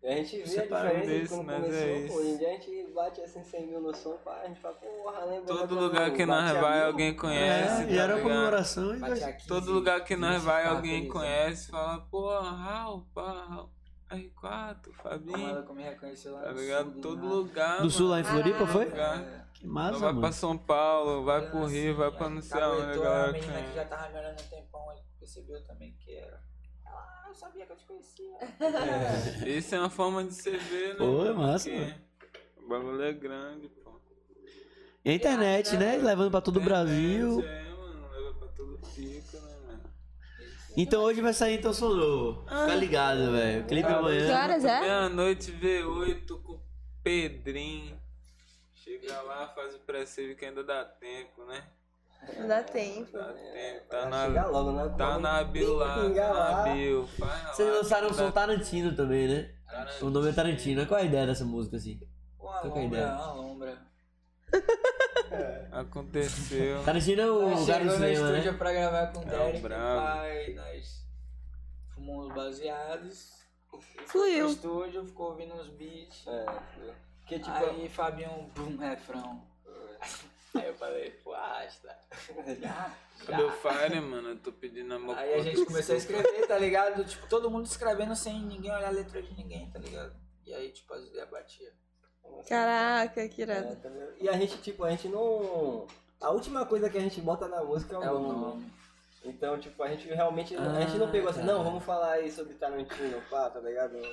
S3: E a gente vê a
S1: Separado
S3: diferença de
S6: desse,
S3: quando
S6: mas
S3: começou,
S6: é
S3: pô.
S6: isso.
S3: Hoje em dia a gente bate assim 100 mil no som, pá, a gente fala, porra, lembra?
S6: Todo
S3: quando
S6: lugar que nós
S3: bate a
S6: vai,
S3: mil?
S6: alguém conhece.
S1: é, e era
S6: tá
S1: uma
S6: ligado?
S1: comemoração e
S4: Bate aqui,
S6: Todo
S4: gente.
S6: lugar que nós
S4: Gente,
S6: vai,
S4: tá,
S6: alguém
S4: beleza.
S6: conhece, fala, pô, Raul, pá, Raul, R4,
S4: Como
S6: Fabinho,
S4: ela como me reconheceu lá
S6: tá
S4: no
S6: ligado?
S4: sul né? do
S6: Todo
S4: nada.
S6: lugar.
S1: Do sul lá em
S6: mano,
S1: Floripa,
S6: todo
S1: foi?
S6: lugar.
S1: Que
S6: Então
S1: massa,
S6: vai
S1: mano.
S6: pra São Paulo, vai
S4: Olhando
S6: pro Rio,
S4: assim,
S6: vai
S4: aí
S6: pra não sei
S4: caguetou,
S6: aonde, a
S4: A
S6: galera É.
S4: menina que
S6: conhece.
S4: já tava me olhando há um tempão, ele percebeu também que era. Ela, ah, eu sabia que eu te conhecia.
S6: Isso é uma forma de se ver, né?
S1: Pô, é
S6: mano?
S1: massa,
S6: Porque
S1: mano.
S6: O bagulho é grande, pô.
S1: E a internet, né? Levando pra todo o Brasil.
S6: É, mano, leva pra todo pico, né, mano?
S1: Então hoje vai sair então som novo.
S6: Ah.
S1: Fica ligado, velho. Clipe
S2: Que
S1: amanhã.
S2: horas é?
S6: Meia-noite V8 com o Pedrinho. Chega lá, faz o pré-save que ainda dá tempo, né?
S2: Não dá tempo.
S6: Dá tempo, tá
S3: É, Vai
S6: na,
S3: chegar logo, né?
S6: tá
S3: Quando
S6: na bio lá, tá
S3: pingar
S6: na
S3: lá.
S6: bio. Faz lá,
S1: Vocês lançaram o
S6: dá
S1: som Tarantino também, né?
S6: Tarantino.
S1: O nome é Tarantino. Qual a ideia dessa música, assim?
S4: Uma
S1: Tô com a ideia.
S4: lombra, uma lombra.
S3: (laughs)
S6: Aconteceu.
S1: Tarantino é o
S4: Nós
S1: cara do
S4: chegou no
S1: cinema, né?
S4: estúdio pra gravar com o
S6: É, o
S4: Derek,
S6: brabo.
S4: pai, nós fumamos baseados.
S2: Fluiu.
S4: No estúdio, ficou ouvindo uns beats.
S3: É, que tipo,
S4: Aí Fabinho, bum, refrão. Aí eu falei, pô, asta. Já,
S6: Cadê o
S4: já.
S6: Fire, mano? Eu tô pedindo amor
S4: Aí a gente começou a escrever, tá ligado? Tipo, todo mundo escrevendo sem ninguém olhar a letra de ninguém, tá ligado? E aí, tipo, as ideias batiam.
S2: Caraca, que
S3: é,
S2: irado.
S3: tá ligado? e a gente, tipo, a gente não. A última coisa que a gente bota na música
S4: É o nome.
S3: né? Então, tipo, a gente realmente. não- a gente não pegou assim, não, vamos falar aí sobre Tarantino, pá, tá ligado? Um,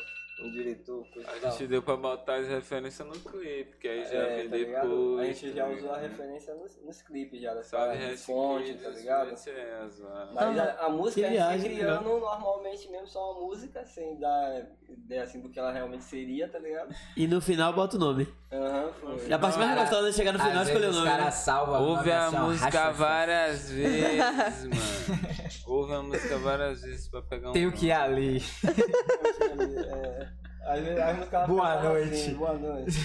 S3: um diretor, coisa
S6: A
S3: e tal.
S6: gente deu pra botar as referências no clipe, que aí já
S3: É,
S6: vem
S3: tá ligado?
S6: depois.
S3: A gente já
S6: tá
S3: usou a
S6: ligado?
S3: referência nos, nos clipes já, dessa
S6: Sabe, é
S3: parada de
S6: Red
S3: fonte,
S6: Kids,
S3: tá ligado?
S6: essa é a zoada.
S3: Mas a, a música
S1: Que
S3: a gente foi
S1: viagem,
S3: criando normalmente mesmo só uma música, sem dar ideia assim do que ela realmente seria, tá ligado?
S1: E no final bota o nome.
S3: Aham, foi. (laughs)
S1: E a parte mais
S4: Cara,
S1: gostosa é chegar no final e
S4: Às
S1: escolher o
S4: vezes
S1: nome.
S4: Os caras
S1: né?
S4: salvam
S6: Ouve a
S4: assim, ó,
S6: música
S4: racha-
S1: (laughs)
S6: várias vezes, mano. Ouve a música várias vezes pra pegar um.
S4: Tenho
S1: é?
S4: que ir ali.
S3: É, Às vezes a música ela
S4: Boa
S3: ficava
S4: noite.
S3: assim, boa noite.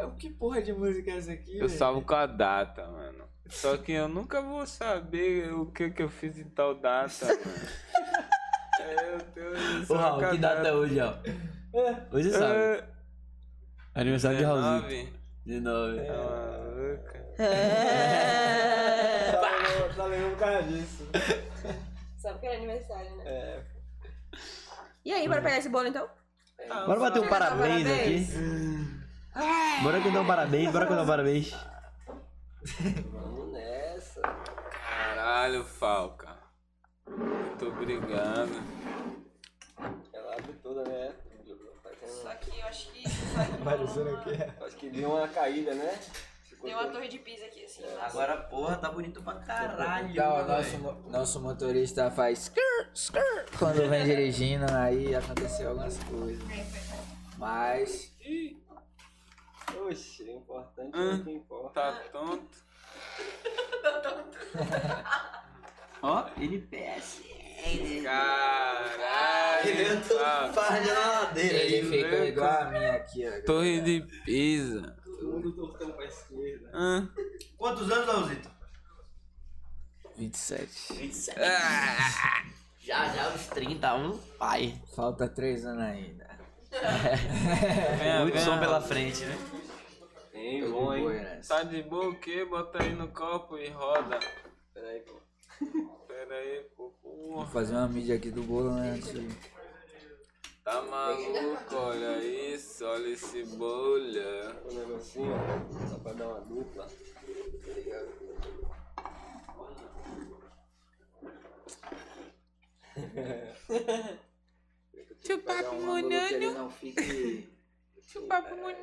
S4: Eu, Que porra de música é essa aqui?
S6: Eu
S4: velho?
S6: salvo com a data, mano. Só que eu nunca vou saber o que que eu fiz em tal data, mano.
S1: (laughs)
S6: É, eu tenho eu
S1: Ô,
S6: salvo com
S1: Raul,
S6: a
S1: que data é hoje, ó? Hoje você sabe.
S6: É,
S1: Aniversário de Raulzinho.
S6: 19?
S1: De nove.
S6: Tá maluca?
S2: É.
S3: Só lembro- Só lembro por causa disso.
S2: Sabe que era aniversário, né?
S3: É,
S2: E aí, bora pegar esse bolo então?
S1: Bora bater um
S2: Quer cantar
S1: parabéns
S2: parabéns?
S1: aqui. Bora cantar um parabéns, bora cantar um parabéns.
S3: vamos nessa.
S6: Caralho, Falca. Muito obrigado.
S3: Ela abre toda, né?
S5: Só que eu acho que.
S4: Parecendo aqui.
S3: Acho que deu uma caída, né? Ficou
S5: Tem uma torre de pisa aqui, assim. lá.
S1: Agora, porra, tá bonito pra caralho.
S4: Então, o nosso, mo- nosso motorista faz skr, skr, quando vem dirigindo, aí aconteceu algumas coisas. Mas
S3: Oxe, o importante é
S6: Hum.
S3: o que importa.
S6: Tá tonto?
S1: Ó, NPS.
S6: Caralho.
S1: Levantou
S6: Falca.
S1: farda na ladeira.
S4: ele ficou igual a minha aqui, ó.
S6: Torre de Pisa.
S3: Muito mundo tortão pra esquerda.
S6: Hã?
S7: Quantos anos, Leozito?
S6: 27.
S1: 27.
S6: Ah,
S1: Já, já, os 30, um pai.
S4: Falta três anos ainda.
S6: Venha,
S1: Muito
S6: venha.
S1: som pela frente, né?
S3: Tem,
S4: Eu
S3: bom,
S4: de boa
S3: hein?
S4: nessa.
S6: Tá de boa o quê? Bota aí no copo e roda.
S3: Peraí, pô.
S6: Pera aí, pô.
S4: Vou
S6: Porra,
S4: fazer uma mídia aqui do bolo, né? antes de-
S6: tá maluco? Olha isso, olha esse bolha.
S3: O um negocinho, ó, só pra dar uma dupla. Tá ligado? Chupapo
S4: um
S3: monano. Não fique...
S5: Chupapo munano.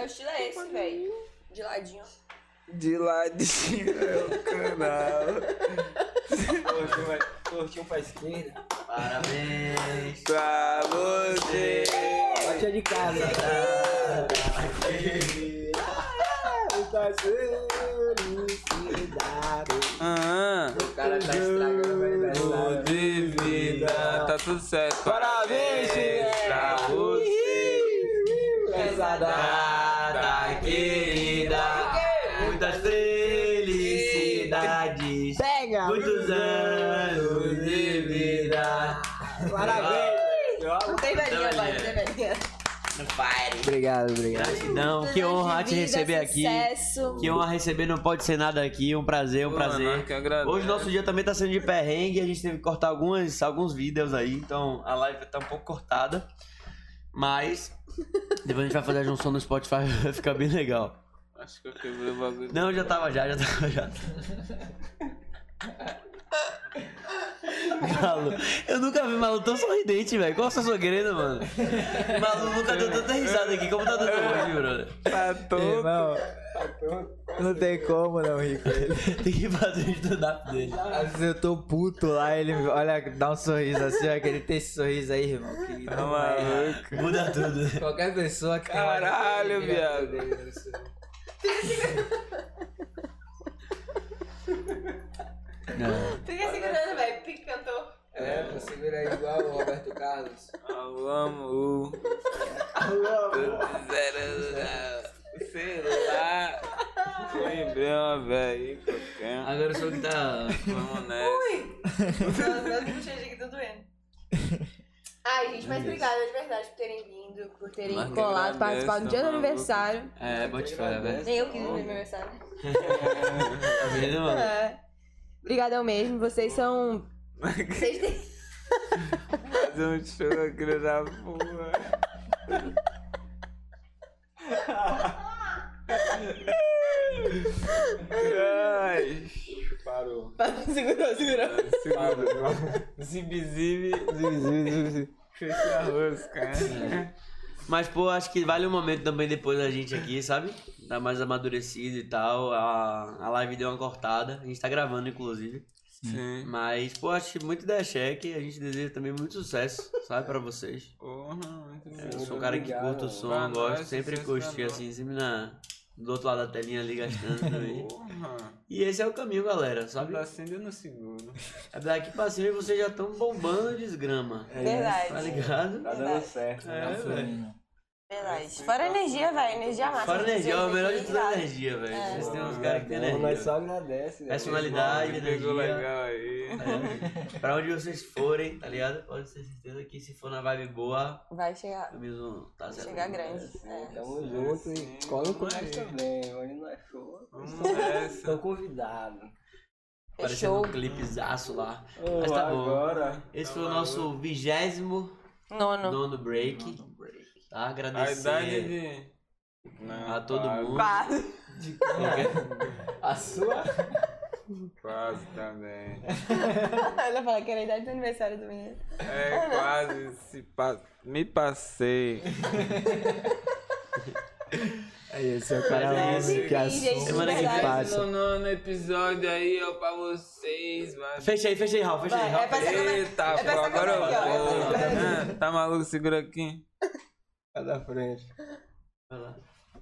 S5: o estilo é esse, velho. De ladinho.
S6: De lá de canal.
S3: Tortinho vai- Tortinho pra esquerda.
S1: Parabéns.
S6: Pra você.
S3: Bate de casa.
S4: Tá,
S3: Muita felicidade.
S6: Aham.
S4: O cara tá estragando a
S6: Jogo
S4: aniversário.
S6: de vida. Tá tudo certo. Parabéns, Pra você.
S3: Essa
S1: Data querida, muitas felicidades,
S3: Pega!
S1: muitos anos de vida.
S3: Parabéns!
S5: Não tem velhinha,
S1: Não, é.
S5: pai. Não
S1: velhinha.
S5: tem velhinha.
S1: Fire.
S4: Obrigado, obrigado.
S1: Gratidão, que honra te receber aqui.
S5: Sucesso.
S1: Que honra receber, não pode ser nada aqui. Um prazer, um
S6: Pô,
S1: prazer.
S6: Marco, eu agradeço.
S1: Hoje nosso dia também tá sendo de perrengue, a gente teve que cortar algumas, alguns vídeos aí, então a live tá um pouco cortada. Mas depois a gente vai fazer a junção no Spotify, (laughs) vai ficar bem legal.
S6: Acho que eu quebrei o bagulho.
S1: Não, já tá tava já, já tava já. Malu, eu nunca vi Malu tão sorridente, velho. Qual a sua segredo, mano? Malu nunca deu tanta risada aqui, como tá dando hoje, brother?
S6: Tá todo.
S4: Irmão, não tem como não rir com ele.
S1: Tem que fazer o stand-up dele.
S4: Às vezes eu tô puto lá, ele olha, dá um sorriso assim, ó, que ele tem esse sorriso aí, irmão. Que
S6: Tá
S4: não vai errar.
S6: maluco.
S1: Muda tudo. né?
S4: Qualquer pessoa que tem uma-
S6: Caralho, viado.
S5: Fica segurando, velho. Pique cantou.
S4: É, segura igual o Roberto Carlos.
S6: Alô, amor. Tudo zero. Sei lá. Lembrei uma velha qualquer. um.
S1: Agora eu sou o que tá.
S6: Vamos nessa.
S5: Meus bochechas aqui estão doendo.
S2: tá Ai, gente, mas obrigada de verdade por terem vindo, por terem
S6: Mas que
S2: colado,
S6: agradeço,
S2: participar do dia do
S6: maluco.
S2: aniversário.
S1: É, bote fora, velho.
S2: Nem eu quis ir no meu aniversário.
S1: (laughs) Tá vendo, mano?
S2: É. Obrigadão mesmo, vocês são. Vocês têm.
S1: (laughs)
S6: Fazer um show aqui na porra. Ai,
S3: Parou.
S2: Segurou, segurou.
S6: segura. Zibi, zibi, zibi, zibi, zibi. Fecha a rosca. né?
S1: É. Mas, pô, acho que vale um momento também depois da gente aqui, sabe? Tá mais amadurecido e tal. A, a live deu uma cortada. A gente tá gravando, inclusive.
S6: Sim.
S1: Mas, pô, acho muito da cheque. A gente deseja também muito sucesso, sabe, pra vocês.
S6: Porra, muito
S1: Eu
S6: bom.
S1: sou um cara que
S3: Obrigado,
S1: curta o
S3: mano.
S1: som,
S6: Pra
S1: gosto.
S6: nós,
S1: sempre
S6: sucesso
S1: curti,
S6: pra nós.
S1: assim, sempre na, do outro lado da telinha ali gastando também.
S6: Porra.
S1: E esse é o caminho, galera, sabe?
S6: Tá acendendo o seguro.
S1: Daqui pra cima vocês já estão bombando desgrama.
S5: Verdade.
S1: Tá ligado?
S3: Tá dando certo.
S1: É, velho.
S5: Verdade. Fora energia, velho. Energia máxima.
S1: Fora energia, o
S5: Vocês
S1: melhor
S5: têm
S1: de tudo é
S5: risada.
S1: energia, velho. Vocês têm uns
S6: Ah,
S1: caras que têm
S3: Bom, nós
S1: energia.
S3: só agradece. né?
S1: Personalidade,
S6: Pegou
S1: energia.
S6: legal aí.
S1: É, Pra onde vocês forem, tá ligado? Pode ter certeza que se for na vibe boa,
S5: Vai chegar.
S1: o mesmo tá
S5: Vai
S1: certo.
S5: chegar grande. É.
S3: Tamo Tá junto e cola com
S6: Vamos
S3: nós
S6: aí.
S3: também. Hoje não é show.
S6: Vamos nessa.
S3: Tô convidado.
S1: Parecendo
S5: Fechou.
S1: um clipezaço lá.
S3: Ô,
S1: Mas tá bom.
S3: agora.
S1: Esse foi o nosso vigésimo
S5: Nono.
S1: nono break. Tá?
S6: A idade
S1: Agradecer
S6: de. Ah, Não,
S1: a todo
S6: quase,
S1: mundo.
S2: (laughs)
S5: Quase.
S3: A sua?
S6: Quase também.
S5: Ela fala que era a idade do aniversário do menino.
S6: É, quase se pa... me passei.
S4: Aí, esse é o
S1: Mas é
S4: cara
S1: isso,
S4: que assunto
S1: Semana
S6: é
S1: que
S4: que
S1: vem.
S4: passa.
S6: No nono episódio aí, ó, pra vocês, mas.
S1: Fecha aí, fecha aí, Ralf. Fecha aí,
S5: Vai, é
S1: Ralf.
S5: pra sacar mais.
S6: Eita,
S5: é pra
S6: pô,
S5: essa
S6: agora eu
S5: câmera aqui, ó.
S6: vou. Ah, Tá maluco? Segura aqui.
S3: A da frente.
S1: Vai lá.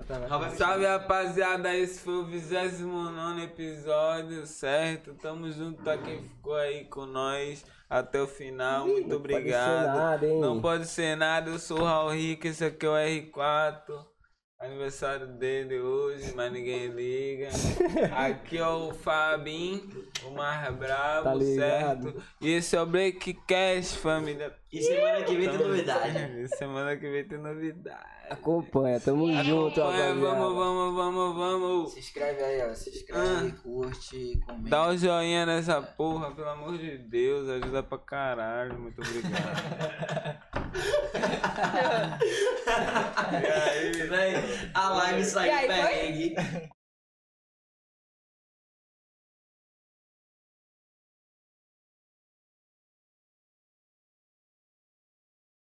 S1: Ralf vai fechar.
S6: Salve rapaziada, esse foi o 29 episódio, certo? Tamo junto pra quem ficou aí com nós até o final, muito obrigado.
S3: Não pode ser nada, hein?
S6: Não pode ser nada, eu sou o Raul Rico, esse aqui é o R4. Aniversário dele hoje, mas ninguém
S3: (laughs)
S6: liga. Aqui é o Fabinho, o mais brabo,
S3: Tá ligado.
S6: certo? E esse é o Breakcast, família. (laughs)
S1: E semana que vem tem
S6: Tamo
S1: novidade.
S6: junto. Semana que vem tem novidade.
S3: Acompanha, tamo junto,
S6: Ué,
S3: rapaziada.
S6: vamos, vamos, vamos, vamos.
S4: Se inscreve aí, ó. Se inscreve,
S1: Ah.
S4: curte, comenta.
S6: Dá um joinha nessa porra, pelo amor de Deus. Ajuda pra caralho. Muito obrigado.
S1: Véi, a live
S5: E aí,
S1: saiu
S5: foi?
S1: perrengue.